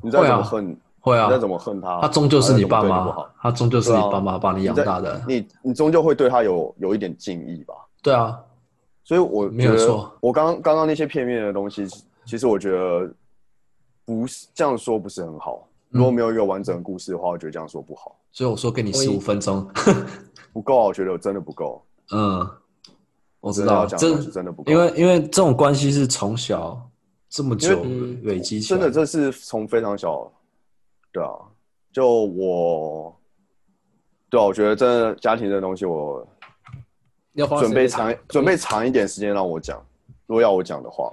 你再怎么恨，
会啊
你再，怎么恨他，
他终究是你爸
他再怎么对不
妈
好，
他终究是你
对啊
爸妈把你养
在
大的。
你你终究会对他有有一点敬意吧？
对啊，
所以我
没有
觉得
错
我刚刚刚刚那些片面的东西，其实我觉得不是这样说不是很好。
嗯
如果没有一个完整的故事的话，我觉得这样说不好，
所以我说给你
我也
十五分钟。
不够啊，我觉得真的不够。
嗯，我知
真的
道，
要讲
这
的是真的不够
因为因为这种关系是从小这么久
因为
累积起
真
来
的，这是从非常小，对啊，就我，对啊，我觉得真的家庭这东西，我
要花
准备
时间
长准备长一点时间让我讲，如果要我讲的话，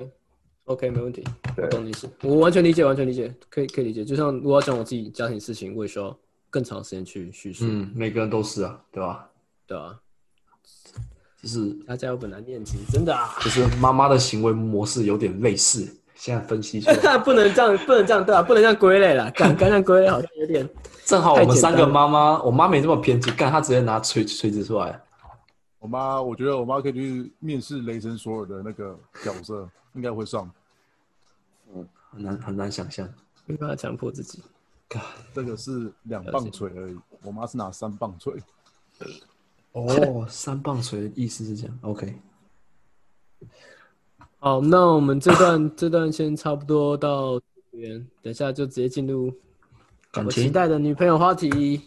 OK，没问题，
对
我懂你意思，我完全理解，完全理解，可以可以理解。就像如果要讲我自己家庭事情，我也需要更长时间去叙述，
嗯，每个人都是啊，对吧？
对啊，
就是
家家有本难念的经，真的啊，
就是妈妈的行为模式有点类似，现在分析出
[LAUGHS]
[LAUGHS]
来，
不能这样，不能这样，对啊，不能这样归类啦，敢敢这样归类好像有点，
正好我
太
们
简单
三
了
个妈妈，我妈没这么偏激，干她直接拿锤锤子出来，
我妈，我觉得我妈可以去面试雷神索尔的那个角色，应该会上。
很难很难想象。
没办法强迫自己。
这个是两磅锤而已，我妈是拿三磅锤。
哦， [LAUGHS] 三棒锤的意思是这样，OK，
好，那我们这段
[LAUGHS]
这段先差不多到这边，等一下就直接进入
感
我
情
期待的女朋友话题。